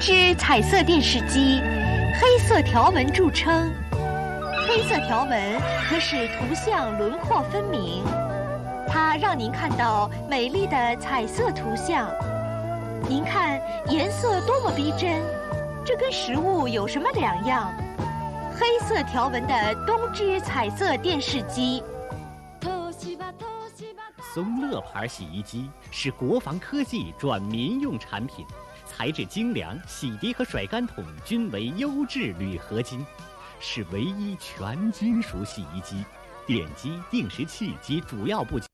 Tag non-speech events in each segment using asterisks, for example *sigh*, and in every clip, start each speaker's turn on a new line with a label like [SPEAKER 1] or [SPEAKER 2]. [SPEAKER 1] 只彩色电视机，黑色条纹著称。黑色条纹可使图像轮廓分明，它让您看到美丽的彩色图像。您看颜色多么逼真，这跟实物有什么两样？黑色条纹的东芝彩色电视机。
[SPEAKER 2] 松乐牌洗衣机是国防科技转民用产品，材质精良，洗涤和甩干桶均为优质铝合金，是唯一全金属洗衣机、电机、定时器及主要部件。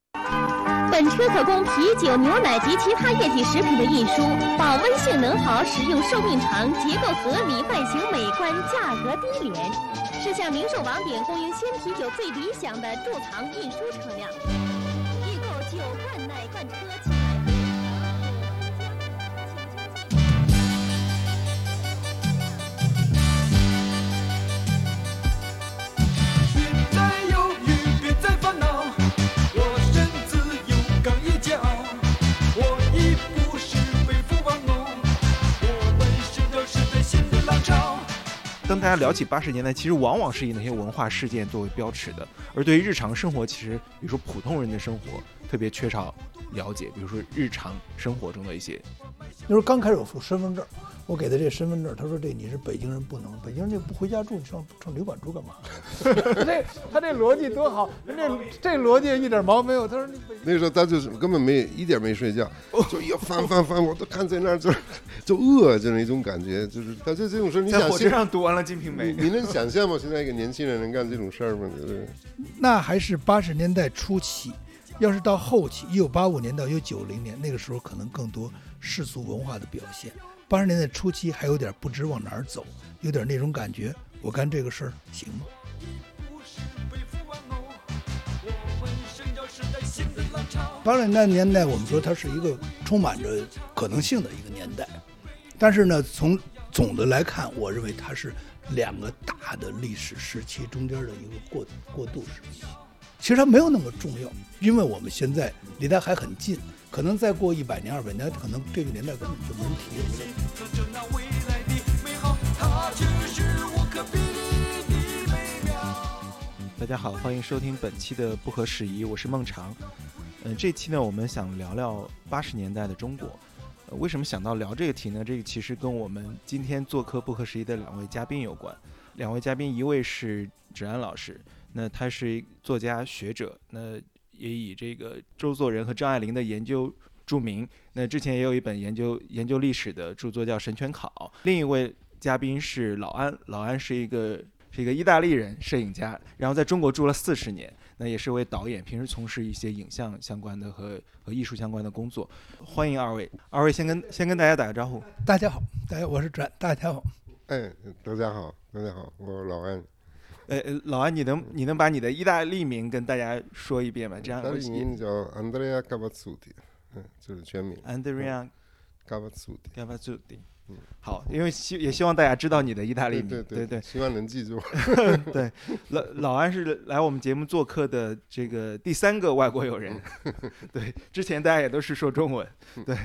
[SPEAKER 3] 本车可供啤酒、牛奶及其他液体食品的运输，保温性能好，使用寿命长，结构合理，外形美观，价格低廉，是向零售网点供应鲜啤酒最理想的驻藏运输车辆。预购九罐奶罐车。
[SPEAKER 4] 别再犹豫，别再烦恼，我身自由，刚一脚，啊我已不是背负玩偶，哦我们是流是在新的浪潮。
[SPEAKER 5] 当大家聊起八十年代，其实往往是以那些文化事件作为标尺的，而对于日常生活，其实比如说普通人的生活特别缺少了解，比如说日常生活中的一些
[SPEAKER 6] 那时候刚开始我出身份证，我给他这身份证，他说这你是北京人不能，北京人就不回家住，你上上旅馆住干嘛？这他这逻辑多好，人这这逻辑一点毛没有。他说你北
[SPEAKER 7] 那时候他就是根本没一点没睡觉，就要翻翻翻，我都看在那儿就就饿，就是一种感觉，就是他就这种事儿，你
[SPEAKER 5] 在
[SPEAKER 7] 想
[SPEAKER 5] 火车
[SPEAKER 7] 象，
[SPEAKER 5] 上读完了《金瓶梅
[SPEAKER 7] 你》，你能想象吗？现在一个年轻人能干这种事儿吗？就是
[SPEAKER 8] 那还是八十年代初期，要是到后期，一九八五年到一九九零年那个时候，可能更多世俗文化的表现。八十年代初期还有点不知往哪儿走，有点那种感觉，我干这个事儿行吗？
[SPEAKER 4] 不是背负玩偶，我们是流是在新的浪潮。
[SPEAKER 8] 八十年代年代，我们说它是一个充满着可能性的一个年代，但是呢，从总的来看，我认为它是两个大的历史时期中间的一个过过渡时期。其实它没有那么重要，因为我们现在离它还很近，可能再过一百年、二百年，可能这个年代根本就没人提了。
[SPEAKER 4] 说着那未来的美好，它却是无可比拟的美妙。
[SPEAKER 9] 大家好，欢迎收听本期的不合时宜，我是孟尝。嗯、这期呢，我们想聊聊八十年代的中国。呃为什么想到聊这个题呢？这个其实跟我们今天做客不合时宜的两位嘉宾有关。两位嘉宾，一位是芷安老师，那他是作家学者，那也以这个周作人和张爱玲的研究著名。那之前也有一本研究研究历史的著作叫《神权考》。另一位嘉宾是老安，老安是一个是一个意大利人摄影家，然后在中国住了四十年，那也是位导演，平时从事一些影像相关的和和艺术相关的工作。欢迎二位，二位先跟先跟大家打个招呼。
[SPEAKER 8] 大家好，大家我是转，大家好，
[SPEAKER 7] 哎，大家好，大家好，我老安，
[SPEAKER 9] 呃，呃老安，你能你能把你的意大利名跟大家说一遍吗？这样
[SPEAKER 7] 他的名字叫 Andrea Cavazzuti，嗯，就是全名
[SPEAKER 9] 啊 Andrea
[SPEAKER 7] Cavazzuti。
[SPEAKER 9] g a v a z z u t i 好，因为希也希望大家知道你的意大利
[SPEAKER 7] 嗯对
[SPEAKER 9] 名，
[SPEAKER 7] 对
[SPEAKER 9] 对对，
[SPEAKER 7] 希望能记住。
[SPEAKER 9] 对，老老安是来我们节目做客的这个第三个外国友人，对，之前大家也都是说中文，对，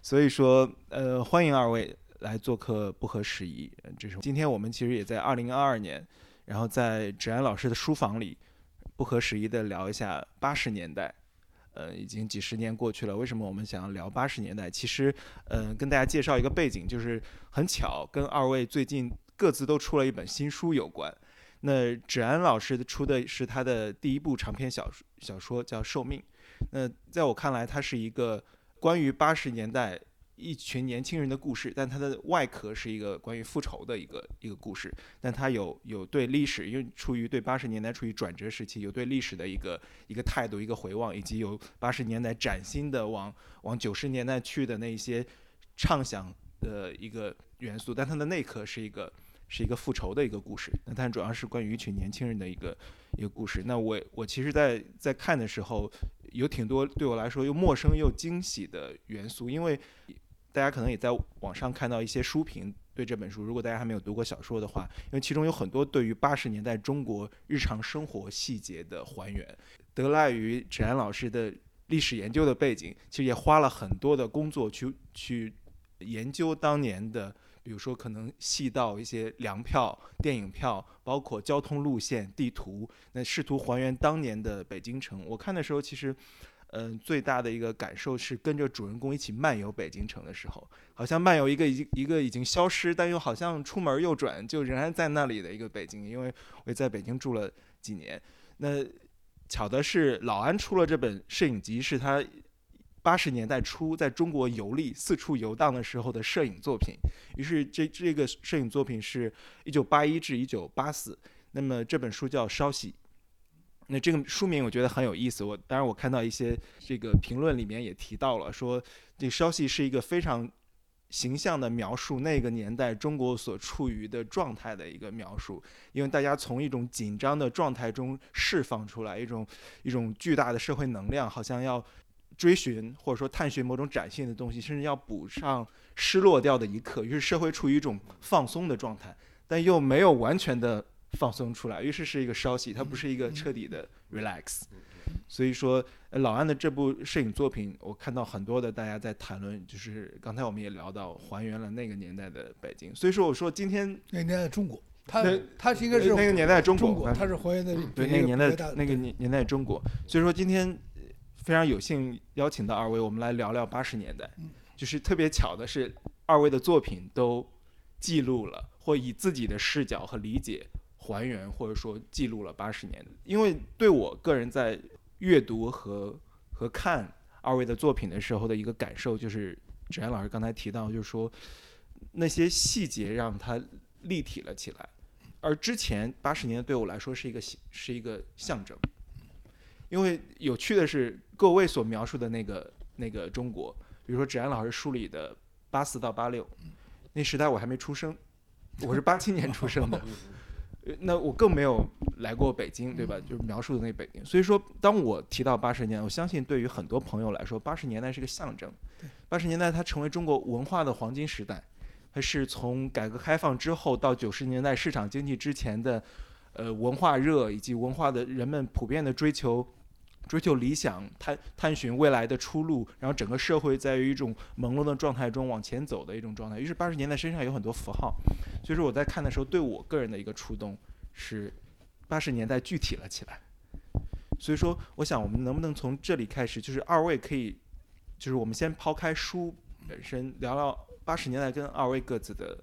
[SPEAKER 9] 所以说呃，欢迎二位来做客不合时宜。呃这是今天我们其实也在二零二二年，然后在芷安老师的书房里不合时宜的聊一下八十年代。呃，已经几十年过去了，为什么我们想要聊八十年代？其实，呃，跟大家介绍一个背景，就是很巧，跟二位最近各自都出了一本新书有关。那芷安老师出的是他的第一部长篇小说，小说叫《寿命》。那在我看来，它是一个关于八十年代一群年轻人的故事，但它的外壳是一个关于复仇的一个一个故事。但它有有对历史，因为处于对八十年代处于转折时期，有对历史的一个一个态度、一个回望，以及有八十年代崭新的往往九十年代去的那一些畅想的一个元素。但它的内核是一个是一个复仇的一个故事，那但主要是关于一群年轻人的一个一个故事。那我我其实在，在看的时候，有挺多对我来说又陌生又惊喜的元素，因为大家可能也在网上看到一些书评对这本书，如果大家还没有读过小说的话，因为其中有很多对于八十年代中国日常生活细节的还原，得赖于芷安老师的历史研究的背景，其实也花了很多的工作去去研究当年的。比比如说可能细到一些粮票、电影票，包括交通路线、地图，那试图还原当年的北京城。我看的时候，其实，嗯、最大的一个感受是跟着主人公一起漫游北京城的时候，好像漫游一个已经一个已经消失，但又好像出门右转就仍然在那里的一个北京。因为我也在北京住了几年，那巧的是，老安出了这本摄影集，是他八十年代初在中国游历、四处游荡的时候的摄影作品。于是这这个摄影作品是一九八一至一九八四。那么这本书叫《稍息》，那这个书名我觉得很有意思。我当然我看到一些这个评论里面也提到了，说这《稍息》是一个非常形象的描述那个年代中国所处于的状态的一个描述，因为大家从一种紧张的状态中释放出来，一种一种巨大的社会能量，好像要追寻或者说探寻某种崭新的东西，甚至要补上失落掉的一刻。于是社会处于一种放松的状态，但又没有完全的放松出来，于是是一个稍息，它不是一个彻底的 relax。所以说，呃老安的这部摄影作品，我看到很多的大家在谈论，就是刚才我们也聊到，还原了那个年代的北京。所以说，我说今天
[SPEAKER 8] 那年代中国，他
[SPEAKER 9] 那
[SPEAKER 8] 他应该是
[SPEAKER 9] 那个年代中
[SPEAKER 8] 中
[SPEAKER 9] 国，
[SPEAKER 8] 他是还原的
[SPEAKER 9] 对
[SPEAKER 8] 那
[SPEAKER 9] 那个年代
[SPEAKER 8] 北大
[SPEAKER 9] 那个年年代中国。所以说今天呃非常有幸邀请到二位，我们来聊聊八十年代。就是特别巧的是，二位的作品都记录了或以自己的视角和理解还原，或者说记录了八十年代。因为对我个人在阅读和和看二位的作品的时候的一个感受，就是芷安老师刚才提到，就是说那些细节让它立体了起来。而之前八十年对我来说是一个形是一个象征，因为有趣的是各位所描述的那个那个中国，比如说芷安老师书里的八四到八六，那时代我还没出生，我是八七年出生的，呃那我更没有来过北京，对吧？就是描述的那北京。所以说，当我提到八十年，我相信对于很多朋友来说，八十年代是个象征，八十年代它成为中国文化的黄金时代。它是从改革开放之后到九十年代市场经济之前的，呃，文化热以及文化的人们普遍的追求，追求理想，探探寻未来的出路，然后整个社会在于一种朦胧的状态中往前走的一种状态。于是八十年代身上有很多符号，所以说我在看的时候，对我个人的一个触动是八十年代具体了起来。所以说，我想我们能不能从这里开始，就是二位可以，就是我们先抛开书本身，聊聊八十年代跟二位各自的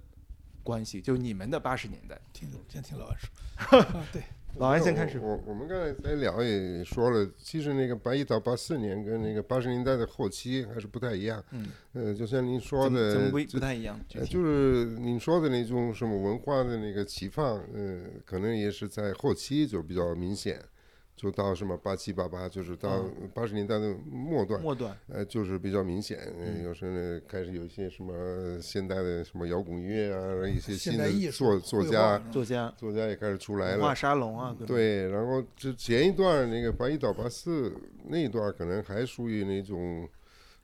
[SPEAKER 9] 关系，就你们的八十年代。
[SPEAKER 8] 听先听老安说，啊对，
[SPEAKER 9] 老安先开始，
[SPEAKER 7] 我我我们刚才在聊也说了，其实那个八一到八四年跟那个八十年代的后期还是不太一样。
[SPEAKER 9] 嗯，
[SPEAKER 7] 呃，就像您说
[SPEAKER 9] 怎么
[SPEAKER 7] 的，
[SPEAKER 9] 怎么不不太一样？具
[SPEAKER 7] 呃，
[SPEAKER 9] 体
[SPEAKER 7] 就是您说的那种什么文化的那个起放，呃，可能也是在后期就比较明显，就到什么八七八八，就是到八十年代的末段，
[SPEAKER 9] 末段，
[SPEAKER 7] 呃，就是比较明显。呃、有时候呢开始有一些什么呃现代的什么摇滚乐啊，一些
[SPEAKER 8] 现
[SPEAKER 7] 新
[SPEAKER 8] 代艺
[SPEAKER 7] 的
[SPEAKER 8] 术
[SPEAKER 7] 作作
[SPEAKER 8] 绘画
[SPEAKER 7] 家
[SPEAKER 9] 作家
[SPEAKER 7] 作家也开始出来
[SPEAKER 9] 文
[SPEAKER 7] 了
[SPEAKER 9] 化。沙龙啊，各种，
[SPEAKER 7] 对，然后之前一段那个八一到八四那一段，可能还属于那种，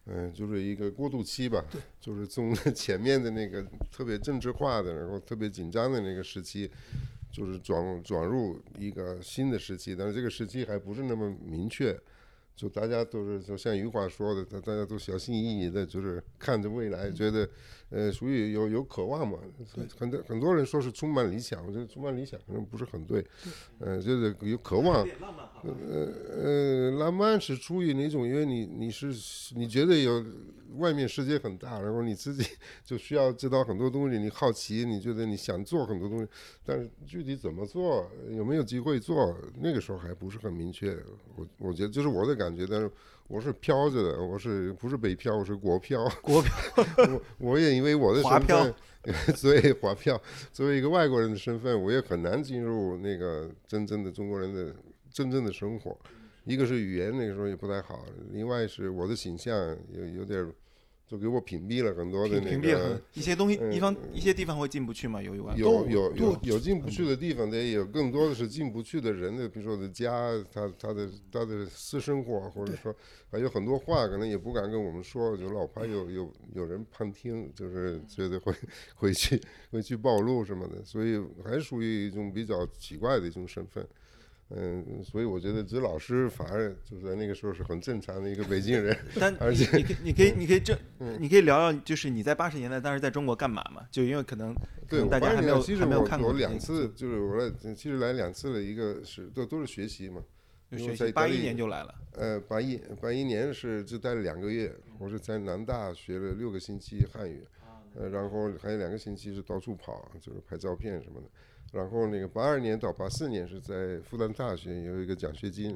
[SPEAKER 7] 嗯、就是一个过渡期吧，就是从 *laughs* 前面的那个特别政治化的，然后特别紧张的那个时期，就是转转入一个新的时期，但是这个时期还不是那么明确。就大家都是就像余华说的，大大家都小心翼翼的，就是看着未来，觉得，呃，属于有有渴望嘛。很多很多人说是充满理想，我觉得充满理想可能不是很对，呃，就是有渴望，呃呃，浪漫是出于哪种？因为你你是你觉得有外面世界很大，然后你自己就需要知道很多东西，你好奇，你觉得你想做很多东西，但是具体怎么做，有没有机会做，那个时候还不是很明确。我我觉得这是我的感觉，但是我是飘着的，我是不是北漂，我是国漂。
[SPEAKER 9] 国标
[SPEAKER 7] 我 *laughs* 我也因为我的
[SPEAKER 9] 华
[SPEAKER 7] 身
[SPEAKER 9] 漂
[SPEAKER 7] 份， *laughs* 所以华票 *laughs* 作为一个外国人的身份，我也很难进入那个真正的中国人的真正的生活。一个是语言那个时候也不太好，另外是我的形象有有点儿，就给我屏蔽了很多的
[SPEAKER 9] 屏
[SPEAKER 7] 那
[SPEAKER 9] 屏蔽
[SPEAKER 7] 个
[SPEAKER 9] 了一些东西，
[SPEAKER 7] 嗯
[SPEAKER 9] 一方一些地方会进不去嘛，由于外
[SPEAKER 7] 有有
[SPEAKER 8] 都
[SPEAKER 7] 有有进不去的地方，但也有更多的是进不去的人的，比如说我的家，他他的他的私生活，或者说还有很多话可能也不敢跟我们说，就老怕有有有人旁听，就是觉得会回去回去暴露什么的，所以还属于一种比较奇怪的一种身份。嗯，所以我觉得指老师反而就是在那个时候是很正常的一个北京
[SPEAKER 9] *laughs*
[SPEAKER 7] 人，
[SPEAKER 9] 但
[SPEAKER 7] *laughs* 而
[SPEAKER 9] 你
[SPEAKER 7] 且嗯
[SPEAKER 9] 你可以你可以你可以这，你可以聊聊，就是你在八十年代当时在中国干嘛嘛？就因为可能可
[SPEAKER 7] 对，
[SPEAKER 9] 能
[SPEAKER 7] 我
[SPEAKER 9] 大家还
[SPEAKER 7] 八十
[SPEAKER 9] 没
[SPEAKER 7] 年代
[SPEAKER 9] 有
[SPEAKER 7] 其实
[SPEAKER 9] 还没有
[SPEAKER 7] 我
[SPEAKER 9] 看过
[SPEAKER 7] 我
[SPEAKER 9] 那
[SPEAKER 7] 两
[SPEAKER 9] 个
[SPEAKER 7] 次就是我来，其实来两次了，一个是都都是学习嘛，
[SPEAKER 9] 就
[SPEAKER 7] 因为
[SPEAKER 9] 学
[SPEAKER 7] 在
[SPEAKER 9] 习
[SPEAKER 7] 意大
[SPEAKER 9] 八一
[SPEAKER 7] 利
[SPEAKER 9] 年就来了，
[SPEAKER 7] 呃，八一八一年是就待了两个月，我是在南大学了六个星期汉语，呃，然后还有两个星期是到处跑，就是拍照片什么的。然后那个八二年到八四年是在复旦大学有一个奖学金，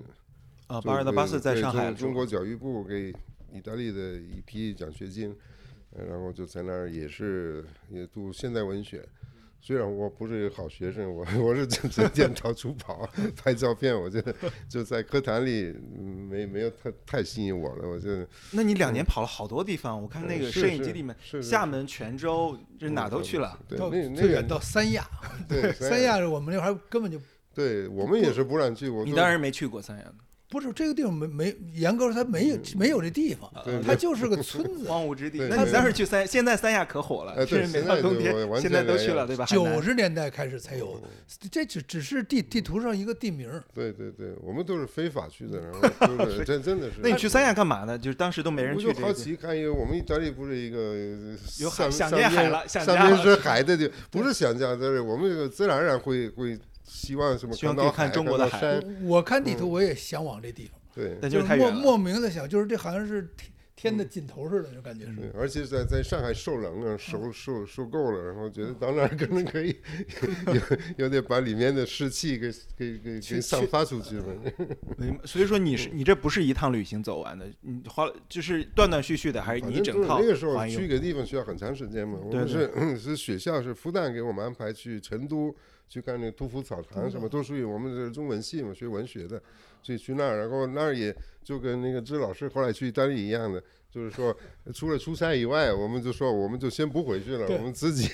[SPEAKER 9] 啊，
[SPEAKER 7] 就
[SPEAKER 9] 八二到
[SPEAKER 7] 是
[SPEAKER 9] 八四在
[SPEAKER 7] 对
[SPEAKER 9] 上海
[SPEAKER 7] 中中
[SPEAKER 9] 住
[SPEAKER 7] 国教育部给意大利的一批奖学金，呃然后就在那儿也是也读现代文学。虽然我不是一个好学生，我我是整整天到处跑 *laughs* 拍照片，我觉得就在课堂里嗯没没有太太吸引我了，我觉得
[SPEAKER 9] 那你两年跑了好多地方，我看那
[SPEAKER 7] 嗯
[SPEAKER 9] 个
[SPEAKER 7] 是
[SPEAKER 9] 摄影机
[SPEAKER 7] 是
[SPEAKER 9] 里面，
[SPEAKER 7] 是是
[SPEAKER 9] 厦门、泉州，这哪都去了。
[SPEAKER 7] 对
[SPEAKER 8] 到
[SPEAKER 7] 那那
[SPEAKER 8] 最远
[SPEAKER 7] 个
[SPEAKER 8] 到三亚，
[SPEAKER 7] 对
[SPEAKER 8] 三亚我们那会儿根本就
[SPEAKER 7] 对我们也是不让去，我
[SPEAKER 9] 你
[SPEAKER 7] 都
[SPEAKER 9] 当然没去过三亚，
[SPEAKER 8] 不是这个地方没没严格说它没有没有这地方，
[SPEAKER 7] 嗯啊对
[SPEAKER 8] 它就是个
[SPEAKER 7] *laughs*
[SPEAKER 8] 村
[SPEAKER 9] *laughs*
[SPEAKER 8] 子。
[SPEAKER 9] 荒芜之地。
[SPEAKER 7] 对
[SPEAKER 9] 那你
[SPEAKER 7] 对
[SPEAKER 9] 当时去三，现在三亚可火 *laughs* 了，
[SPEAKER 7] 哎
[SPEAKER 9] 是
[SPEAKER 7] 对
[SPEAKER 9] 每
[SPEAKER 7] 现
[SPEAKER 9] 到
[SPEAKER 7] 在
[SPEAKER 9] 冬
[SPEAKER 7] 就完
[SPEAKER 9] 天，
[SPEAKER 7] 完
[SPEAKER 9] 现
[SPEAKER 7] 全
[SPEAKER 9] 在都
[SPEAKER 7] 两
[SPEAKER 9] 去
[SPEAKER 7] 样
[SPEAKER 9] 了，对吧？海
[SPEAKER 8] 九
[SPEAKER 9] 南
[SPEAKER 8] 十年代开始才
[SPEAKER 7] 哦
[SPEAKER 8] 有，这只只是地地图上一个地名儿。
[SPEAKER 7] 对对对，我们都是非法去的，然后
[SPEAKER 9] *laughs*
[SPEAKER 7] 就是真真的是。
[SPEAKER 9] 那你去三亚干嘛呢？就是当时都没人
[SPEAKER 7] 我
[SPEAKER 9] 去
[SPEAKER 7] 就
[SPEAKER 9] 这
[SPEAKER 7] 好
[SPEAKER 9] 个地。
[SPEAKER 7] 奇看一个，我们意大利不是一个呃
[SPEAKER 9] 有海
[SPEAKER 7] 上
[SPEAKER 9] 想
[SPEAKER 7] 上
[SPEAKER 9] 念海
[SPEAKER 7] 边
[SPEAKER 9] 了想
[SPEAKER 7] 上
[SPEAKER 9] 家
[SPEAKER 7] 边
[SPEAKER 9] 了
[SPEAKER 7] 是海的地，不是想家，但是我们这个自然而然会会希望什么
[SPEAKER 9] 希望
[SPEAKER 7] 看到
[SPEAKER 9] 可以看
[SPEAKER 7] 海
[SPEAKER 9] 中国的
[SPEAKER 7] 到
[SPEAKER 9] 海嗯
[SPEAKER 7] 山，
[SPEAKER 8] 我看地
[SPEAKER 7] 嗯
[SPEAKER 8] 图我也向往这地方，
[SPEAKER 7] 对
[SPEAKER 9] 那就
[SPEAKER 8] 就是
[SPEAKER 9] 太
[SPEAKER 8] 莫
[SPEAKER 9] 远了。
[SPEAKER 8] 莫名的想，就是这好像是
[SPEAKER 7] 嗯
[SPEAKER 8] 天天的尽头似的，就感觉
[SPEAKER 7] 对
[SPEAKER 8] 是。，
[SPEAKER 7] 而且在在上海受冷了，
[SPEAKER 9] 嗯
[SPEAKER 7] 受受受够了，然后觉得到那儿可能可以 *laughs* 有有点把里面的湿气给给给给散发出去了。
[SPEAKER 9] 明白所以说你
[SPEAKER 7] 嗯
[SPEAKER 9] 是你这不是一趟旅行走完的，你花了就是断断续续的，还是
[SPEAKER 7] 反
[SPEAKER 9] 你
[SPEAKER 7] 正
[SPEAKER 9] 整
[SPEAKER 7] 就是
[SPEAKER 9] 套
[SPEAKER 7] 那个时候
[SPEAKER 9] 环游
[SPEAKER 7] 去一个地方需要很长时间嘛。我
[SPEAKER 9] 对
[SPEAKER 7] 们是 *laughs* 是学校是复旦给我们安排去成都去看那个杜甫草堂什么，都属于我们这中文系嘛，学文学的，所以去那儿，然后那儿也就跟那个支老师后来去意大利一样的。就是说，除了出差以外，我们就说，我们就先不回去了，
[SPEAKER 8] 对
[SPEAKER 7] 我们自
[SPEAKER 9] *laughs*
[SPEAKER 7] 己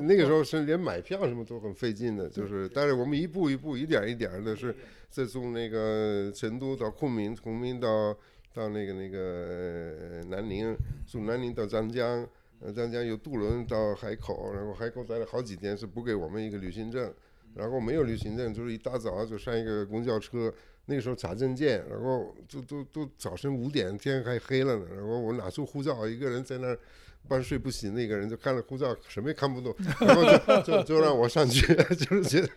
[SPEAKER 7] 那个时候是连买票什么都很费劲的，就是，但是我们一步一步、一点儿一点儿的是，再从那个成都到昆明，昆明到到那个那个呃南宁，从南宁到张江，呃张江由渡轮到海口，然后海口待了好几天，是不给我们一个旅行证，然后没有旅行证，就是一大早就上一个公交车，那个时候查证件，然后都都都早晨五点，天还黑了呢，然后我拿出护照，一个人在那儿。半睡不醒，那个人就看了护照，什么也看不懂， *laughs* 然后就就就让我上去， *laughs* 就是觉得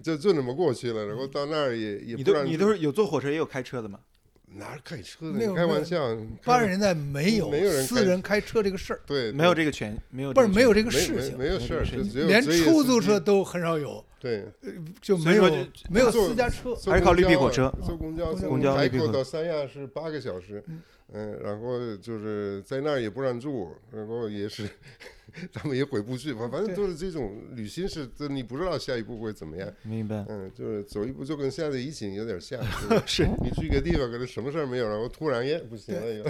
[SPEAKER 7] 就就那么过去了。然后到那儿也也
[SPEAKER 9] 你
[SPEAKER 7] 不
[SPEAKER 9] 都
[SPEAKER 7] 让
[SPEAKER 9] 你都是有坐火车也有开车的吗？
[SPEAKER 7] 哪儿开车呢？
[SPEAKER 8] 那
[SPEAKER 7] 你
[SPEAKER 8] 会儿
[SPEAKER 7] 开
[SPEAKER 8] 没
[SPEAKER 7] 玩
[SPEAKER 8] 有
[SPEAKER 7] 笑，
[SPEAKER 8] 八十年代没有
[SPEAKER 7] 嗯没有人开
[SPEAKER 8] 私人开车这个事儿，
[SPEAKER 7] 对
[SPEAKER 9] 没有这个权，没有
[SPEAKER 8] 不是
[SPEAKER 9] 这个
[SPEAKER 8] 没有这个
[SPEAKER 7] 个没
[SPEAKER 8] 事
[SPEAKER 7] 没
[SPEAKER 8] 情
[SPEAKER 7] 没，有事儿，就只有
[SPEAKER 8] 连
[SPEAKER 7] 职业
[SPEAKER 8] 出
[SPEAKER 7] 司
[SPEAKER 8] 租
[SPEAKER 7] 机
[SPEAKER 8] 车都很少有，
[SPEAKER 7] 对，
[SPEAKER 8] 就
[SPEAKER 9] 所以
[SPEAKER 8] 没有
[SPEAKER 9] 说就
[SPEAKER 8] 没有
[SPEAKER 7] 坐
[SPEAKER 8] 私家车。
[SPEAKER 7] 坐
[SPEAKER 9] 还是靠绿皮
[SPEAKER 7] 公交
[SPEAKER 9] 火车
[SPEAKER 7] 坐公交，从
[SPEAKER 9] 公交
[SPEAKER 7] 海
[SPEAKER 9] 绿皮火
[SPEAKER 7] 口
[SPEAKER 9] 车
[SPEAKER 7] 到三亚是八个小时，嗯，然后就是在那儿也不让住，然后也是他们也回不去，反反正都是这种旅行是，就你不知道下一步会怎么样。
[SPEAKER 9] 明白。
[SPEAKER 7] 嗯，就是走一步就跟现在疫情有
[SPEAKER 8] *laughs*
[SPEAKER 7] 点像，是你去一个地方可能什么事儿没有，然后突然哎也不行了，又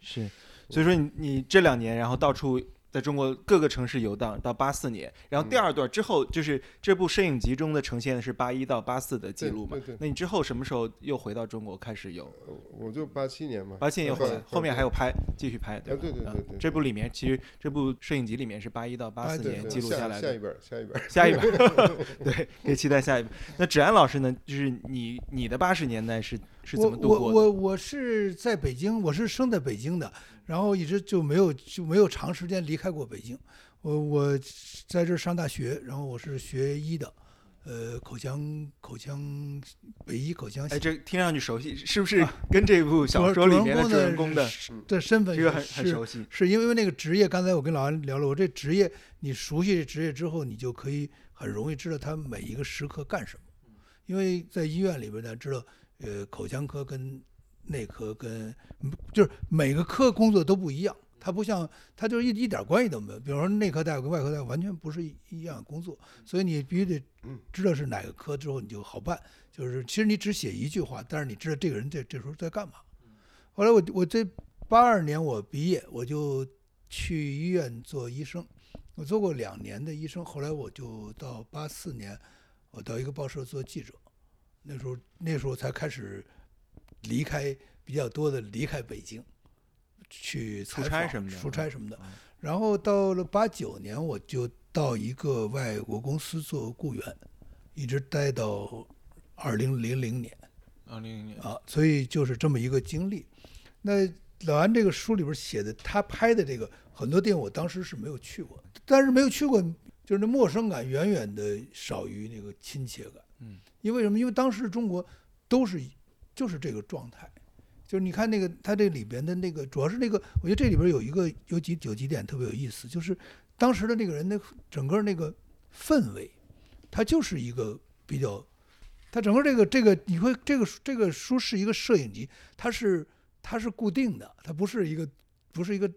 [SPEAKER 9] 是，所以说你你这两年，然后到处在中国各个城市游荡，到八四年，然后第二段之后就是这部摄影集中的呈现的是八一到八四的记
[SPEAKER 7] 对
[SPEAKER 9] 录嘛
[SPEAKER 7] 对对？
[SPEAKER 9] 那你之后什么时候又回到中国开始游？
[SPEAKER 7] 我就八七年嘛，
[SPEAKER 9] 八七年又回来
[SPEAKER 7] 对，
[SPEAKER 9] 后面还有拍，继续拍，
[SPEAKER 7] 啊
[SPEAKER 9] 吧？
[SPEAKER 7] 对对
[SPEAKER 9] 啊
[SPEAKER 7] 对对啊
[SPEAKER 9] 这部里面其实这部摄影集里面是八一到八
[SPEAKER 8] 哎
[SPEAKER 9] 四
[SPEAKER 8] 对
[SPEAKER 9] 年
[SPEAKER 7] 对
[SPEAKER 9] 记录
[SPEAKER 7] 下
[SPEAKER 9] 下来
[SPEAKER 7] 下
[SPEAKER 9] 的
[SPEAKER 7] 一。本儿，下一本儿。
[SPEAKER 9] 下一本，对，可以期待下一本。那芷安老师呢？就是你你的八十年代是是怎
[SPEAKER 8] 我
[SPEAKER 9] 么度过
[SPEAKER 8] 我
[SPEAKER 9] 的？
[SPEAKER 8] 我我是在北京，我是生在北京的，然后一直就没有就没有长时间离开过北京。我我在这儿上大学，然后我是学医的，呃，口腔口腔北医口腔
[SPEAKER 9] 哎，
[SPEAKER 8] 系
[SPEAKER 9] 这听上去熟悉，是不是跟这部小
[SPEAKER 8] 主
[SPEAKER 9] 说里面的
[SPEAKER 8] 主
[SPEAKER 9] 主人
[SPEAKER 8] 人
[SPEAKER 9] 公
[SPEAKER 8] 公
[SPEAKER 9] 的
[SPEAKER 8] 的的身份
[SPEAKER 9] 这个很很
[SPEAKER 8] 是
[SPEAKER 9] 熟悉？
[SPEAKER 8] 是因为那个职业，刚才我跟老安聊了，我这职业你熟悉这职业之后，你就可以很容易知道他每一个时刻干什么。因为在医院里边，咱知道，呃，口腔科跟内科跟嗯就是每个科工作都不一样，它不像它就是一一点关系都没有。比方说内科大夫跟外科大夫完全不是一一样的工作，所以你必须得知道是哪个科之后你就好办。就是其实你只写一句话，但是你知道这个人这这时候在干嘛。后来我我这八二年我毕业，我就去医院做医生，我做过两年的医生，后来我就到八四年，我到一个报社做记者，那时候那时候才开始离开比较多的离开北京，去
[SPEAKER 9] 出
[SPEAKER 8] 采
[SPEAKER 9] 差
[SPEAKER 8] 访
[SPEAKER 9] 什么的
[SPEAKER 8] 出差什么的
[SPEAKER 9] 嗯。
[SPEAKER 8] 然后到了八九年，我就到一个外国公司做雇员，一直待到二零零零年
[SPEAKER 9] 二零零年，
[SPEAKER 8] 啊，所以就是这么一个经历。那老安这个书里边写的，他拍的这个很多电影，我当时是没有去过，但是没有去过，就是那陌生感远远的少于那个亲切感。
[SPEAKER 9] 嗯，
[SPEAKER 8] 因为什么？因为当时中国都是就是这个状态，就是你看那个他这里边的那个，主要是那个，我觉得这里边有一个有几有几点特别有意思，就是当时的那个人的整个那个氛围，他就是一个比较，他整个这个这个你会这个这个书是一个摄影集，它是它是固定的，它不是一个不是一个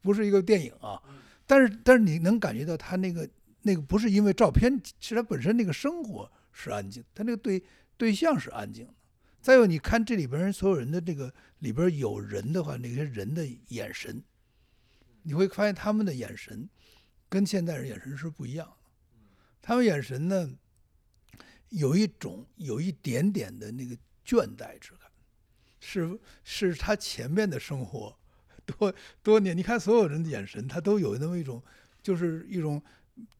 [SPEAKER 8] 不是一个电影啊，但是但是你能感觉到他那个那个不是因为照片，是他本身那个生活是安静，他那个对对象是安静的。再有，你看这里边人所有人的这个里边有人的话，那些人的眼神，你会发现他们的眼神跟现代人眼神是不一样的。他们眼神呢，有一种有一点点的那个倦怠之感，是是他前面的生活多多年，你看所有人的眼神，他都有那么一种，就是一种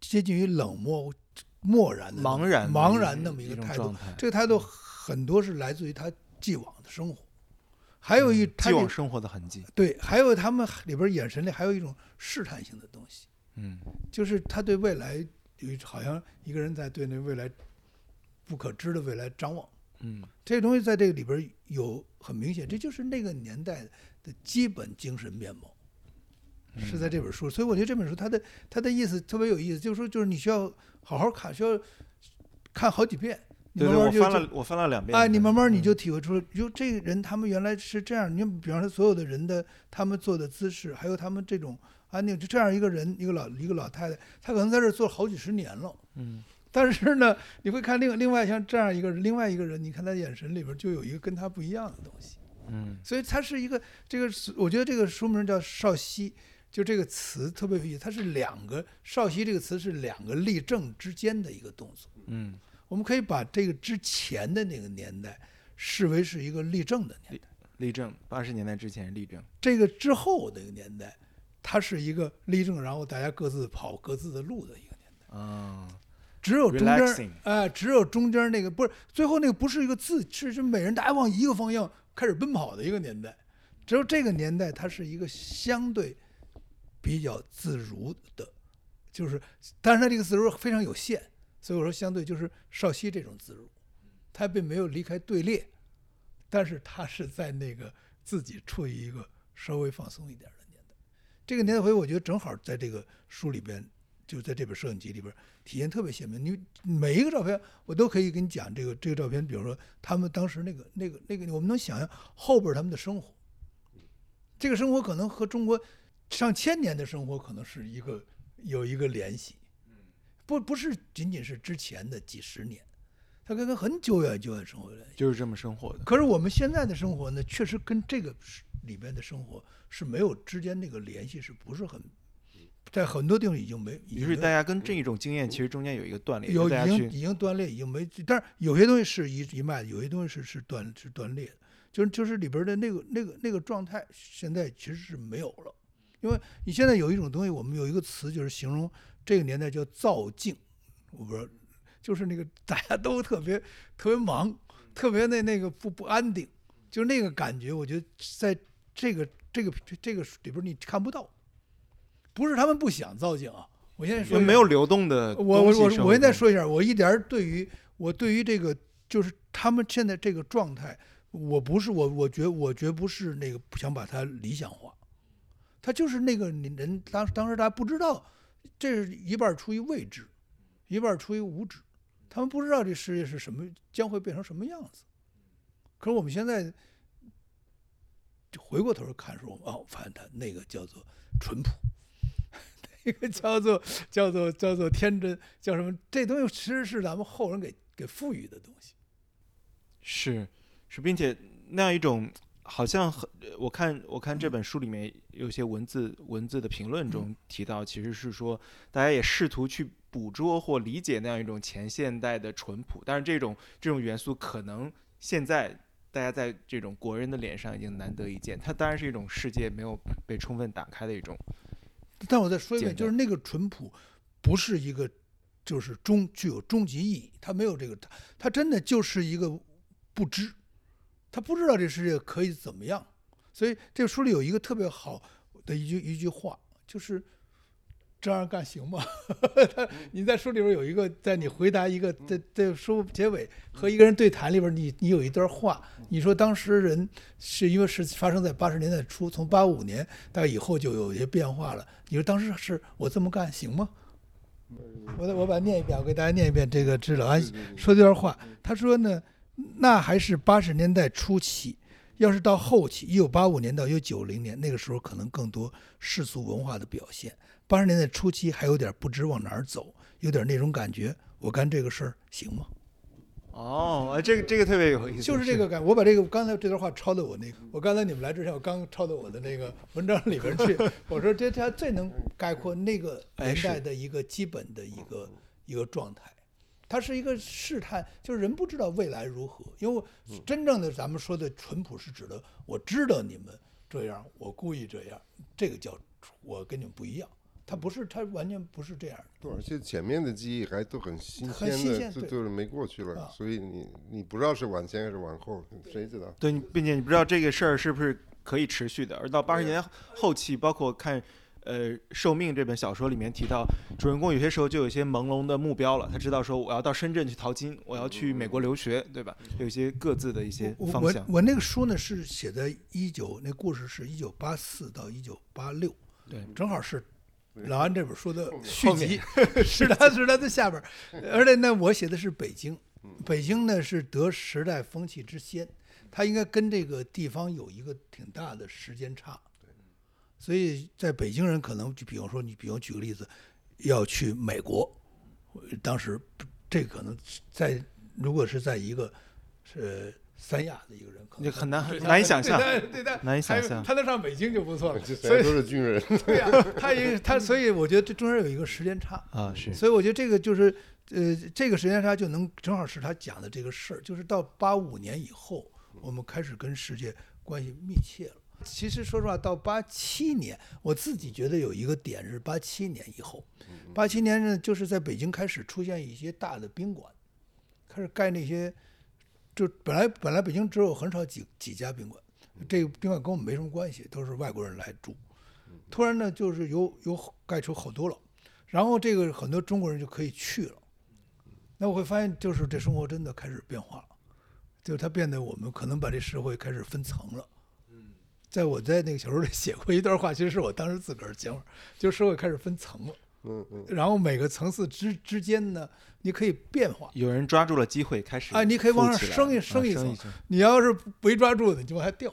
[SPEAKER 8] 接近于冷漠、漠然的那种、
[SPEAKER 9] 茫然的一
[SPEAKER 8] 茫然
[SPEAKER 9] 种
[SPEAKER 8] 那么一个
[SPEAKER 9] 种
[SPEAKER 8] 态度
[SPEAKER 9] 状。态
[SPEAKER 8] 这个态度很多是来自于他既往的生活，还有一他
[SPEAKER 9] 嗯既
[SPEAKER 8] 这
[SPEAKER 9] 往生活的痕迹，
[SPEAKER 8] 对，还有他们里边眼神里还有一种试探性的东西。
[SPEAKER 9] 嗯，
[SPEAKER 8] 就是他对未来有一好像一个人在对那未来不可知的未来张望，
[SPEAKER 9] 嗯，
[SPEAKER 8] 这个东西在这个里边有很明显，这就是那个年代的基本精神面貌，
[SPEAKER 9] 嗯
[SPEAKER 8] 是在这本书。所以我觉得这本书它的它的意思特别有意思，就是说就是你需要好好看，需要看好几遍，你
[SPEAKER 9] 对
[SPEAKER 8] 慢
[SPEAKER 9] 对，我
[SPEAKER 8] 慢就
[SPEAKER 9] 翻
[SPEAKER 8] 就
[SPEAKER 9] 了我翻了两嗯遍，
[SPEAKER 8] 哎，你慢慢你就体会出来，就这个人他们原来是这样。你比方说所有的人的他们做的姿势，还有他们这种安定，就这样一个人，一个老一个老太太，她可能在这儿做了好几十年了。
[SPEAKER 9] 嗯，
[SPEAKER 8] *laughs* 但是呢，你会看另另外像这样一个人，另外一个人，你看他眼神里边就有一个跟他不一样的东西。
[SPEAKER 9] 嗯，
[SPEAKER 8] 所以它是一个这个，我觉得这个书名叫《少熙》，就这个词特别有意思，它是两个“少熙”这个词是两个例证之间的一个动作。
[SPEAKER 9] 嗯，
[SPEAKER 8] 我们可以把这个之前的那个年代视为是一个例证的年代，
[SPEAKER 9] 例证八十年代之前是例证，
[SPEAKER 8] 这个之后的一个年代，它是一个例证，然后大家各自跑各自的路的一个年代。
[SPEAKER 9] 啊，
[SPEAKER 8] 只有中间
[SPEAKER 9] Relaxing
[SPEAKER 8] 儿，哎、只有中间儿那个不是最后那个不是一个字，是是每人大家往一个方向开始奔跑的一个年代。只有这个年代，它是一个相对比较自如的，就是，但是它这个自如非常有限，所以我说相对就是少熙这种自如，他并没有离开队列，但是他是在那个自己处于一个稍微放松一点的年代。这个年代回，我觉得正好在这个书里边，就在这本摄影集里边体现特别鲜明。你每一个照片，我都可以跟你讲这个这个照片，比如说他们当时那个那个那个，我们能想象后边他们的生活，这个生活可能和中国上千年的生活可能是一个有一个联系，不不是仅仅是之前的几十年，它跟跟很久远久远生活有联系。
[SPEAKER 9] 就是这么生活的，
[SPEAKER 8] 可是我们现在的生活呢，确实跟这个是里边的生活是没有之间那个联系，是不是很，在很多地方已经没，已
[SPEAKER 9] 于
[SPEAKER 8] 经
[SPEAKER 9] 是
[SPEAKER 8] 没有
[SPEAKER 9] 大家跟这一种经验其实中间有一个断裂，
[SPEAKER 8] 嗯有
[SPEAKER 9] 就大
[SPEAKER 8] 已
[SPEAKER 9] 家
[SPEAKER 8] 经
[SPEAKER 9] 去
[SPEAKER 8] 已经断裂，已经没，但是有些东西是一一脉的，有些东西是是断是断裂的，就是就是里边的那个那个那个状态，现在其实是没有了，因为你现在有一种东西，我们有一个词就是形容这个年代叫造境，我不知道，就是那个大家都特别特别忙，特别那那个不不安定，就是那个感觉，我觉得在这个这个这个里边你看不到，不是他们不想造境啊，我现在
[SPEAKER 9] 就
[SPEAKER 8] 说
[SPEAKER 9] 没有流动的
[SPEAKER 8] 我
[SPEAKER 9] 东
[SPEAKER 8] 我
[SPEAKER 9] 西
[SPEAKER 8] 我
[SPEAKER 9] 生
[SPEAKER 8] 我
[SPEAKER 9] 活
[SPEAKER 8] 现在
[SPEAKER 9] 中
[SPEAKER 8] 说一下，我一点儿对于我对于这个就是他们现在这个状态，我不是我我绝我绝不是那个想把它理想化，他就是那个你人当当时大家不知道，这是一半儿出于未知，一半儿出于无知，他们不知道这世界是什么将会变成什么样子。可是我们现在就回过头儿看的时候，哦，发现他那个叫做淳朴。 *laughs* 那个叫做叫做叫做天真，叫什么？这东西其实是咱们后人给给赋予的东西。
[SPEAKER 9] 是是，并且那样一种好像很，呃我看我看这本书里面有些文字文字的评论中提到，其实是说大家也试图去捕捉或理解那样一种前现代的淳朴，但是这种这种元素可能现在。大家在这种国人的脸上已经难得一见，它当然是一种世界没有被充分打开的一种，
[SPEAKER 8] 但我再说一遍，
[SPEAKER 9] 简单
[SPEAKER 8] 就是那个淳朴，不是一个就是终具有终极意义。他没有这个，他他真的就是一个不知，他不知道这世界可以怎么样。所以这个书里有一个特别好的一句一句话，就是这样干行吗？他你在书里边有一个，在你回答一个在在书结尾和一个人对谈里边，你你有一段话，你说当时人是因为是发生在八十年代初，从八五年大概以后就有一些变化了。你说当时是我这么干行吗？我再我把它念一遍，我给大家念一遍这个这老安说这段话。他说呢，那还是八十年代初期，要是到后期，一九八五年到一九九零年那个时候，可能更多世俗文化的表现。八十年代初期还有点不知往哪儿走，有点那种感觉，我干这个事儿行吗？
[SPEAKER 9] 哦，哎这个这个特别有意思，
[SPEAKER 8] 就是这个感，我把这个刚才这段话抄到我那个，我刚才你们来之前，我刚抄到我的那个文章里
[SPEAKER 9] *laughs*
[SPEAKER 8] 边去。我说这它最能概括那个
[SPEAKER 9] 哎
[SPEAKER 8] 年代的一个基本的一
[SPEAKER 9] 嗯
[SPEAKER 8] 个一个状态，它是一个试探，就是人不知道未来如何。因为
[SPEAKER 9] 嗯
[SPEAKER 8] 真正的咱们说的淳朴是指的，我知道你们这样，我故意这样，这个叫我跟你们不一样。它不是，它完全不是这样的。
[SPEAKER 7] 对，而且前面的记忆还都很新
[SPEAKER 8] 很
[SPEAKER 7] 鲜
[SPEAKER 8] 新
[SPEAKER 7] 的，
[SPEAKER 8] 鲜
[SPEAKER 7] 就
[SPEAKER 8] 对
[SPEAKER 7] 就是没过去了，
[SPEAKER 8] 啊
[SPEAKER 7] 所以你你不知道是往前还是往后，谁知道？ *laughs*
[SPEAKER 9] 对，你并且你不知道这个事儿是不是可以持续的。而到八十年后期，包括看呃《寿命》这本小说里面提到，主人公有些时候就有一些朦胧的目标了，他知道说我要到深圳去淘金，我要去美国留学，对吧？有一些各自的一些
[SPEAKER 8] 我
[SPEAKER 9] 方
[SPEAKER 8] 我
[SPEAKER 9] 向。
[SPEAKER 8] 我那个书呢是写在一九，那故事是一九八四到一九八六，
[SPEAKER 9] 对，
[SPEAKER 8] 正好是老安这本书的续集，是他是他的下边儿，而且呢，我写的是北京，
[SPEAKER 9] 嗯
[SPEAKER 8] 北京呢是得时代风气之先，它应该跟这个地方有一个挺大的时间差，所以在北京人可能就比方说你，比方举个例子，要去美国，当时不这可能在如果是在一个是三亚的一个人，可
[SPEAKER 9] 你
[SPEAKER 8] 能
[SPEAKER 9] 很难很难以想象，
[SPEAKER 8] 对他对他
[SPEAKER 9] 难以想
[SPEAKER 8] 还有
[SPEAKER 9] 象
[SPEAKER 8] 他能上北京就
[SPEAKER 9] *laughs*
[SPEAKER 8] 不错了，
[SPEAKER 7] 这
[SPEAKER 8] 所
[SPEAKER 7] 谁
[SPEAKER 8] 以
[SPEAKER 7] 都是军人，
[SPEAKER 8] 对呀、他也他，所以我觉得这中间有一个时间差，
[SPEAKER 9] 啊，是
[SPEAKER 8] 所以我觉得这个就是呃，这个时间差就能正好是他讲的这个事儿，就是到八五年以后，我们开始跟世界关系密切了。其实说实话，到八七年，我自己觉得有一个点是八七年以后，八七年呢，就是在北京开始出现一些大的宾馆，开始盖那些，就本来本来北京只有很少几几家宾馆，这个宾馆跟我们没什么关系，都是外国人来住。突然呢，就是有有盖出好多了，然后这个很多中国人就可以去了。那我会发现，就是这生活真的开始变化了，就是它变得我们可能把这社会开始分层了。在我在那个小说里写过一段话，其实是我当时自个儿想法，就是社会开始分层了，
[SPEAKER 7] 嗯嗯，
[SPEAKER 8] 然后每个层次之之间呢，你可以变化。
[SPEAKER 9] 有人抓住了机会，开始
[SPEAKER 8] 啊，你可以往上
[SPEAKER 9] 富起来
[SPEAKER 8] 升一
[SPEAKER 9] 了
[SPEAKER 8] 升
[SPEAKER 9] 啊
[SPEAKER 8] 一
[SPEAKER 9] 升
[SPEAKER 8] 层
[SPEAKER 9] 一层，
[SPEAKER 8] 你要是没抓住，你就往下掉。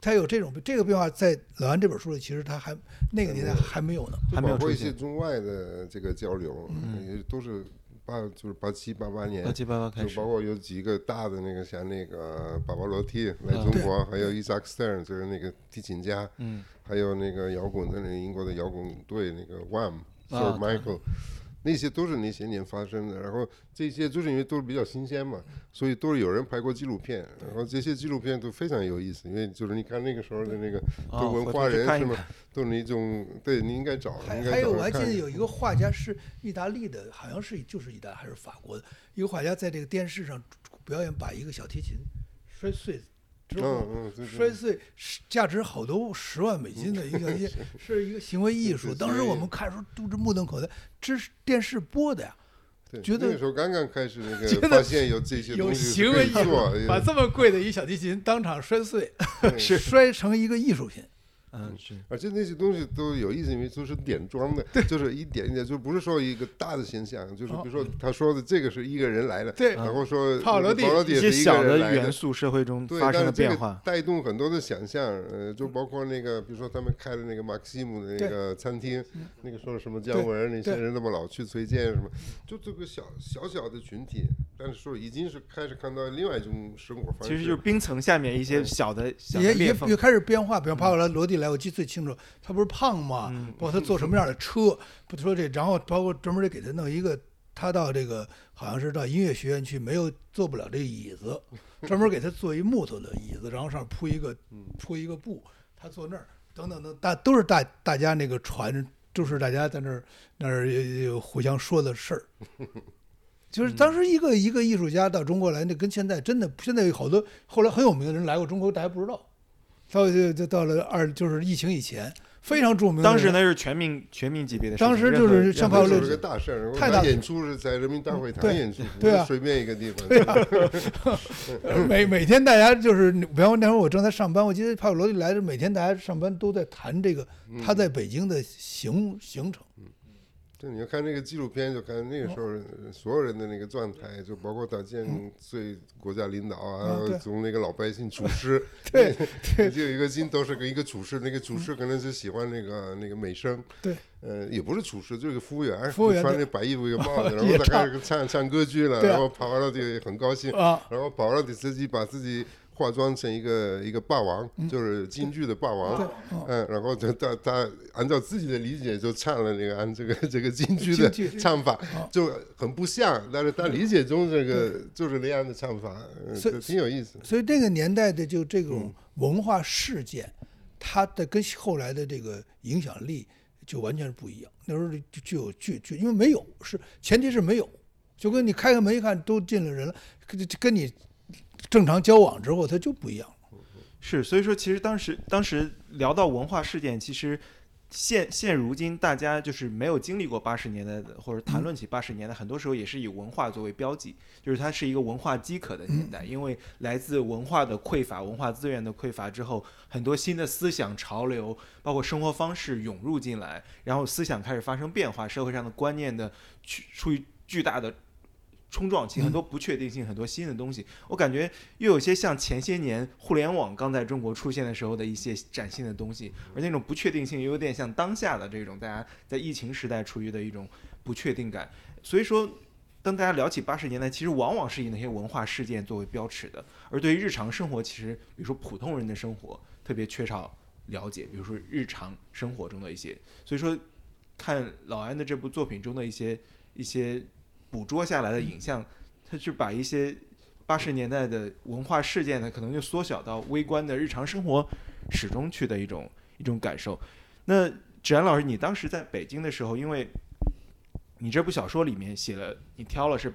[SPEAKER 8] 它有这种这个变化，在老安这本书里，其实它还那个年代还没有呢。
[SPEAKER 7] 就
[SPEAKER 9] 还没有
[SPEAKER 7] 包括
[SPEAKER 9] 出
[SPEAKER 7] 一
[SPEAKER 9] 现嗯
[SPEAKER 7] 些中外的这个交流，嗯也都是八就是八七八八年
[SPEAKER 9] 八。七八八开
[SPEAKER 7] 就
[SPEAKER 9] 始
[SPEAKER 7] 包，括有几个大的那个，像那个巴巴罗蒂来
[SPEAKER 9] 啊
[SPEAKER 7] 中国，还有伊萨克斯 n 就是那个提琴家，
[SPEAKER 9] 嗯，
[SPEAKER 7] 还有那个摇滚的那个英国的摇滚队那个 Wham、
[SPEAKER 9] 啊
[SPEAKER 7] Sir Michael，那些都是那些年发生的。然后这些就是因为都是比较新鲜嘛，所以都是有人拍过纪录片。然后这些纪录片都非常有意思，因为就是你看那个时候的那个
[SPEAKER 9] 哦
[SPEAKER 7] 都文
[SPEAKER 9] 回
[SPEAKER 7] 化
[SPEAKER 9] 头去
[SPEAKER 7] 人
[SPEAKER 9] 看一
[SPEAKER 7] 是吗
[SPEAKER 9] 看？
[SPEAKER 7] *laughs* 都是那种对，你应该找，
[SPEAKER 8] 还
[SPEAKER 7] 应
[SPEAKER 8] 哎还
[SPEAKER 7] 该
[SPEAKER 8] 有，
[SPEAKER 7] 找
[SPEAKER 8] 我还
[SPEAKER 7] 来
[SPEAKER 8] 记
[SPEAKER 7] 看
[SPEAKER 8] 得。有一个画家是意大利的，好像是就是意大还是法国的一个画家，在这个电视上表演把一个小提琴摔碎之后，
[SPEAKER 7] 嗯嗯对对
[SPEAKER 8] 摔碎是价值好多十万美金的一个小提
[SPEAKER 7] *laughs*
[SPEAKER 8] 琴，是一个行为艺术。
[SPEAKER 7] 嗯对对
[SPEAKER 8] 当时
[SPEAKER 7] 所以
[SPEAKER 8] 我们看的时候都是目瞪口呆，这是电视播的呀，
[SPEAKER 7] 对
[SPEAKER 8] 觉得
[SPEAKER 7] 那个时候刚刚开始，那
[SPEAKER 8] *laughs* 觉
[SPEAKER 7] 个
[SPEAKER 8] 得
[SPEAKER 7] 发现有这些
[SPEAKER 8] 有
[SPEAKER 7] 东西是
[SPEAKER 8] 行
[SPEAKER 7] 可
[SPEAKER 8] 为
[SPEAKER 7] 以
[SPEAKER 8] 艺术
[SPEAKER 7] 做，，
[SPEAKER 8] 把这么贵的一小提琴当场摔 *laughs* 碎，摔成一个艺术品。
[SPEAKER 9] 嗯是
[SPEAKER 7] 而且那些东西都有意思，因为都是点装的，就是一点一点，就不是说一个大的现象，就是比如说他说的这个是一个人来的，
[SPEAKER 8] 哦对
[SPEAKER 7] 然后说
[SPEAKER 8] 帕瓦罗蒂
[SPEAKER 7] 保罗蒂
[SPEAKER 9] 一
[SPEAKER 7] 也
[SPEAKER 9] 些
[SPEAKER 7] 是一个
[SPEAKER 9] 小的
[SPEAKER 7] 人来
[SPEAKER 9] 元
[SPEAKER 7] 的。
[SPEAKER 9] 素社会中
[SPEAKER 7] 嗯对，
[SPEAKER 9] 发生
[SPEAKER 7] 但
[SPEAKER 9] 的
[SPEAKER 7] 是这
[SPEAKER 9] 变
[SPEAKER 7] 个
[SPEAKER 9] 化，
[SPEAKER 7] 带动很多的想象，呃，就包括那个，比如说他们开的那个马克西姆的那
[SPEAKER 8] 嗯对嗯
[SPEAKER 7] 个餐厅，那个说什么姜文那些人那么老去崔健什么，就这个小小小的群体，但是说已经是开始看到另外一种生活方式，
[SPEAKER 9] 其实就是冰层下面一些小的小的
[SPEAKER 8] 也
[SPEAKER 9] 裂
[SPEAKER 8] 也
[SPEAKER 9] 缝嗯
[SPEAKER 8] 也。开始变化，比方帕瓦罗蒂来，我记得最清楚，他不是胖嘛，包括他坐什么样的车，不说这，然后包括专门给他弄一个，他到这个好像是到音乐学院去，没有坐不了这个椅子，专门给他做一木头的椅子，然后上铺一个铺一个布，他坐那儿，等等等，大都是大大家那个传就是大家在那儿那儿呃呃互相说的事儿。就是当时一个一个艺术家到中国来，那跟现在真的，现在有好多后来很有名的人来过中国，大家不知道。到就就到了二，就是疫情以前，非常著名的人。
[SPEAKER 9] 当时那是全民全民级别的事情，
[SPEAKER 8] 当时
[SPEAKER 9] 任何
[SPEAKER 8] 就是
[SPEAKER 9] 任
[SPEAKER 8] 像
[SPEAKER 9] 何
[SPEAKER 8] 鲍
[SPEAKER 7] 那
[SPEAKER 8] 鲍
[SPEAKER 7] 就
[SPEAKER 8] 六
[SPEAKER 7] 是个大事儿。
[SPEAKER 8] 太大
[SPEAKER 7] 我演出是在人民大会堂
[SPEAKER 8] 对
[SPEAKER 7] 演出，
[SPEAKER 8] 对啊
[SPEAKER 7] 不是随便一个地方。
[SPEAKER 8] 呃每每天大家就是，比方说那会儿我正在上班，我记得帕瓦罗蒂来的，每天大家上班都在谈这个
[SPEAKER 9] 嗯
[SPEAKER 8] 他在北京的行行程。
[SPEAKER 7] 就你要看这个纪录片，就看那个时候
[SPEAKER 8] 哦
[SPEAKER 7] 人所有人的那个状态，就包括党建最国家领导啊，
[SPEAKER 8] 嗯对
[SPEAKER 7] 从那个老百姓厨师，
[SPEAKER 8] *laughs* 对嗯
[SPEAKER 7] 对，就有一个金斗士跟一个厨师，那个厨师可能是喜欢那个那个美声，
[SPEAKER 8] 对，
[SPEAKER 7] 呃，也不是厨师，就是个服务员，
[SPEAKER 8] 服务员
[SPEAKER 7] 穿
[SPEAKER 8] 对哦
[SPEAKER 7] 着白衣服一个帽子，然
[SPEAKER 8] 也
[SPEAKER 7] 后他
[SPEAKER 8] 唱
[SPEAKER 7] 开始唱唱歌剧了，
[SPEAKER 8] 对啊
[SPEAKER 7] 然后帕瓦罗蒂很高兴，
[SPEAKER 8] 啊
[SPEAKER 7] *laughs* 然后帕瓦罗蒂自己把自己。化妆成一个一个霸王，
[SPEAKER 8] 嗯
[SPEAKER 7] 就是京剧的霸王，嗯，然后就他他按照自己的理解就唱了那个按这个这个京剧的
[SPEAKER 8] 京剧啊
[SPEAKER 7] 唱法，就很不像，但是他理解中这个就是那样的唱法，嗯
[SPEAKER 8] 所以
[SPEAKER 7] 就挺有意思。
[SPEAKER 8] 所以那个年代的就这
[SPEAKER 9] 嗯
[SPEAKER 8] 种文化事件，它的跟后来的这个影响力就完全是不一样。那时候就就有剧剧，因为没有是前提是没有，就跟你开开门一看都进了人了，跟跟你正常交往之后，它就不一样了。
[SPEAKER 9] 是，所以说其实当时当时聊到文化事件，其实现现如今大家就是没有经历过八十年代的，或者谈论起八十年代，很多时候也是以文化作为标记，就是它是一个文化饥渴的年代，因为来自文化的匮乏、文化资源的匮乏之后，很多新的思想潮流，包括生活方式涌入进来，然后思想开始发生变化，社会上的观念的去处于巨大的。冲撞期很多不确定性，很多新的东西，我感觉又有些像前些年互联网刚在中国出现的时候的一些崭新的东西，而那种不确定性有点像当下的这种大家在疫情时代处于的一种不确定感。所以说，当大家聊起八十年代，其实往往是以那些文化事件作为标尺的，而对于日常生活，其实比如说普通人的生活特别缺少了解，比如说日常生活中的一些，所以说看老安的这部作品中的一些一些捕捉下来的影像，他就把一些八十年代的文化事件呢，可能就缩小到微观的日常生活始终去的一种一种感受。那芷安老师，你当时在北京的时候，因为你这部小说里面写了，你挑了是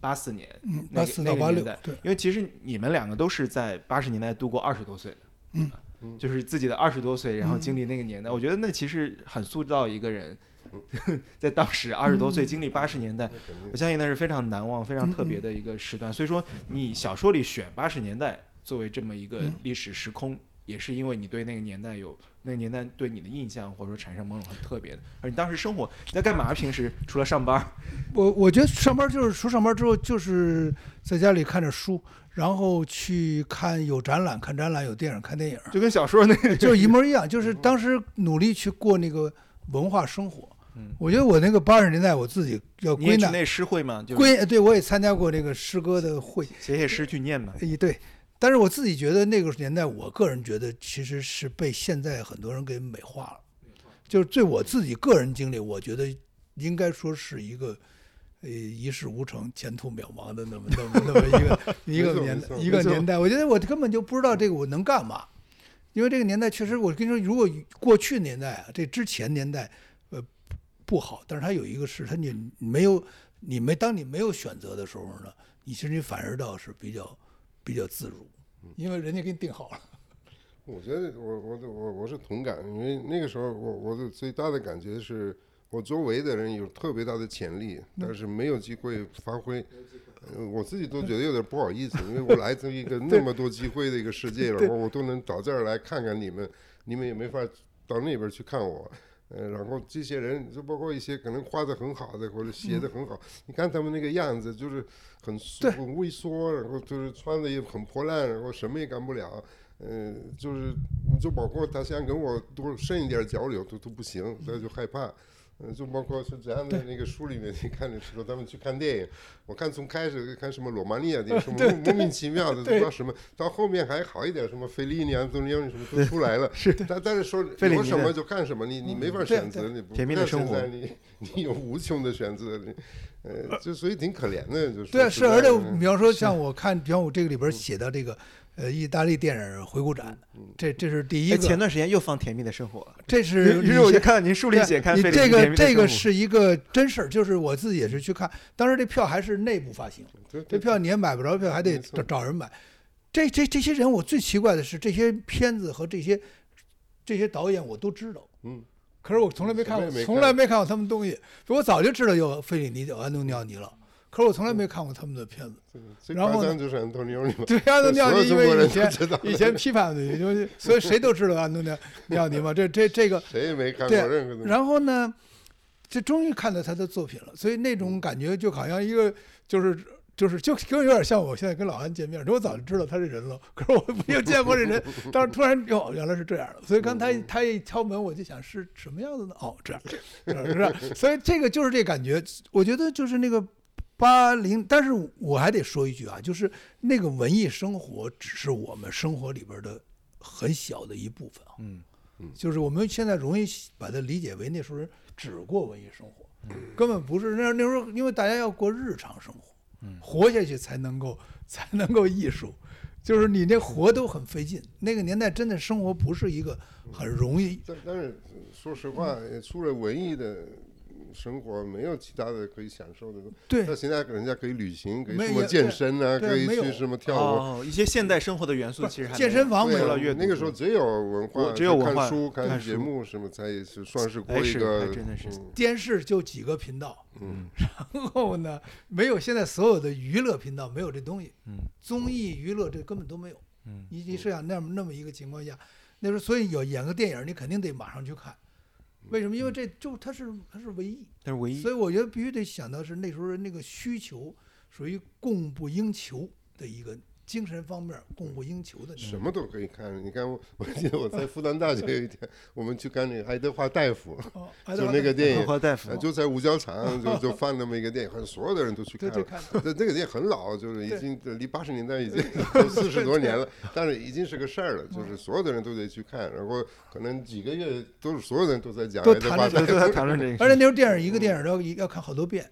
[SPEAKER 9] 八四年，
[SPEAKER 8] 嗯，
[SPEAKER 9] 那
[SPEAKER 8] 八
[SPEAKER 9] 个
[SPEAKER 8] 四
[SPEAKER 9] 那
[SPEAKER 8] 到
[SPEAKER 9] 个
[SPEAKER 8] 八
[SPEAKER 9] 年
[SPEAKER 8] 六
[SPEAKER 9] 代，
[SPEAKER 8] 对，
[SPEAKER 9] 因为其实你们两个都是在八十年代度过二十多岁的，
[SPEAKER 8] 嗯
[SPEAKER 9] 嗯，就是自己的二十多岁，然后经历那个年代，我觉得那其实很塑造一个人， *laughs* 在当时二十多岁经历八十年代，我相信嗯那是嗯非常难忘、非常特别的一个时段。所以说，你小说里选八十年代作为这么一个历史时空，也是因为你对那个年代有那个年代对你的印象，或者说产生某种很特别的。而你当时生活你在干嘛？平时除了上班，
[SPEAKER 8] 我我觉得上班就是除上班之后，就是在家里看点书，然后去看有展览，看展览有电影，看电影，
[SPEAKER 9] 就跟小说那 *laughs* 个
[SPEAKER 8] 就是一模一样。就是当时努力去过那个文化生活。我觉得我那个八十年代，我自己要
[SPEAKER 9] 嗯你
[SPEAKER 8] 归
[SPEAKER 9] 也去
[SPEAKER 8] 纳
[SPEAKER 9] 那诗会嘛，就是
[SPEAKER 8] 归对，我也参加过那个诗歌的会，呃
[SPEAKER 9] 写写诗去念嘛。
[SPEAKER 8] 一对。但是我自己觉得那个年代，我个人觉得其实是被现在很多人给美化了。就是对我自己个人经历，我觉得应该说是一个，呃，一事无成、前途渺茫的那么那么那么一个一个
[SPEAKER 7] *laughs* 没错
[SPEAKER 8] 年
[SPEAKER 7] 没错
[SPEAKER 8] 一个
[SPEAKER 7] 没错
[SPEAKER 8] 年代。我觉得我根本就不知道这个我能干嘛，因为这个年代确实，我跟你说，如果过去年代啊，这之前年代，呃，不好，但是它有一个是，它你没有你没当你没有选择的时候呢，你其实你反而倒是比较比较自如，
[SPEAKER 7] 嗯
[SPEAKER 8] 因为人家给你定好了。
[SPEAKER 7] 我觉得我我我我是同感，因为那个时候我我的最大的感觉是我周围的人有特别大的潜力，但是没有机会发挥。呃我自己都觉得有点不好意思，因为我来自一个那么多机会的一个世界，然后我都能到这儿来看看你们，你们也没法到那边去看我。呃，然后这些人就包括一些可能画的很好的或者写的很好，你看他们那个样子就是很缩很畏缩，然后就是穿的也很破烂，然后什么也干不了。呃，就是就包括他想跟我多深一点交流都都不行，他就害怕。嗯，就包括是这样的那个书里面，你看的时候，他们去看电影，我看从开始看什么罗马尼亚的什么莫莫名其妙的，不知道什么，到后面还好一点，什么费利尼、安东尼奥什么都出来了。是，但但是说
[SPEAKER 9] 费里
[SPEAKER 7] 有
[SPEAKER 9] 尼
[SPEAKER 7] 什
[SPEAKER 9] 的
[SPEAKER 7] 么就看什么，你你没法选择，你不
[SPEAKER 9] 甜蜜的
[SPEAKER 7] 不像
[SPEAKER 9] 生活
[SPEAKER 7] 现在你你有无穷的选择，你呃，就所以挺可怜的，就是嗯
[SPEAKER 8] 对啊，是，而且
[SPEAKER 7] 我
[SPEAKER 8] 比方说像我看，比方我这个里边写到这个，呃，意大利电影回顾展，这这是第一
[SPEAKER 9] 哎
[SPEAKER 8] 个。
[SPEAKER 9] 前段时间又放《甜蜜的生活》了，
[SPEAKER 8] 这是
[SPEAKER 9] 于
[SPEAKER 8] 你
[SPEAKER 9] 是我就
[SPEAKER 8] 先
[SPEAKER 9] 看到您书里
[SPEAKER 8] 对
[SPEAKER 9] 写看
[SPEAKER 8] 你
[SPEAKER 9] 费里斯
[SPEAKER 8] 这
[SPEAKER 9] 《甜
[SPEAKER 8] 个
[SPEAKER 9] 蜜的
[SPEAKER 8] 这
[SPEAKER 9] 生活
[SPEAKER 8] 个是一个真事儿，就是我自己也是去看，当时这票还是内部发行，
[SPEAKER 7] 嗯对
[SPEAKER 8] 这
[SPEAKER 7] 对
[SPEAKER 8] 票你也买不着票，还得
[SPEAKER 7] 没错
[SPEAKER 8] 找找人买。这这这些人，我最奇怪的是，这些片子和这些这些导演我都知道，
[SPEAKER 7] 嗯，
[SPEAKER 8] 可是我从来没看
[SPEAKER 7] 从来没
[SPEAKER 8] 过，
[SPEAKER 7] 看
[SPEAKER 8] 从来没看过他们东西。我早就知道有费里尼、有安东尼奥尼了，可是我从来没看过他们的片子。
[SPEAKER 7] 这个最
[SPEAKER 8] 然
[SPEAKER 7] 夸
[SPEAKER 8] 后呢
[SPEAKER 7] 张就是安东尼奥尼嘛，
[SPEAKER 8] *laughs* 对，安东尼奥尼因
[SPEAKER 7] 所有中国
[SPEAKER 8] 为以
[SPEAKER 7] 人
[SPEAKER 8] 前
[SPEAKER 7] 都知道，
[SPEAKER 8] 以前批判的，因为所以谁都知道安东尼尼奥尼嘛。这这这个
[SPEAKER 7] 谁也没看过
[SPEAKER 8] 对
[SPEAKER 7] 任何东西。
[SPEAKER 8] 然后呢，这终于看到他的作品了，所以那种感觉就好像一个就是。就是就就有点像我现在跟老安见面，我早就知道他这人了， *laughs* 可是我没有见过这人，但是突然哦，原来是这样的，所以刚才他一敲门，我就想是什么样子呢？哦，这样，这样，这样，所以这个就是这感觉，我觉得就是那个八零，但是我还得说一句啊，就是那个文艺生活只是我们生活里边的很小的一部分啊，
[SPEAKER 9] 嗯
[SPEAKER 8] 就是我们现在容易把它理解为那时候人只过文艺生活，根本不是那那时候，因为大家要过日常生活，活下去才能够才能够艺术，就是你那活都很费劲。那个年代真的生活不是一个很容易，
[SPEAKER 7] 但但是说实话，也除了文艺的生活，没有其他的可以享受的东西。
[SPEAKER 8] 对
[SPEAKER 7] 到现在人家可以旅行，可以
[SPEAKER 8] 没
[SPEAKER 7] 什么
[SPEAKER 8] 也
[SPEAKER 7] 健
[SPEAKER 8] 对
[SPEAKER 7] 身啊，
[SPEAKER 8] 对
[SPEAKER 7] 可以
[SPEAKER 8] 没有
[SPEAKER 7] 去什么跳舞。
[SPEAKER 9] 哦，一些现代生活的元素其实还没有
[SPEAKER 8] 健身房没
[SPEAKER 7] 对
[SPEAKER 9] 除了
[SPEAKER 8] 有
[SPEAKER 7] 啊，
[SPEAKER 9] 阅读
[SPEAKER 7] 那个时候只有文化，
[SPEAKER 9] 我只有
[SPEAKER 7] 就
[SPEAKER 9] 文化
[SPEAKER 7] 看书、
[SPEAKER 9] 看
[SPEAKER 7] 节
[SPEAKER 9] 书
[SPEAKER 7] 目什么，才也是算是过
[SPEAKER 9] 哎
[SPEAKER 7] 一
[SPEAKER 9] 是
[SPEAKER 7] 个
[SPEAKER 9] 还真的是
[SPEAKER 7] 嗯
[SPEAKER 8] 电视就几个频道，
[SPEAKER 7] 嗯，
[SPEAKER 8] 然后呢，没有现在所有的娱乐频道没有这东西，
[SPEAKER 9] 嗯，
[SPEAKER 8] 综艺娱乐这根本都没有，
[SPEAKER 9] 嗯，
[SPEAKER 8] 你你设想那么那么一个情况下，那时候所以有演个电影，你肯定得马上去看，为什么？因为这就它是它是唯一，
[SPEAKER 9] 但是唯一
[SPEAKER 8] 所以我觉得必须得想到是那时候人那个需求属于供不应求的一个精神方面供不应求的那
[SPEAKER 7] 什
[SPEAKER 8] 种。
[SPEAKER 7] 么都可以看。你看我，我记得我在复旦大学有一天，我们去看那个爱德华大夫，
[SPEAKER 8] 哦，爱德
[SPEAKER 7] 就
[SPEAKER 8] 华
[SPEAKER 7] 那个电
[SPEAKER 9] 文
[SPEAKER 7] 影。
[SPEAKER 9] 化大夫
[SPEAKER 7] 呃就在五角场，就就放那么一个电影，好像所有的人都去看
[SPEAKER 8] 对对
[SPEAKER 7] 了。
[SPEAKER 8] 看了，
[SPEAKER 7] 这这个也很老，就是已
[SPEAKER 8] 对
[SPEAKER 7] 经离八十年代已经都四十多年了，但是已经是个事儿了，就是所有的人都得去看，然后可能几个月都是所有人都在讲
[SPEAKER 8] 都
[SPEAKER 7] 爱德
[SPEAKER 8] 谈
[SPEAKER 7] 华
[SPEAKER 8] 论
[SPEAKER 7] 大
[SPEAKER 9] 都 *laughs* 在
[SPEAKER 7] 夫，
[SPEAKER 9] 谈论这个
[SPEAKER 8] 而且那时候电影一个电影都要要看好多遍。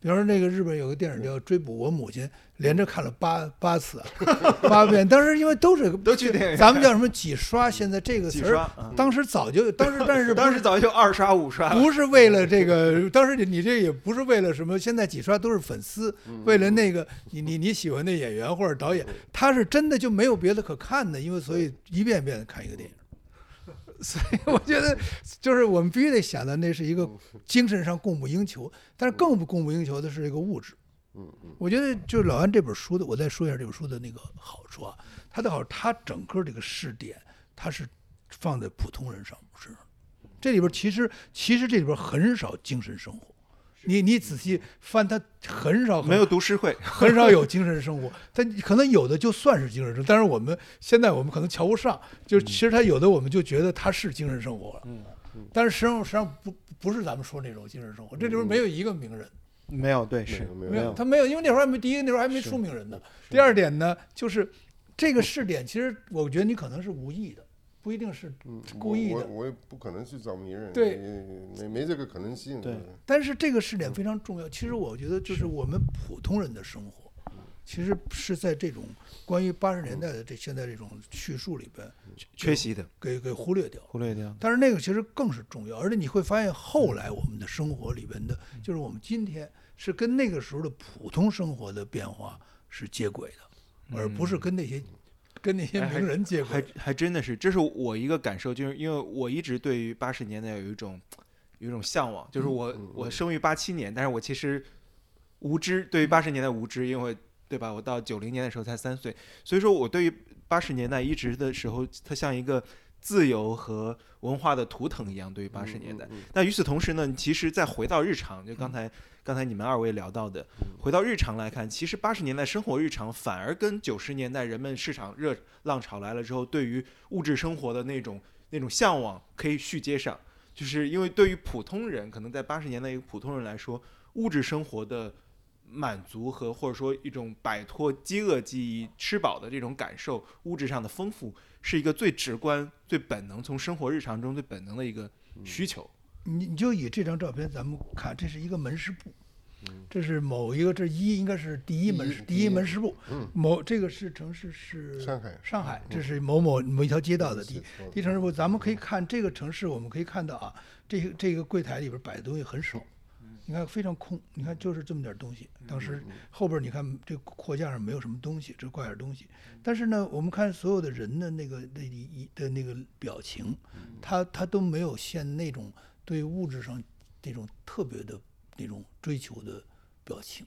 [SPEAKER 8] 比方说那个日本有个电影叫《追捕我母亲》，连着看了八八次
[SPEAKER 9] *laughs*
[SPEAKER 8] 啊，八遍。当时因为都是
[SPEAKER 9] 都去电影院
[SPEAKER 8] 咱们叫什么几刷，现在这个
[SPEAKER 9] 几
[SPEAKER 8] 词
[SPEAKER 9] 刷
[SPEAKER 8] 儿，
[SPEAKER 9] 啊，
[SPEAKER 8] 当时早就当
[SPEAKER 9] *laughs*
[SPEAKER 8] 时但是
[SPEAKER 9] 当时早就二刷五刷了，
[SPEAKER 8] 不是为了这个，当时你你这也不是为了什么，现在几刷都是粉丝，为了那个你你你喜欢的演员或者导演，他是真的就没有别的可看的，因为所以一遍一遍的看一个电影。所以我觉得，就是我们必须得想到，那是一个精神上供不应求，但是更不供不应求的是一个物质。
[SPEAKER 7] 嗯嗯，
[SPEAKER 8] 我觉得就是老安这本书的，我再说一下这本书的那个好处啊，它的好，它整个这个试点，它是放在普通人上身上的，这里边其实其实这里边很少精神生活，你你仔细翻，它很少
[SPEAKER 9] 没有读诗会，
[SPEAKER 8] 很少有精神生活，但可能有的就算是精神生活，但是我们现在我们可能瞧不上，就其实他有的我们就觉得他是精神生活了，
[SPEAKER 9] 嗯
[SPEAKER 8] 但是实际上实际上不不是咱们说那种精神生活，这里边没有一个名人，
[SPEAKER 9] 没有对是
[SPEAKER 7] 没有
[SPEAKER 8] 没有，他没有，因为那会儿还没第一，那会儿还没出名人呢。第二点呢，就是这个试点，其实我觉得你可能是无意的，不一定是故意
[SPEAKER 7] 嗯我
[SPEAKER 8] 的
[SPEAKER 7] 我。我也不可能去找名人，
[SPEAKER 8] 对
[SPEAKER 7] 也，没没这个可能性。
[SPEAKER 9] 对
[SPEAKER 8] 但是这个试
[SPEAKER 7] 嗯
[SPEAKER 8] 点非常重要。其实我觉得，就是我们普通人的生活，
[SPEAKER 7] 嗯
[SPEAKER 8] 其实是在这种关于八十年代的这现在这种叙述里边
[SPEAKER 9] 缺席的，
[SPEAKER 8] 给给忽略掉了。
[SPEAKER 9] 忽略掉。
[SPEAKER 8] 但是那个其实更是重要，而且你会发现后来我们的生活里边的，就是我们今天是跟那个时候的普通生活的变化是接轨的，而不是跟那些跟那些
[SPEAKER 9] 哎还
[SPEAKER 8] 名人接轨
[SPEAKER 9] 还。还真的是，这是我一个感受，就是因为我一直对于八十年代有一种有一种向往，就是我、我生于八七年，但是我其实无知，对于八十年代无知，因为对吧？我到九零年的时候才三岁，所以说我对于八十年代一直的时候，它像一个自由和文化的图腾一样，对于八十年代。那与此同时呢，你其实再回到日常，就刚才、刚才你们二位聊到的，回到日常来看，其实八十年代生活日常反而跟九十年代人们市场热浪潮来了之后，对于物质生活的那种那种向往可以续接上，就是因为对于普通人，可能在八十年代一个普通人来说，物质生活的满足和或者说一种摆脱饥饿记忆、吃饱的这种感受，物质上的丰富是一个最直观、最本能，从生活日常中最
[SPEAKER 8] 嗯
[SPEAKER 9] 本能的一个需求。
[SPEAKER 8] 你你就以这张照片咱们看，这是一个门市部，这是某一个，这一应该是第一门市第
[SPEAKER 7] 第一
[SPEAKER 8] 一门市部，
[SPEAKER 7] 嗯
[SPEAKER 8] 某这个是城市是
[SPEAKER 7] 上海
[SPEAKER 8] 上海，这是某某某一条街道的第
[SPEAKER 7] 是
[SPEAKER 8] 一
[SPEAKER 7] 嗯
[SPEAKER 8] 第一城市部。咱们可以看这个城市，我们可以看到啊，这个这个柜台里边摆的东西很少。你看非常空，你看就是这么点东西。当时后边你看这货架上没有什么东西，只挂点东西。但是呢，我们看所有的人的那个的一的那个表情，他他都没有现那种对物质上那种特别的那种追求的表情。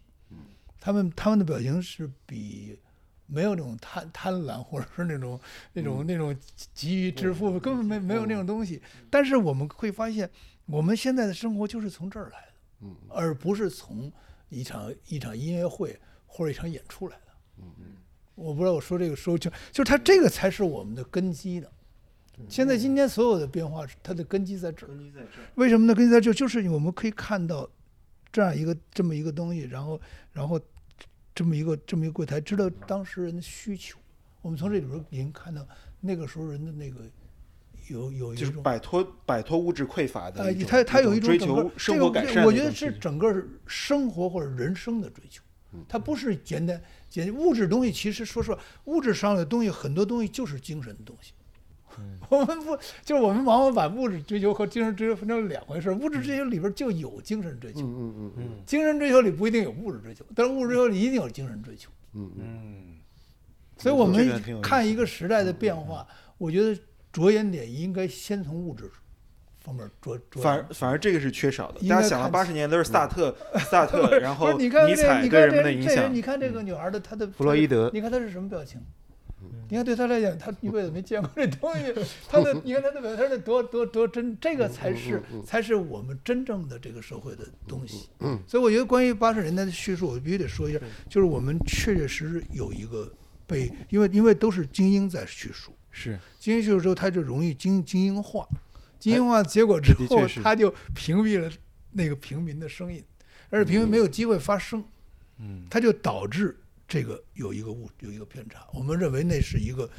[SPEAKER 8] 他们他们的表情是比没有那种贪贪婪，或者是那种那种那种急于致富，根本没没有那种东西。但是我们会发现，我们现在的生活就是从这儿来的。而不是从一场一场音乐会或者一场演出来的。
[SPEAKER 9] 嗯
[SPEAKER 8] 我不知道我说这个说就就是它这个才是我们的根基的。现在今天所有的变化，它的根基在这儿。
[SPEAKER 9] 根基在这儿。
[SPEAKER 8] 为什么呢？根据在这，就是我们可以看到这样一个这么一个东西，然后然后这么一个这么一个柜台，知道当时人的需求。我们从这里边已经看到那个时候人的那个有有一
[SPEAKER 9] 就是
[SPEAKER 8] 种
[SPEAKER 9] 摆脱摆脱物质匮乏的
[SPEAKER 8] 呃
[SPEAKER 9] 一，种，
[SPEAKER 8] 他他有一
[SPEAKER 9] 一
[SPEAKER 8] 种
[SPEAKER 9] 追
[SPEAKER 8] 整个
[SPEAKER 9] 求生
[SPEAKER 8] 这个
[SPEAKER 9] 活改
[SPEAKER 8] 这
[SPEAKER 9] 善的
[SPEAKER 8] 我
[SPEAKER 9] 一
[SPEAKER 8] 觉
[SPEAKER 9] 种
[SPEAKER 8] 得
[SPEAKER 9] 趋
[SPEAKER 8] 是
[SPEAKER 9] 势
[SPEAKER 8] 整个生活或者人生的追求，
[SPEAKER 9] 嗯
[SPEAKER 8] 它不是简单简物质东西。其实说实话，物质上的东西很多东西就是精神的东西。
[SPEAKER 9] 嗯
[SPEAKER 8] *laughs* 我们不就是我们往往把物质追求和精神追求分成两回事儿。物质追求里边就有精神追求，
[SPEAKER 7] 嗯嗯嗯
[SPEAKER 8] 精神追求里不一定有物质追求，但是物质追求里一定有精神追求。
[SPEAKER 7] 嗯嗯，
[SPEAKER 9] 嗯，
[SPEAKER 8] 所以我
[SPEAKER 9] 这个挺有
[SPEAKER 8] 们
[SPEAKER 9] 意
[SPEAKER 8] 看
[SPEAKER 9] 思嗯
[SPEAKER 8] 一个时代的变化，我觉得着眼点应该先从物质方面着着眼。
[SPEAKER 9] 反而反而这个是缺少的。
[SPEAKER 8] 应
[SPEAKER 9] 大家
[SPEAKER 8] 该
[SPEAKER 9] 想到
[SPEAKER 8] 看嗯
[SPEAKER 9] 八十年都是萨特，萨
[SPEAKER 8] *laughs* 不
[SPEAKER 9] 特，
[SPEAKER 8] 是
[SPEAKER 9] 然
[SPEAKER 8] 不
[SPEAKER 9] 后
[SPEAKER 8] 是你看
[SPEAKER 9] 尼
[SPEAKER 8] 这个
[SPEAKER 9] 采
[SPEAKER 8] 你
[SPEAKER 9] 对
[SPEAKER 8] 看
[SPEAKER 9] 人
[SPEAKER 8] 这
[SPEAKER 9] 们的影
[SPEAKER 8] 这
[SPEAKER 9] 响
[SPEAKER 8] 人，你看这个女孩的她的
[SPEAKER 9] 弗洛伊德
[SPEAKER 8] 你看她是什么表情？你看对她来讲，她一辈子没见过这东
[SPEAKER 9] *laughs*
[SPEAKER 8] 西，她的你看她的表情，她得多多多真，这个
[SPEAKER 9] 嗯
[SPEAKER 8] 才是才是我们真正的这个社会的东西。
[SPEAKER 9] 嗯
[SPEAKER 8] 所以我觉得关于八十年代的叙述，我必须得说一下，就是我们确确实实有一个被，因为因为都是精英在叙述，
[SPEAKER 9] 是
[SPEAKER 8] 精英叙述之后，它就容易精精英化，精英化结果之
[SPEAKER 9] 哎的
[SPEAKER 8] 后
[SPEAKER 9] 确，是
[SPEAKER 8] 它就屏蔽了那个平民的声音，而且平民没有机会发声，
[SPEAKER 9] 嗯，
[SPEAKER 8] 它就导致这个有一个误有一个偏差，我们认为那是一个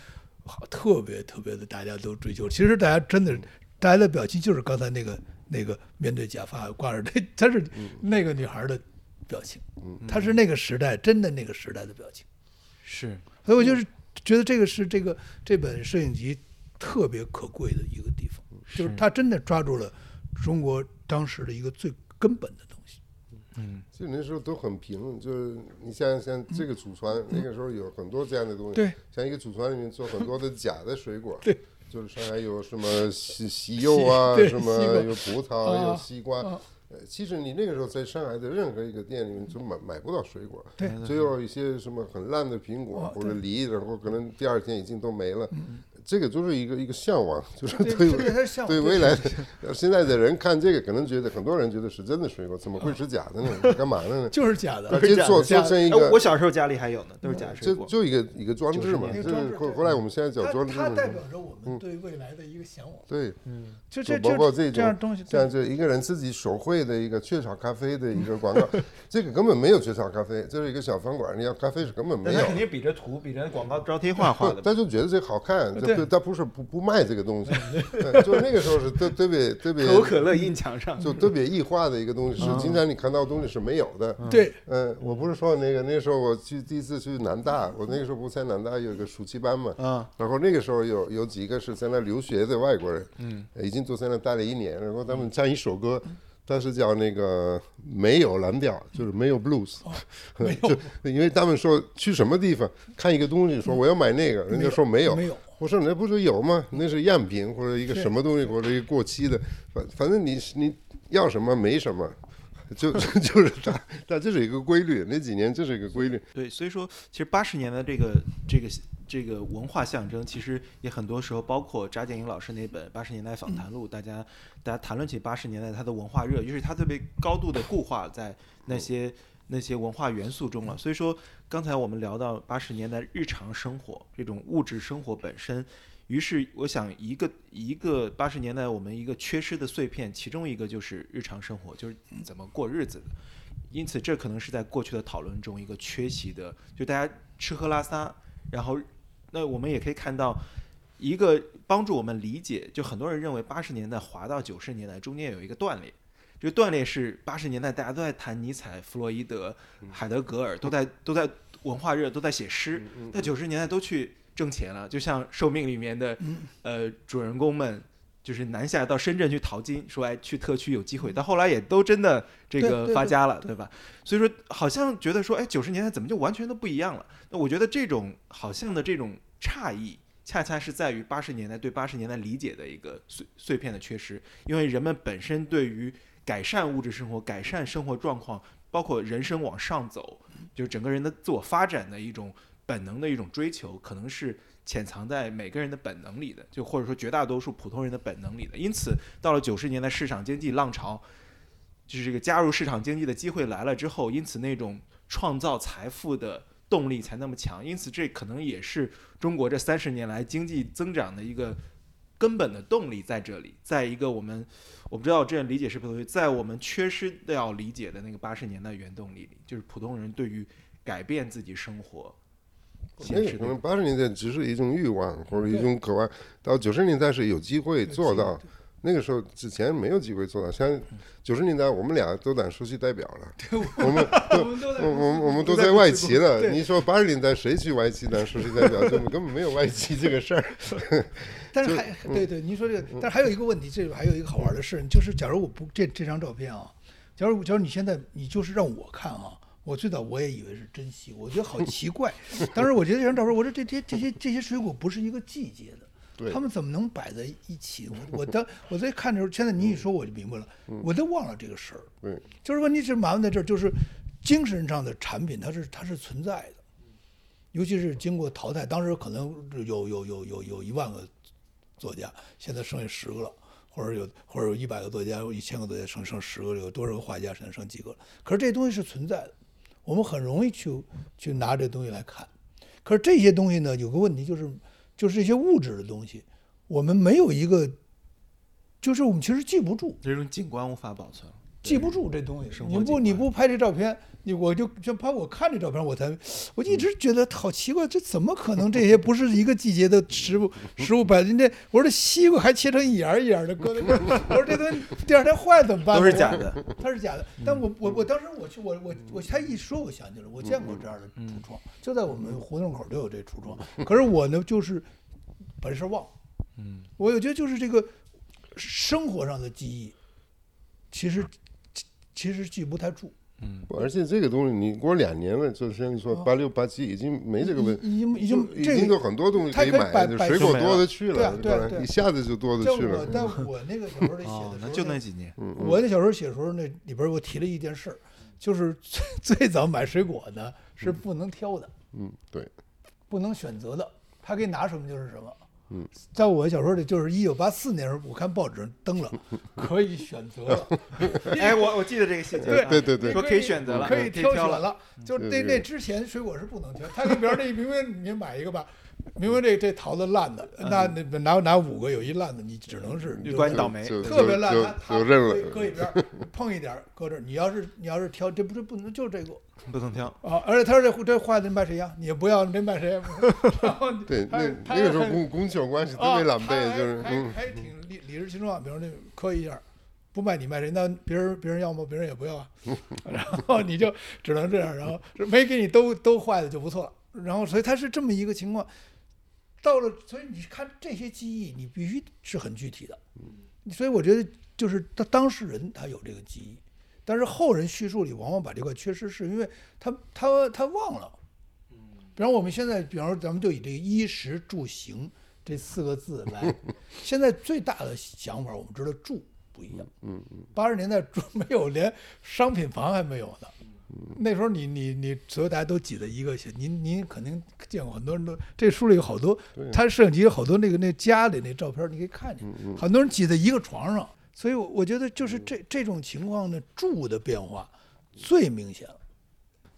[SPEAKER 8] 好特别特别的大家都追求，其实大家
[SPEAKER 9] 嗯
[SPEAKER 8] 真的大家的表情就是刚才那个那个面对假发挂着 *laughs* 那，她是
[SPEAKER 9] 嗯
[SPEAKER 8] 那个女孩的表情，她是那个时代真的那个时代的表情。
[SPEAKER 9] 是
[SPEAKER 8] 所以我就是觉得这个是这个这本摄影集特别可贵的一个地方，就是它真的抓住了中国当时的一个最根本的东西。
[SPEAKER 7] 其实那时候都很平，就是你像像这个祖传，那个时候有很多这样的东西，
[SPEAKER 8] 嗯对，
[SPEAKER 7] 像一个祖传里面做很多的假的水果，
[SPEAKER 8] *laughs* 对，
[SPEAKER 7] 就是上海有什么西西柚啊，
[SPEAKER 8] 对
[SPEAKER 7] 什
[SPEAKER 8] 西
[SPEAKER 7] 么
[SPEAKER 8] 瓜
[SPEAKER 7] 有葡萄，有
[SPEAKER 8] 啊
[SPEAKER 7] 西瓜。呃，其实你那个时候在上海的任何一个店里面就买买不到水果，
[SPEAKER 8] 对，
[SPEAKER 7] 最后一些什么很烂的苹果
[SPEAKER 8] 哦嗯
[SPEAKER 7] 或者梨，然后可能第二天已经都没了。这个就是一个一个向往，就是
[SPEAKER 8] 对
[SPEAKER 7] 对
[SPEAKER 8] 这个它是向往
[SPEAKER 7] 对
[SPEAKER 8] 对
[SPEAKER 7] 未来的现在的人看这个，可能觉得很多人觉得是真的水果，怎么会是假的呢？干嘛呢？
[SPEAKER 8] *laughs* 就是假的，
[SPEAKER 7] 直接做
[SPEAKER 8] 假的
[SPEAKER 7] 做成一
[SPEAKER 9] 哎我
[SPEAKER 7] 个，
[SPEAKER 9] 小时候家里还有呢，都是假水
[SPEAKER 7] 这
[SPEAKER 9] 果。
[SPEAKER 7] 就一个一个装置嘛，
[SPEAKER 8] 一
[SPEAKER 7] 就
[SPEAKER 8] 个装
[SPEAKER 7] 是
[SPEAKER 8] 置
[SPEAKER 7] 后
[SPEAKER 8] 对
[SPEAKER 7] 后来我们现在叫
[SPEAKER 8] 它
[SPEAKER 7] 装置
[SPEAKER 8] 它
[SPEAKER 7] 嘛，
[SPEAKER 8] 代表着我们对未来的一个向往。
[SPEAKER 7] 对，
[SPEAKER 8] 就
[SPEAKER 7] 嗯就
[SPEAKER 8] 这
[SPEAKER 7] 包括
[SPEAKER 8] 就
[SPEAKER 7] 这
[SPEAKER 8] 这样东西，
[SPEAKER 7] 种像这一个人自己手绘的一个雀巢咖啡的一个广告， *laughs* 这个根本没有雀巢咖啡，这是一个小饭馆，你要咖啡是根本没
[SPEAKER 9] 但
[SPEAKER 7] 有
[SPEAKER 9] 他。肯定比着图，比着广告招贴画画 *laughs*
[SPEAKER 7] 不，
[SPEAKER 9] 的。
[SPEAKER 7] 他就觉得这好看，
[SPEAKER 8] 呃
[SPEAKER 7] 这不他不是不不卖这个
[SPEAKER 8] *laughs*
[SPEAKER 7] 东西，对就那个时候是特特别特别
[SPEAKER 9] 可口可乐印墙上，
[SPEAKER 7] 就特别异化的一个东西，是经常你看到的东西是没有的。
[SPEAKER 8] 对
[SPEAKER 7] 嗯，我不是说那个，那时候我去第一次去南大，我那个时候不是在南大有一个暑期班嘛，
[SPEAKER 9] 啊，
[SPEAKER 7] 然后那个时候有有几个是在那留学的外国人，嗯，已经都在那待了一年，然后他们唱一首歌，但是叫那个没有蓝调，就是没有 blues，、就因为他们说去什么地方看一个东西，说我要买那个，人家说没有，
[SPEAKER 8] 没
[SPEAKER 7] *laughs*
[SPEAKER 8] 有
[SPEAKER 7] 我说你那不是有吗？那是样品或者一个什么东西或者一个过期的，反反正你你要什么没什么，就 *laughs* 就就是它它这是一个规律，那几年这是一个规律。
[SPEAKER 9] 对，所以说其实八十年的这个这个这个文化象征，其实也很多时候包括查建英老师那本《八十年代访谈录》，大家大家谈论起八十年代它的文化热，就是它特别高度的固化在那些那些文化元素中了。所以说，刚才我们聊到八十年代日常生活这种物质生活本身。于是，我想一个一个八十年代我们一个缺失的碎片，其中一个就是日常生活，就是怎么过日子的。因此，这可能是在过去的讨论中一个缺席的，就大家吃喝拉撒，然后那我们也可以看到一个帮助我们理解，就很多人认为八十年代滑到九十年代中间有一个断裂，这个断裂是八十年代大家都在谈尼采、弗洛伊德、海德格尔，都在都在文化热，都在写
[SPEAKER 7] 嗯
[SPEAKER 9] 诗。在九十年代都去挣钱了，就像《寿命》里面的呃主人公们，就是南下到深圳去淘金，说哎去特区有机会，但后来也都真的这
[SPEAKER 6] 嗯对
[SPEAKER 9] 个
[SPEAKER 6] 对
[SPEAKER 9] 发
[SPEAKER 6] 对
[SPEAKER 9] 家了，
[SPEAKER 6] 对
[SPEAKER 9] 对吧？所以说好像觉得说哎九十年代怎么就完全都不一样了？那我觉得这种好像的这种差异。恰恰是在于八十年代对八十年代理解的一个碎碎片的缺失，因为人们本身对于改善物质生活、改善生活状况，包括人生往上走，就是整个人的自我发展的一种本能的一种追求，可能是潜藏在每个人的本能里的，就或者说绝大多数普通人的本能里的。因此，到了九十年代市场经济浪潮，就是这个加入市场经济的机会来了之后，因此那种创造财富的动力才那么强。因此，这可能也是中国这三十年来经济增长的一个根本的动力在这里，在一个我们我不知道这样理解是不是对，在我们缺失掉理解的那个八十年代原动力里，就是普通人对于改变自己生活。
[SPEAKER 7] 那
[SPEAKER 9] 现
[SPEAKER 7] 个
[SPEAKER 9] 实
[SPEAKER 7] 可
[SPEAKER 9] 的
[SPEAKER 7] 能八十年代只是一种欲望或者一种渴望，到九十年代是有机会嗯做到。那个时候之前没有机会做到，像九十年代我们俩都当书记代表了， *laughs* 我们都我我我们都在外企了。你说八十年代谁去外企当书记代表？就根本没有外企这个 *laughs* 事儿。
[SPEAKER 8] 但是还
[SPEAKER 7] 嗯
[SPEAKER 8] 对对，您说这个，但是还有一个问题，这里边还有一个好玩的事，就是假如我不这这张照片啊，假如假如你现在你就是让我看啊，我最早我也以为是珍稀，我觉得好奇
[SPEAKER 7] *laughs*
[SPEAKER 8] 怪。当时我觉得这张照片，我说这这这些这些水果不是一个季节的，
[SPEAKER 7] 对
[SPEAKER 8] 他们怎么能摆在一起？我
[SPEAKER 7] *laughs*
[SPEAKER 8] 我当我在看的时候，现在你一说我就明白了，我都忘了这个事儿。
[SPEAKER 7] 嗯对，
[SPEAKER 8] 就是问题是麻烦在这儿，就是精神上的产品，它是它是存在的，尤其是经过淘汰，当时可能有有有有有一万个作家，现在剩下十个了，或者有或者有一百个作家，有一千个作家剩剩十个了，有多少个画家剩剩几个了？可是这东西是存在的，我们很容易去去拿这东西来看。可是这些东西呢，有个问题就是，就是一些物质的东西，我们没有一个，就是我们其实记不住。
[SPEAKER 9] 这种景观无法保存。
[SPEAKER 8] 记不住这东西。
[SPEAKER 9] 生活
[SPEAKER 8] 你
[SPEAKER 9] 习
[SPEAKER 8] 不
[SPEAKER 9] 惯
[SPEAKER 8] 你不拍这照片，你我就就拍我看这照片，我才我
[SPEAKER 9] 嗯
[SPEAKER 8] 一直觉得好奇怪，这怎么可能这些不是一个季节的食物食物摆人家我说这西瓜还切成一眼儿一眼儿的搁在这儿，我说这东西第二天坏了怎么办？
[SPEAKER 9] 都是假的 *laughs*
[SPEAKER 8] 我，它是假的。
[SPEAKER 9] 嗯
[SPEAKER 8] 但我我我当时我去我我我他一说我想起来，我见过这样的
[SPEAKER 9] 嗯
[SPEAKER 8] 橱窗，就在我们胡同口就有这橱窗。 *laughs* 可是我呢就是把这事儿忘了，嗯，我有觉得就是这个生活上的记忆。其
[SPEAKER 9] 嗯
[SPEAKER 8] 实其实记不太住，
[SPEAKER 7] 而且这个东西你过两年了，就像你说八六八七已经没这个问，
[SPEAKER 8] 哦已经已经
[SPEAKER 7] 已
[SPEAKER 8] 这
[SPEAKER 7] 经有
[SPEAKER 8] 个。
[SPEAKER 7] 很多东西
[SPEAKER 8] 它
[SPEAKER 7] 以
[SPEAKER 8] 可以
[SPEAKER 7] 买，
[SPEAKER 8] 摆
[SPEAKER 7] 就
[SPEAKER 8] 摆
[SPEAKER 7] 水
[SPEAKER 8] 出
[SPEAKER 7] 果
[SPEAKER 9] 来
[SPEAKER 7] 多
[SPEAKER 9] 了
[SPEAKER 7] 的去
[SPEAKER 8] 对
[SPEAKER 7] 了
[SPEAKER 8] 啊，对啊
[SPEAKER 7] 吧
[SPEAKER 8] 对啊
[SPEAKER 7] 一下子就多的
[SPEAKER 8] 在
[SPEAKER 7] 去
[SPEAKER 8] 我
[SPEAKER 7] 了。
[SPEAKER 8] 在我那个小时候里写的时候
[SPEAKER 9] 哦，，那
[SPEAKER 8] 那
[SPEAKER 9] 就那几年，
[SPEAKER 8] 我那小时候写的时候，那里边我提了一件事儿，就是最 *laughs* 最早买水果呢是不能挑的，
[SPEAKER 7] 嗯，对，
[SPEAKER 8] 不能选择的，他给你拿什么就是什么。嗯，在我小时候里，就是一九八四年时候，我看报纸上登了，可以选择了，
[SPEAKER 9] 哎，我我记得这个细节。
[SPEAKER 7] 对对对
[SPEAKER 9] 说可以选择了，
[SPEAKER 8] 可以
[SPEAKER 9] 挑
[SPEAKER 8] 挑选了。就
[SPEAKER 7] 对
[SPEAKER 8] 那
[SPEAKER 7] 对
[SPEAKER 8] 那之前水果是不能挑，他给别人这明明你买一个吧，明明这这桃子烂的，那那拿拿五个有一烂的，你只能是
[SPEAKER 9] 就
[SPEAKER 8] 就
[SPEAKER 9] 关
[SPEAKER 8] 是
[SPEAKER 9] 你嗯倒霉。
[SPEAKER 7] 就
[SPEAKER 8] 特别烂，
[SPEAKER 7] 就
[SPEAKER 8] 他他
[SPEAKER 7] 就认
[SPEAKER 8] 搁搁一
[SPEAKER 7] 了。
[SPEAKER 8] 边儿，碰一点儿搁这儿。你要是你要是挑，这不是不能就这个
[SPEAKER 9] 不能挑。
[SPEAKER 8] 啊！而且他说这这坏的卖谁呀？你也不要，这卖谁呀？ *laughs* 然后
[SPEAKER 7] 对，
[SPEAKER 8] 他
[SPEAKER 7] 那
[SPEAKER 8] 他
[SPEAKER 7] 那个时候
[SPEAKER 8] 还
[SPEAKER 7] 供供求关系特
[SPEAKER 8] 啊
[SPEAKER 7] 别狼
[SPEAKER 8] 他
[SPEAKER 7] 狈，
[SPEAKER 8] 还
[SPEAKER 7] 就是
[SPEAKER 8] 还
[SPEAKER 7] 嗯，
[SPEAKER 8] 还挺理理直气壮，比如那磕一下，不卖你卖谁？那别人别人要吗？别人也不要
[SPEAKER 7] *laughs*
[SPEAKER 8] 啊。然后你就只能这样，然后没给你都都坏的就不错了。然后所以他是这么一个情况，到了所以你看这些记忆，你必须是很具体的。
[SPEAKER 7] 嗯
[SPEAKER 8] 所以我觉得就是当当事人他有这个记忆，但是后人叙述里往往把这块缺失，是因为他他他忘了。比方我们现在，比方说咱们就以这个衣食住行这四个字 *laughs* 来，现在最大的想法，我们知道住不一样。嗯嗯。八十年代住没有，连商品房还没有呢。那时候你你你，所有大家都挤在一个小，您您肯定见过很多人都，这书里有好多，他摄影集有好多那个那家里那照片，你可以看
[SPEAKER 7] 嗯
[SPEAKER 8] 见，很多人挤在一个床上，所以我我觉得就是这这种情况呢，住的变化最明显了。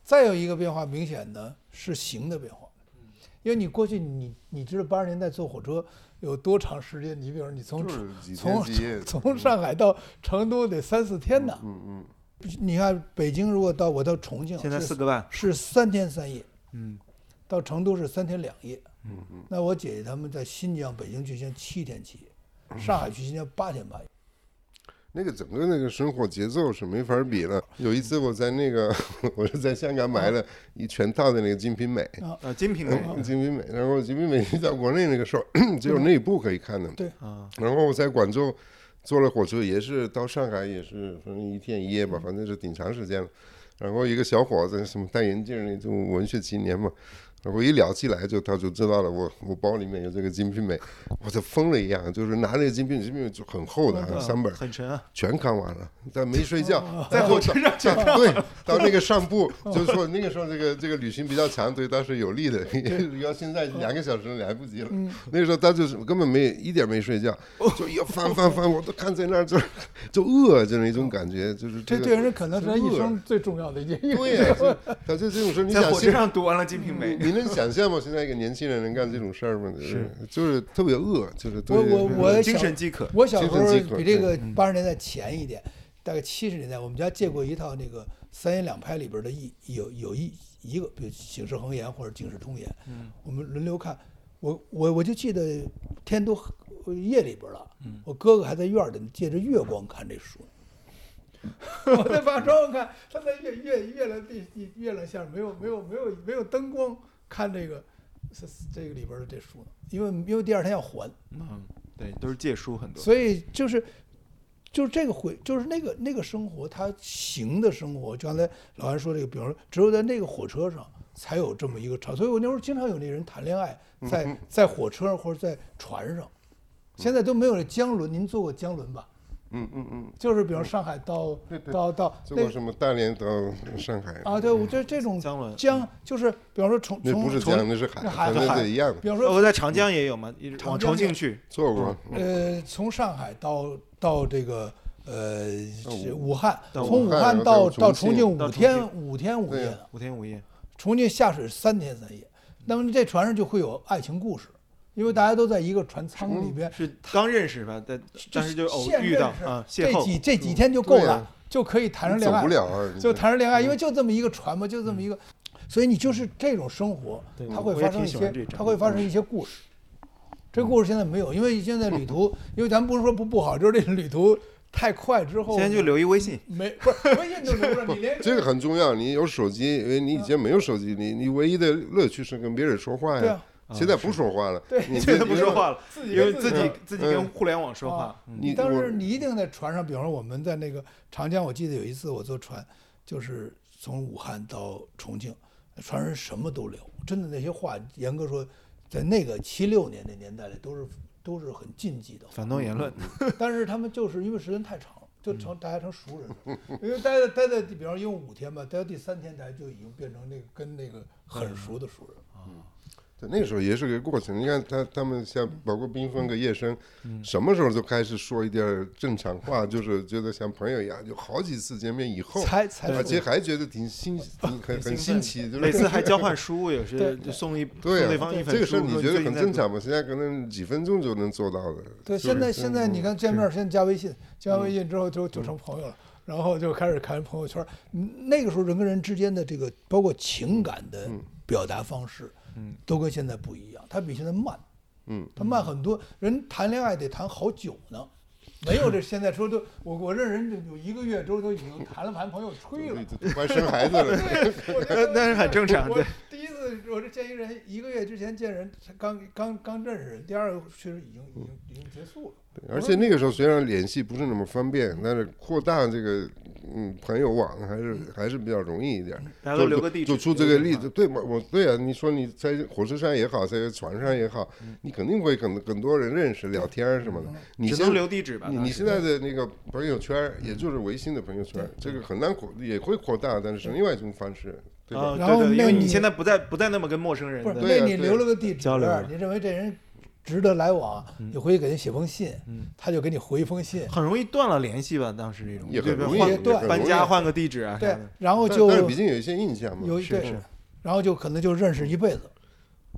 [SPEAKER 8] 再有一个变化明显的是行的变化，
[SPEAKER 7] 嗯
[SPEAKER 8] 因为你过去你你知道八十年代坐火车有多长时间？你比如说你从
[SPEAKER 7] 就是几
[SPEAKER 8] 从
[SPEAKER 7] 天几夜
[SPEAKER 8] 从上海到成都得三四天呢。嗯嗯。你看北京，如果到我到重庆，
[SPEAKER 9] 现在
[SPEAKER 8] 是
[SPEAKER 9] 四个半
[SPEAKER 8] 是三天三夜，嗯，到成都是三天两夜，嗯嗯。那我姐姐他们在新疆、北京去，新疆七天七夜，上海去新疆八天八夜。
[SPEAKER 7] 那个整个那个生活节奏是没法比的。有一次我在那个 *laughs* 我是在香港买了一全套的那个《金瓶梅》，
[SPEAKER 9] 呃，《金瓶梅》 *laughs*
[SPEAKER 7] 嗯金瓶梅，然后金瓶梅在国内那个时候 *coughs* 只有内部可以看的，
[SPEAKER 8] 对
[SPEAKER 9] 啊，
[SPEAKER 7] 然后我在广州坐了火车，也是到上海，也是反正一天一夜吧，反正是挺长时间了。然后一个小伙子，什么戴眼镜儿那种文学青年嘛，然后一聊起来就他就知道了我，我包里面有这个《金瓶梅》，我就疯了一样，就是拿那个《金瓶梅》，《金瓶梅》就很厚的、啊、三本儿，
[SPEAKER 9] 很沉啊，
[SPEAKER 7] 全看完了，但没睡觉，
[SPEAKER 8] 哦
[SPEAKER 7] 在火车上全对，到那个上铺，就是说那个时候这个这个旅行比较长，对他是有利的。 *laughs* 要现在两个小时来不及了，
[SPEAKER 8] 嗯
[SPEAKER 7] 那个时候他就是根本没一点没睡觉，就要翻翻翻，我都看在那儿就就饿，就那种感觉，就是
[SPEAKER 8] 这
[SPEAKER 7] 个
[SPEAKER 8] 对人可能是他一生最重要的一件。
[SPEAKER 7] 对呀，就他就这种事儿，你
[SPEAKER 9] 在
[SPEAKER 7] 想
[SPEAKER 9] 火车
[SPEAKER 7] 现
[SPEAKER 9] 上读完了《金瓶梅》，
[SPEAKER 7] 你能想象吗？现在一个年轻人能干这种事儿吗？就是就是特别饿，就是对
[SPEAKER 8] 我我我也想
[SPEAKER 9] 精神饥渴。
[SPEAKER 8] 我小时
[SPEAKER 7] 精神饥
[SPEAKER 8] 候
[SPEAKER 7] 渴
[SPEAKER 8] 比这个八十年代前一点，大概七十年代，我们家借过一套那个三言两拍里边的一有有一一个，比如《警世恒言》或者《警世通言》，
[SPEAKER 7] 嗯
[SPEAKER 8] 我们轮流看。我我我就记得天都呃夜里边了，
[SPEAKER 7] 嗯
[SPEAKER 8] 我哥哥还在院里借着月光看这
[SPEAKER 7] *laughs*
[SPEAKER 8] 书。我在把窗户看，他在月月月亮地地月亮下没有没有没有没有灯光看这个是这个里边的这书呢，因为因为第二天要还。
[SPEAKER 9] 嗯，对，都是借书很多。
[SPEAKER 8] 所以就是，就是这个回，就是那个那个生活，它行的生活。就刚才老安说这个，比方说，只有在那个火车上才有这么一个场。所以我那时候经常有那人谈恋爱，
[SPEAKER 7] 嗯
[SPEAKER 8] 在在火车上或者在船上，现在都没有了江轮。您坐过江轮吧？
[SPEAKER 7] 嗯嗯嗯，
[SPEAKER 8] 就是比如上海到
[SPEAKER 7] 对对
[SPEAKER 8] 到到
[SPEAKER 7] 做过
[SPEAKER 8] 那
[SPEAKER 7] 什么大连到上海
[SPEAKER 8] 啊，对，我觉得这种
[SPEAKER 9] 江轮
[SPEAKER 8] 江就是比方说从
[SPEAKER 7] 嗯那不
[SPEAKER 8] 从
[SPEAKER 7] 是
[SPEAKER 8] 从
[SPEAKER 7] 江，那是海，
[SPEAKER 8] 那海
[SPEAKER 7] 反正
[SPEAKER 8] 海
[SPEAKER 7] 是一样的。
[SPEAKER 8] 比方说
[SPEAKER 9] 我在长江也有嘛，一直往
[SPEAKER 8] 长江
[SPEAKER 9] 重
[SPEAKER 8] 也
[SPEAKER 9] 庆去，
[SPEAKER 7] 做过，
[SPEAKER 9] 嗯
[SPEAKER 8] 呃，从上海到到这个呃是武汉，
[SPEAKER 9] 到
[SPEAKER 8] 从
[SPEAKER 7] 武
[SPEAKER 8] 武
[SPEAKER 7] 汉
[SPEAKER 8] 汉
[SPEAKER 7] 然后
[SPEAKER 8] 到
[SPEAKER 7] 到
[SPEAKER 8] 到重
[SPEAKER 7] 重庆
[SPEAKER 8] 庆五
[SPEAKER 9] 到重
[SPEAKER 8] 天五天五
[SPEAKER 7] 对
[SPEAKER 8] 夜
[SPEAKER 7] 呀
[SPEAKER 8] 呢，
[SPEAKER 9] 五天五夜。
[SPEAKER 8] 重庆下水三天三夜。那么这船上就会有爱情故事，因为大家都在一个船舱里边，
[SPEAKER 9] 是刚认识吧？但但是就偶
[SPEAKER 8] 现
[SPEAKER 9] 遇
[SPEAKER 8] 认
[SPEAKER 9] 到
[SPEAKER 8] 识
[SPEAKER 9] 啊，邂
[SPEAKER 8] 这几
[SPEAKER 9] 逅。
[SPEAKER 8] 这几天就够
[SPEAKER 7] 对呀
[SPEAKER 8] 了，就可以谈上
[SPEAKER 7] 你
[SPEAKER 8] 恋
[SPEAKER 7] 走
[SPEAKER 8] 爱
[SPEAKER 7] 不。了啊，你
[SPEAKER 8] 就谈上恋爱，因为就这么一个船嘛，就这么一个，所以你就是这种生活，它会
[SPEAKER 9] 我也
[SPEAKER 8] 发生
[SPEAKER 9] 挺
[SPEAKER 8] 一
[SPEAKER 9] 喜欢这
[SPEAKER 8] 些，
[SPEAKER 9] 种
[SPEAKER 8] 它会发生一些故事。
[SPEAKER 9] 嗯
[SPEAKER 8] 这故事现在没有，因为现在旅途，因为咱不是说不不好，就是这旅途太快之后，
[SPEAKER 9] 现在就留一微信，
[SPEAKER 8] 没不是微信都留不上，
[SPEAKER 9] *laughs*
[SPEAKER 8] 你连
[SPEAKER 7] 这个很重要，你有手机，因为你以前没有手机，你你唯一的乐趣是跟别人说话
[SPEAKER 8] 对
[SPEAKER 7] 呀
[SPEAKER 8] 啊。
[SPEAKER 7] 现在不说话了，
[SPEAKER 8] 对
[SPEAKER 9] *laughs*
[SPEAKER 7] 你
[SPEAKER 9] 现在不说话了，
[SPEAKER 8] 己
[SPEAKER 9] 因为
[SPEAKER 8] 跟
[SPEAKER 9] 自
[SPEAKER 8] 自己
[SPEAKER 9] 己嗯
[SPEAKER 8] 说
[SPEAKER 9] 自己跟互联网说话
[SPEAKER 8] 啊。
[SPEAKER 9] 嗯
[SPEAKER 7] 你
[SPEAKER 8] 你当
[SPEAKER 7] 我
[SPEAKER 8] 时你一定在船上，比方说我们在那个长江，我记得有一次我坐船，就是从武汉到重庆，船上什么都聊，真的那些话，严格说，在那个七六年那年代里都是都是很禁忌的话。
[SPEAKER 9] 反动言论，
[SPEAKER 8] 但是他们就是因为时间太长了，就成
[SPEAKER 7] 嗯
[SPEAKER 8] 大家成熟人了，因为待在待在，比方说用五天吧，待到第三天，大家就已经变成那个跟那个很熟的熟人了。
[SPEAKER 7] 对那个时候也是个过程。你看他他们像包括缤
[SPEAKER 9] 嗯
[SPEAKER 7] 纷跟叶生，什么时候就开始说一点儿正常话，就是觉得像朋友一样，有好几次见面以后，
[SPEAKER 8] 才才
[SPEAKER 7] 而且还觉得挺新，
[SPEAKER 9] 哦
[SPEAKER 7] 挺很很新奇，就
[SPEAKER 9] *laughs*
[SPEAKER 7] 是
[SPEAKER 9] 每次还交换书，有时
[SPEAKER 8] 对
[SPEAKER 9] 就送一送
[SPEAKER 7] 对
[SPEAKER 9] 对
[SPEAKER 7] 啊
[SPEAKER 9] 方一，本
[SPEAKER 7] 这个
[SPEAKER 9] 书
[SPEAKER 7] 事儿，你
[SPEAKER 9] 说
[SPEAKER 7] 觉得
[SPEAKER 9] 最近
[SPEAKER 7] 很
[SPEAKER 9] 在
[SPEAKER 7] 正
[SPEAKER 9] 读
[SPEAKER 7] 常吗？现在可能几分钟就能做到的。
[SPEAKER 8] 对，
[SPEAKER 7] 就是
[SPEAKER 8] 现在
[SPEAKER 7] 这
[SPEAKER 8] 现
[SPEAKER 7] 样
[SPEAKER 8] 在
[SPEAKER 7] 子
[SPEAKER 9] 嗯
[SPEAKER 8] 你看见面儿，现在加微信，加完微信之后就就成朋友了，然后就开始看朋友圈儿。嗯那个时候人跟人之间的这个包括情感的
[SPEAKER 9] 嗯
[SPEAKER 8] 表达方式，嗯，都跟现在不一样，它比现在慢，
[SPEAKER 7] 嗯，
[SPEAKER 8] 它慢很多。人谈恋爱得谈好久呢。没有这现在说都我我认识人就有一个月之后都已经谈了盘朋友
[SPEAKER 7] *laughs*
[SPEAKER 8] 吹了，
[SPEAKER 7] 对快生孩子了。 *laughs*
[SPEAKER 8] 对，我觉得
[SPEAKER 9] *laughs* 那是很正常
[SPEAKER 8] 我
[SPEAKER 9] 对
[SPEAKER 8] 第一次我这见一人，一个月之前见人，刚刚刚认识人，第二个确实已经已经已经结束了。
[SPEAKER 7] 而且那个时候虽然联系不是那么方便，但是扩大这个嗯朋友网还是还是比较容易一点。
[SPEAKER 9] 嗯大家都留个地址
[SPEAKER 7] 就就出这个例
[SPEAKER 9] 留
[SPEAKER 7] 子，对我我对啊，你说你在火车上也好，在船上也好，
[SPEAKER 9] 嗯
[SPEAKER 7] 你肯定会很很多人认识、聊天儿什么的。你
[SPEAKER 9] 只
[SPEAKER 7] 现
[SPEAKER 9] 能留地址吧？
[SPEAKER 7] 你
[SPEAKER 9] 当
[SPEAKER 7] 你
[SPEAKER 9] 时嗯
[SPEAKER 7] 现在的那个朋友圈儿，也就是微信的朋友圈儿，这个很难扩，也会扩大，但是是另外一种方式，对吧？
[SPEAKER 9] 啊，
[SPEAKER 8] 然
[SPEAKER 9] 对
[SPEAKER 8] 后
[SPEAKER 9] 对因
[SPEAKER 8] 那
[SPEAKER 9] 为你
[SPEAKER 8] 你
[SPEAKER 9] 现在不再不再那么跟陌生人
[SPEAKER 8] 不是，
[SPEAKER 9] 的
[SPEAKER 7] 对啊呀
[SPEAKER 8] 那你留了个地址
[SPEAKER 9] 交流了，
[SPEAKER 8] 你认为这人值得来往，
[SPEAKER 7] 嗯
[SPEAKER 8] 你回去给他写封信，他就给你回一封信，
[SPEAKER 9] 很容易断了联系吧？当时这种
[SPEAKER 7] 也
[SPEAKER 9] 对
[SPEAKER 7] 很
[SPEAKER 9] 不
[SPEAKER 7] 容易
[SPEAKER 9] 对
[SPEAKER 7] 啊
[SPEAKER 9] 换
[SPEAKER 8] 也
[SPEAKER 9] 个
[SPEAKER 8] 对
[SPEAKER 7] 很容易
[SPEAKER 9] 搬家换个地址啊啥
[SPEAKER 8] 对
[SPEAKER 9] 的，，
[SPEAKER 8] 然后
[SPEAKER 7] 但
[SPEAKER 8] 就
[SPEAKER 7] 但是毕竟有一些印象嘛。
[SPEAKER 8] 有一对
[SPEAKER 9] 是，
[SPEAKER 8] 然后就可能就认识一辈子。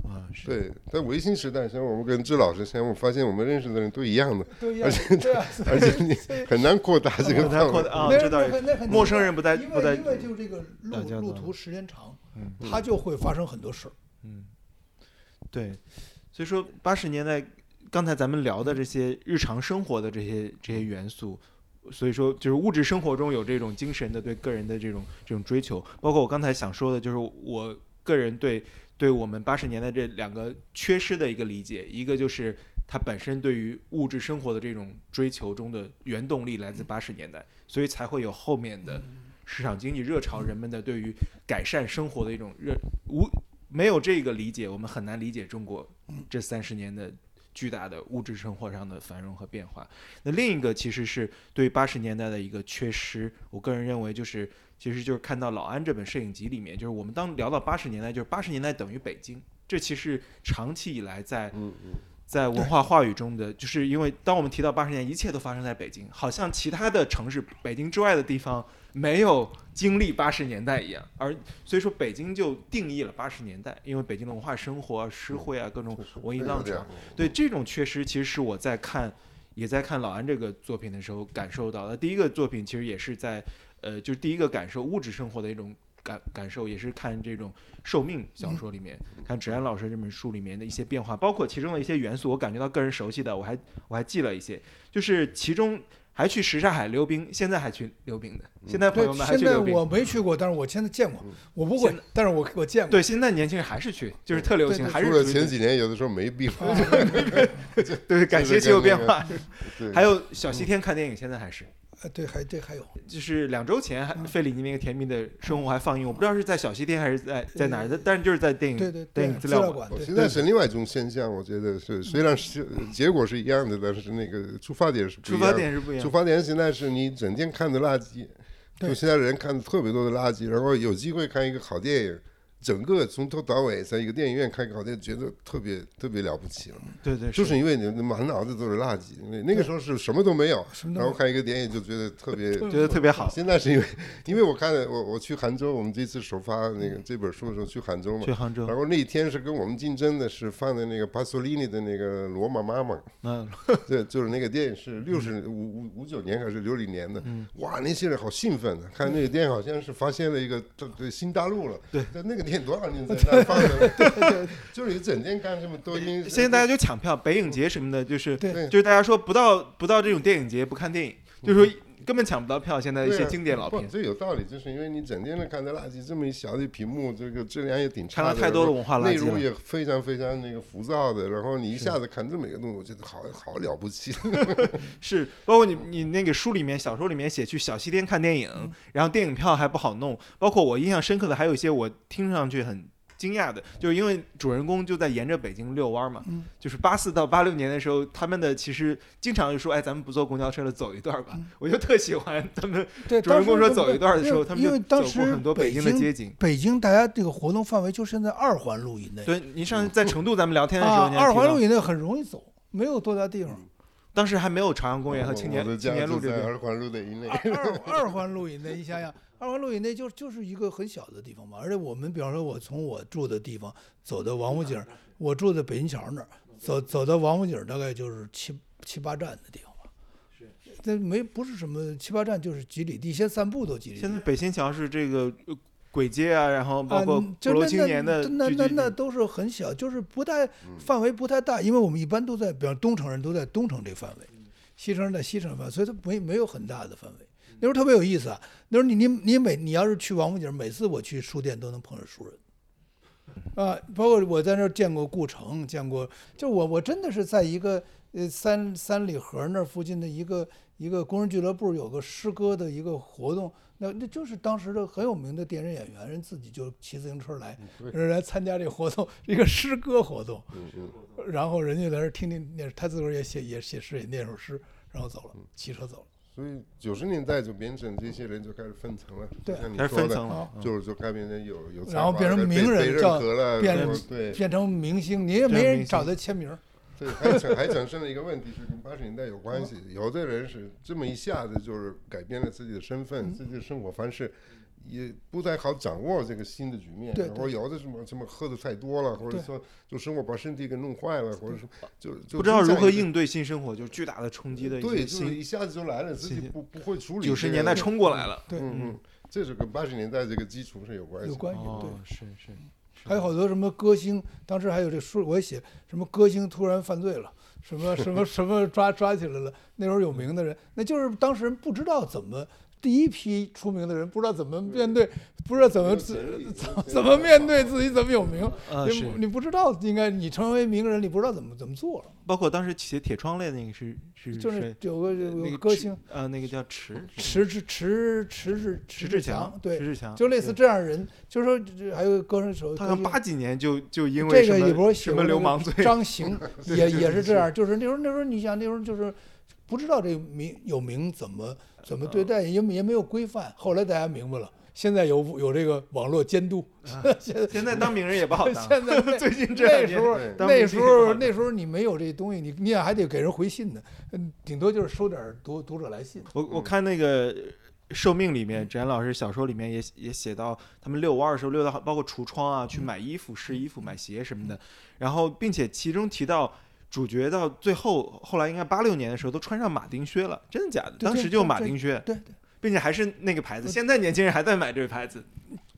[SPEAKER 9] 啊是。
[SPEAKER 7] 对，在微信时代，像我们跟支老师，像我发现我们认识的人都一样的，
[SPEAKER 8] 对呀
[SPEAKER 7] 而且，
[SPEAKER 8] 对啊，
[SPEAKER 7] *laughs* 而且你很难扩大这
[SPEAKER 9] *laughs*
[SPEAKER 7] 个
[SPEAKER 9] 很难
[SPEAKER 7] 范
[SPEAKER 9] 扩
[SPEAKER 7] 围
[SPEAKER 9] 大。啊，
[SPEAKER 8] 那
[SPEAKER 9] 这倒
[SPEAKER 8] 那
[SPEAKER 9] 也
[SPEAKER 8] 很那很
[SPEAKER 9] 陌生人不在
[SPEAKER 8] 因
[SPEAKER 9] 不在
[SPEAKER 8] 为因为就这个
[SPEAKER 9] 打交道
[SPEAKER 8] 路路途时间长，
[SPEAKER 9] 嗯
[SPEAKER 8] 他就会发生很多事儿。
[SPEAKER 9] 对，所以说八十年代刚才咱们聊的这些日常生活的这些这些元素，所以说，就是物质生活中有这种精神的对个人的这种这种追求，包括我刚才想说的，就是我个人对对我们八十年代这两个缺失的一个理解，一个就是它本身对于物质生活的这种追求中的原动力来自八十年代，所以才会有后面的市场经济热潮，人们的对于改善生活的一种热无没有这个理解，我们很难理解中国这三十年的巨大的物质生活上的繁荣和变化。那另一个其实是对八十年代的一个缺失，我个人认为就是，其实就是看到老安这本摄影集里面，就是我们当聊到八十年代，就是八十年代等于北京，这其实长期以来在
[SPEAKER 7] 嗯嗯，
[SPEAKER 9] 在文化话语中的，就是因为当我们提到八十年，一切都发生在北京，好像其他的城市，北京之外的地方没有经历八十年代一样。而所以说，北京就定义了八十年代，因为北京的文化生活、
[SPEAKER 7] 嗯
[SPEAKER 9] 诗会啊，各种文艺
[SPEAKER 7] 这
[SPEAKER 9] 浪
[SPEAKER 7] 有点
[SPEAKER 9] 潮，对这种缺失，其实是我在看，也在看老安这个作品的时候感受到的。第一个作品其实也是在，呃，就是第一个感受物质生活的一种感感受，也是看这种寿命小说里面，看芷安老师这本书里面的一些变化，包括其中的一些元素，我感觉到个人熟悉的，我还我还记了一些，就是其中。还去什刹海溜冰，现在还去溜冰的，现在朋友
[SPEAKER 8] 对，
[SPEAKER 9] 们还
[SPEAKER 8] 现
[SPEAKER 9] 去
[SPEAKER 8] 在
[SPEAKER 9] 溜冰。
[SPEAKER 8] 我没去过，但是我现在见过
[SPEAKER 7] 嗯，
[SPEAKER 8] 我不会
[SPEAKER 9] 现在，
[SPEAKER 8] 但是我我见过。
[SPEAKER 9] 对，现在年轻人还是去，就是特流行，还
[SPEAKER 7] 除了
[SPEAKER 9] 是去
[SPEAKER 7] 前几年有的时候
[SPEAKER 9] *laughs*
[SPEAKER 7] 没病，
[SPEAKER 9] 对，感谢气候变化。
[SPEAKER 7] 对，
[SPEAKER 9] 还有小西天看电影，现在还是。
[SPEAKER 8] 啊，对，还对还有
[SPEAKER 9] 就是两周前还费里尼那个《甜蜜的生活》还放映，我不知道是在小西天还是在在哪儿，但但是就是在电影
[SPEAKER 8] 对对
[SPEAKER 9] 嗯电
[SPEAKER 8] 对
[SPEAKER 9] 影
[SPEAKER 8] 资
[SPEAKER 9] 资料
[SPEAKER 8] 料
[SPEAKER 9] 馆。
[SPEAKER 8] 馆，
[SPEAKER 7] 我
[SPEAKER 8] 对
[SPEAKER 7] 现在是另外一种现象，我觉得是，虽然是呃结果是一样的，但是那个出发点是不
[SPEAKER 9] 出
[SPEAKER 7] 一样
[SPEAKER 9] 发
[SPEAKER 7] 的。
[SPEAKER 9] 点是不一样
[SPEAKER 7] 出
[SPEAKER 9] 的，
[SPEAKER 7] 发点现在是你整天看的垃圾，
[SPEAKER 8] 对
[SPEAKER 7] 就现在人看的特别多的垃圾，然后有机会看一个好电影，整个从头到尾在一个电影院看一个好电影，觉得特别特别了不起了，
[SPEAKER 9] 对对，
[SPEAKER 7] 就是因为你满脑子都是垃圾，那那个时候是什么都没有，
[SPEAKER 8] 什么都
[SPEAKER 7] 然
[SPEAKER 8] 没
[SPEAKER 7] 后
[SPEAKER 8] 有。
[SPEAKER 7] 看一个电影就觉得特别。
[SPEAKER 9] 觉得特别好。
[SPEAKER 7] 现在是因为，因为我看了我我去杭州，我们这次首发那个这本书的时候去杭州嘛
[SPEAKER 9] 嗯去，杭州
[SPEAKER 7] 然，后那一天是跟我们竞争的是放的那个帕索利尼的那个《罗马妈妈》，
[SPEAKER 9] 嗯，
[SPEAKER 7] *laughs* 对，就是那个电影是六十五五五九年还是六零年的，
[SPEAKER 9] 嗯
[SPEAKER 7] 哇，那些人好兴奋啊！看那个电影好像是发现了一个这这新大陆了。对，但那个电影多少年在那放
[SPEAKER 9] *laughs*
[SPEAKER 7] 着，就是你整天看什么抖音。
[SPEAKER 9] 现在大家就抢票，北影节什么的，就是
[SPEAKER 8] 对
[SPEAKER 9] 就是大家说不到不到这种电影节不看电影，就是说根本抢不到票。现在一
[SPEAKER 7] 对
[SPEAKER 9] 些
[SPEAKER 7] 啊
[SPEAKER 9] 经典老
[SPEAKER 7] 不
[SPEAKER 9] 片，
[SPEAKER 7] 这有道理，就是因为你整天的看的垃圾，这么一小的屏幕，这个质量也挺
[SPEAKER 9] 看
[SPEAKER 7] 差
[SPEAKER 9] 到
[SPEAKER 7] 的，
[SPEAKER 9] 太多的文化垃
[SPEAKER 7] 内
[SPEAKER 9] 圾
[SPEAKER 7] 容
[SPEAKER 9] 了。
[SPEAKER 7] 也非常非常那个浮躁的，然后你一下子看这么一个东西，我觉得好好了不起。
[SPEAKER 9] 是，包括你你那个书里面小说里面写去小西天看电
[SPEAKER 8] 嗯
[SPEAKER 9] 影，然后电影票还不好弄。包括我印象深刻的还有一些我听上去很惊讶的，就是因为主人公就在沿着北京遛弯儿嘛，
[SPEAKER 8] 嗯
[SPEAKER 9] 就是八四到八六年的时候，他们的其实经常就说，哎，咱们不坐公交车了，走一段儿吧。
[SPEAKER 8] 嗯
[SPEAKER 9] 我就特喜欢他
[SPEAKER 8] *laughs*
[SPEAKER 9] 们
[SPEAKER 8] 对，
[SPEAKER 9] 主人
[SPEAKER 8] 当时
[SPEAKER 9] 公说
[SPEAKER 8] 我
[SPEAKER 9] 走一段儿的时候，
[SPEAKER 8] 因为
[SPEAKER 9] 他们
[SPEAKER 8] 因为
[SPEAKER 9] 就
[SPEAKER 8] 当
[SPEAKER 9] 走过
[SPEAKER 8] 时
[SPEAKER 9] 很多
[SPEAKER 8] 北
[SPEAKER 9] 北京的街景。
[SPEAKER 8] 北京大家这个活动范围就是在二环路以内。
[SPEAKER 9] 对，您上次在成都咱们聊天的时候，
[SPEAKER 8] 啊
[SPEAKER 9] 你，还
[SPEAKER 8] 二
[SPEAKER 9] 提
[SPEAKER 8] 环
[SPEAKER 9] 到
[SPEAKER 8] 路以内很容易走，没有多大地
[SPEAKER 9] 嗯
[SPEAKER 8] 方。
[SPEAKER 9] 当时还没有朝阳公园啊和青年
[SPEAKER 7] *laughs* 哦我的
[SPEAKER 9] 青
[SPEAKER 7] 家
[SPEAKER 9] 年
[SPEAKER 7] 就
[SPEAKER 9] 路这
[SPEAKER 7] 在
[SPEAKER 9] 边，
[SPEAKER 7] 二环路的
[SPEAKER 9] *laughs*
[SPEAKER 7] 以内。
[SPEAKER 8] 二二二环路以内，你想想，二环路以内就就是一个很小的地方嘛。而且我们，比方说，我从我住的地方走到王府井，我住在北新桥那儿，走走到王府井大概就是七七八站的地方吧。是，这没不是什么七八站，就是几里地，现在散步都几里地
[SPEAKER 9] 现。在北新桥是这个呃簋街啊，然后包
[SPEAKER 8] 啊，
[SPEAKER 9] 括
[SPEAKER 8] 嗯
[SPEAKER 9] 鼓
[SPEAKER 8] 就
[SPEAKER 9] 楼
[SPEAKER 8] 那
[SPEAKER 9] 青年的
[SPEAKER 8] 那
[SPEAKER 9] 聚
[SPEAKER 8] 那
[SPEAKER 9] 集
[SPEAKER 8] 那
[SPEAKER 9] 地嗯
[SPEAKER 8] 都是很小，就是不太范围不太大，因为我们一般都在，比方东城人都在东城这范围，
[SPEAKER 9] 嗯
[SPEAKER 8] 西城人在西城范围，所以它没没有很大的范围。那时候特别有意思啊，那时候你你你每你要是去王府井，每次我去书店都能碰上熟人。啊，包括我在那儿见过顾城，见过，就我我真的是在一个呃三三里河那儿附近的一个一个工人俱乐部有个诗歌的一个活动，那那就是当时的很有名的电影演员，人自己就骑自行车来，
[SPEAKER 9] 嗯
[SPEAKER 8] 人来参加这个活动，一个诗歌活动，
[SPEAKER 7] 嗯
[SPEAKER 8] 然后人家在那儿听听念，他自个儿也写也写诗，也念首诗，然后走
[SPEAKER 9] 嗯
[SPEAKER 8] 了，骑车走了。
[SPEAKER 7] 所以九十年代就变成这些人就开始分层了，
[SPEAKER 8] 对
[SPEAKER 7] 就像你
[SPEAKER 9] 开始
[SPEAKER 7] 说
[SPEAKER 9] 分
[SPEAKER 7] 的
[SPEAKER 9] 层了。嗯
[SPEAKER 7] 就是就开变成有有才华了，
[SPEAKER 8] 然后变成名人
[SPEAKER 7] 被被认
[SPEAKER 8] 叫
[SPEAKER 7] 可了，
[SPEAKER 8] 变
[SPEAKER 7] 然后
[SPEAKER 8] 成
[SPEAKER 7] 对
[SPEAKER 8] 变成明星，你也
[SPEAKER 9] 变成
[SPEAKER 8] 没人
[SPEAKER 9] 明
[SPEAKER 8] 找
[SPEAKER 9] 星
[SPEAKER 8] 他签名儿。
[SPEAKER 7] 对，还产还产生了一个问题，是跟八十年代有关系。有的人是这么一下子就是改变了自己的身份，自己的生活方式。也不太好掌握这个新的局面，
[SPEAKER 8] 对
[SPEAKER 7] 然后有的什么什么喝的太多了，或者
[SPEAKER 8] 对
[SPEAKER 7] 说就生活把身体给弄坏了，或者说就就
[SPEAKER 9] 不知道如何
[SPEAKER 7] 应
[SPEAKER 9] 应对新生活，就是巨大的冲击的一
[SPEAKER 7] 对，
[SPEAKER 9] 些
[SPEAKER 7] 就是一
[SPEAKER 9] 新
[SPEAKER 7] 下子就来了，自己
[SPEAKER 9] 新
[SPEAKER 7] 不不会处理这
[SPEAKER 9] 九
[SPEAKER 7] 个。
[SPEAKER 9] 十年代冲过来了。
[SPEAKER 8] 对，
[SPEAKER 7] 嗯嗯，这是跟八十年代这个基础是有关系
[SPEAKER 8] 有
[SPEAKER 7] 的。
[SPEAKER 8] 关系。哎对，，
[SPEAKER 9] 哦是是，
[SPEAKER 8] 还有好多什么歌星，当时还有这书我也写什么歌星突然犯罪了，
[SPEAKER 9] *laughs*
[SPEAKER 8] 什么什么什么抓抓起来了。那时候有名的人，那就是当时人不知道怎么。第一批出名的人不知道怎么面对，不知道怎么自怎怎么面对自己怎么有名，
[SPEAKER 9] 啊
[SPEAKER 8] 你
[SPEAKER 9] 是
[SPEAKER 8] 你不知道应该你成为名人，你不知道怎么怎么做了，
[SPEAKER 9] 包括当时写铁窗泪那个是是
[SPEAKER 8] 就是
[SPEAKER 9] 谁
[SPEAKER 8] 有个有
[SPEAKER 9] 那
[SPEAKER 8] 个
[SPEAKER 9] 个
[SPEAKER 8] 歌
[SPEAKER 9] 池
[SPEAKER 8] 星
[SPEAKER 9] 呃，那个叫池
[SPEAKER 8] 迟迟迟迟志
[SPEAKER 9] 迟
[SPEAKER 8] 迟
[SPEAKER 9] 志
[SPEAKER 8] 志
[SPEAKER 9] 强，
[SPEAKER 8] 对
[SPEAKER 9] 迟，志强，
[SPEAKER 8] 就类似
[SPEAKER 9] 对。
[SPEAKER 8] 这样的人，就是说这还有歌手，
[SPEAKER 9] 他
[SPEAKER 8] 歌
[SPEAKER 9] 好像
[SPEAKER 8] 星
[SPEAKER 9] 八几年就就因为
[SPEAKER 8] 这
[SPEAKER 9] 什
[SPEAKER 8] 个
[SPEAKER 9] 么
[SPEAKER 8] 也不是
[SPEAKER 9] 什么流氓罪，*laughs*
[SPEAKER 8] 张行
[SPEAKER 9] 对
[SPEAKER 8] 也
[SPEAKER 9] 就
[SPEAKER 8] 也
[SPEAKER 9] 是
[SPEAKER 8] 是这
[SPEAKER 9] 是
[SPEAKER 8] 样，就是那时候那时候你想那时候就是不知道这个名有名怎么怎么
[SPEAKER 9] 嗯
[SPEAKER 8] 对待，也也没有规范。后来大家明白了，现在有有这个网络监督，现在
[SPEAKER 9] 现在当名人也不好啊当。
[SPEAKER 8] *laughs* 现在
[SPEAKER 9] 最近这
[SPEAKER 8] 那
[SPEAKER 9] 两
[SPEAKER 8] 时
[SPEAKER 9] 年，
[SPEAKER 8] 候
[SPEAKER 7] 对
[SPEAKER 9] 当
[SPEAKER 8] 那
[SPEAKER 9] 明
[SPEAKER 8] 时
[SPEAKER 9] 星也不
[SPEAKER 8] 候
[SPEAKER 9] 好
[SPEAKER 8] 那时候你没有这东西，你你也还得给人回信呢，嗯，顶多就是收点读读者来信。
[SPEAKER 9] 我我看那个《寿命》里面，翟老师小说里面也也写到，他们遛弯儿的时候遛到包括橱窗啊，
[SPEAKER 8] 嗯
[SPEAKER 9] 去买衣服、试衣服、买鞋什么的。然后，并且其中提到主角到最后，后来应该八六年的时候都穿上马丁靴了，真的假的？
[SPEAKER 8] 对
[SPEAKER 9] 当时
[SPEAKER 8] 对
[SPEAKER 9] 就
[SPEAKER 8] 对
[SPEAKER 9] 马
[SPEAKER 8] 对
[SPEAKER 9] 丁靴，
[SPEAKER 8] 对对，
[SPEAKER 9] 并且还是那个牌子。现在年轻人还在买这个牌子，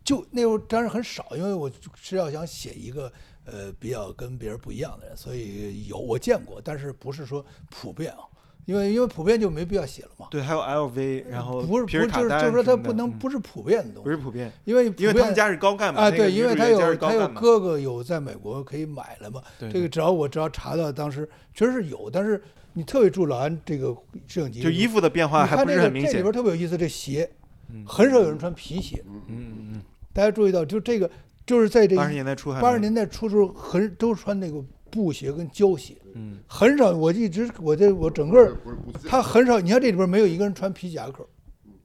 [SPEAKER 8] 就那时候当然很少，因为我是要想写一个呃比较跟别人不一样的人，所以有我见过，但是不是说普遍啊，因为因为普遍就没必要写了嘛。
[SPEAKER 9] 对，还有 LV，然后
[SPEAKER 8] 不是不
[SPEAKER 9] 皮
[SPEAKER 8] 是
[SPEAKER 9] 尔
[SPEAKER 8] 就
[SPEAKER 9] 卡
[SPEAKER 8] 是
[SPEAKER 9] 丹
[SPEAKER 8] 就是说它
[SPEAKER 9] 什么的
[SPEAKER 8] 不能
[SPEAKER 9] 嗯
[SPEAKER 8] 不是普遍的东
[SPEAKER 9] 不
[SPEAKER 8] 西，
[SPEAKER 9] 是普遍，
[SPEAKER 8] 因为
[SPEAKER 9] 因为他
[SPEAKER 8] 普
[SPEAKER 9] 们
[SPEAKER 8] 遍
[SPEAKER 9] 家是高干嘛？那
[SPEAKER 8] 啊，
[SPEAKER 9] 个
[SPEAKER 8] 对，
[SPEAKER 9] 女
[SPEAKER 8] 因为
[SPEAKER 9] 主
[SPEAKER 8] 他
[SPEAKER 9] 角家
[SPEAKER 8] 有
[SPEAKER 9] 是高
[SPEAKER 8] 他有
[SPEAKER 9] 干嘛
[SPEAKER 8] 哥哥有在美国可以买了嘛，
[SPEAKER 9] 对
[SPEAKER 8] 这个只要我只要查到当时确实是有，但是你特别注意老安这个摄影集，
[SPEAKER 9] 就衣服的变化
[SPEAKER 8] 你
[SPEAKER 9] 还
[SPEAKER 8] 看
[SPEAKER 9] 不
[SPEAKER 8] 这
[SPEAKER 9] 是
[SPEAKER 8] 个
[SPEAKER 9] 很明
[SPEAKER 8] 这里
[SPEAKER 9] 显。
[SPEAKER 8] 边特别有意思，这鞋
[SPEAKER 9] 嗯
[SPEAKER 8] 很少有人穿皮鞋，
[SPEAKER 9] 嗯嗯
[SPEAKER 8] 大家注意到就这个就是在
[SPEAKER 9] 嗯，
[SPEAKER 8] 这
[SPEAKER 9] 八十年代初还
[SPEAKER 8] 八
[SPEAKER 9] 没
[SPEAKER 8] 十年代初时候很都穿那个布鞋跟胶鞋，
[SPEAKER 9] 嗯
[SPEAKER 8] 很少我一直我这我整个
[SPEAKER 7] 不是不是
[SPEAKER 8] 他很少，你看这里边没有一个人穿皮夹克，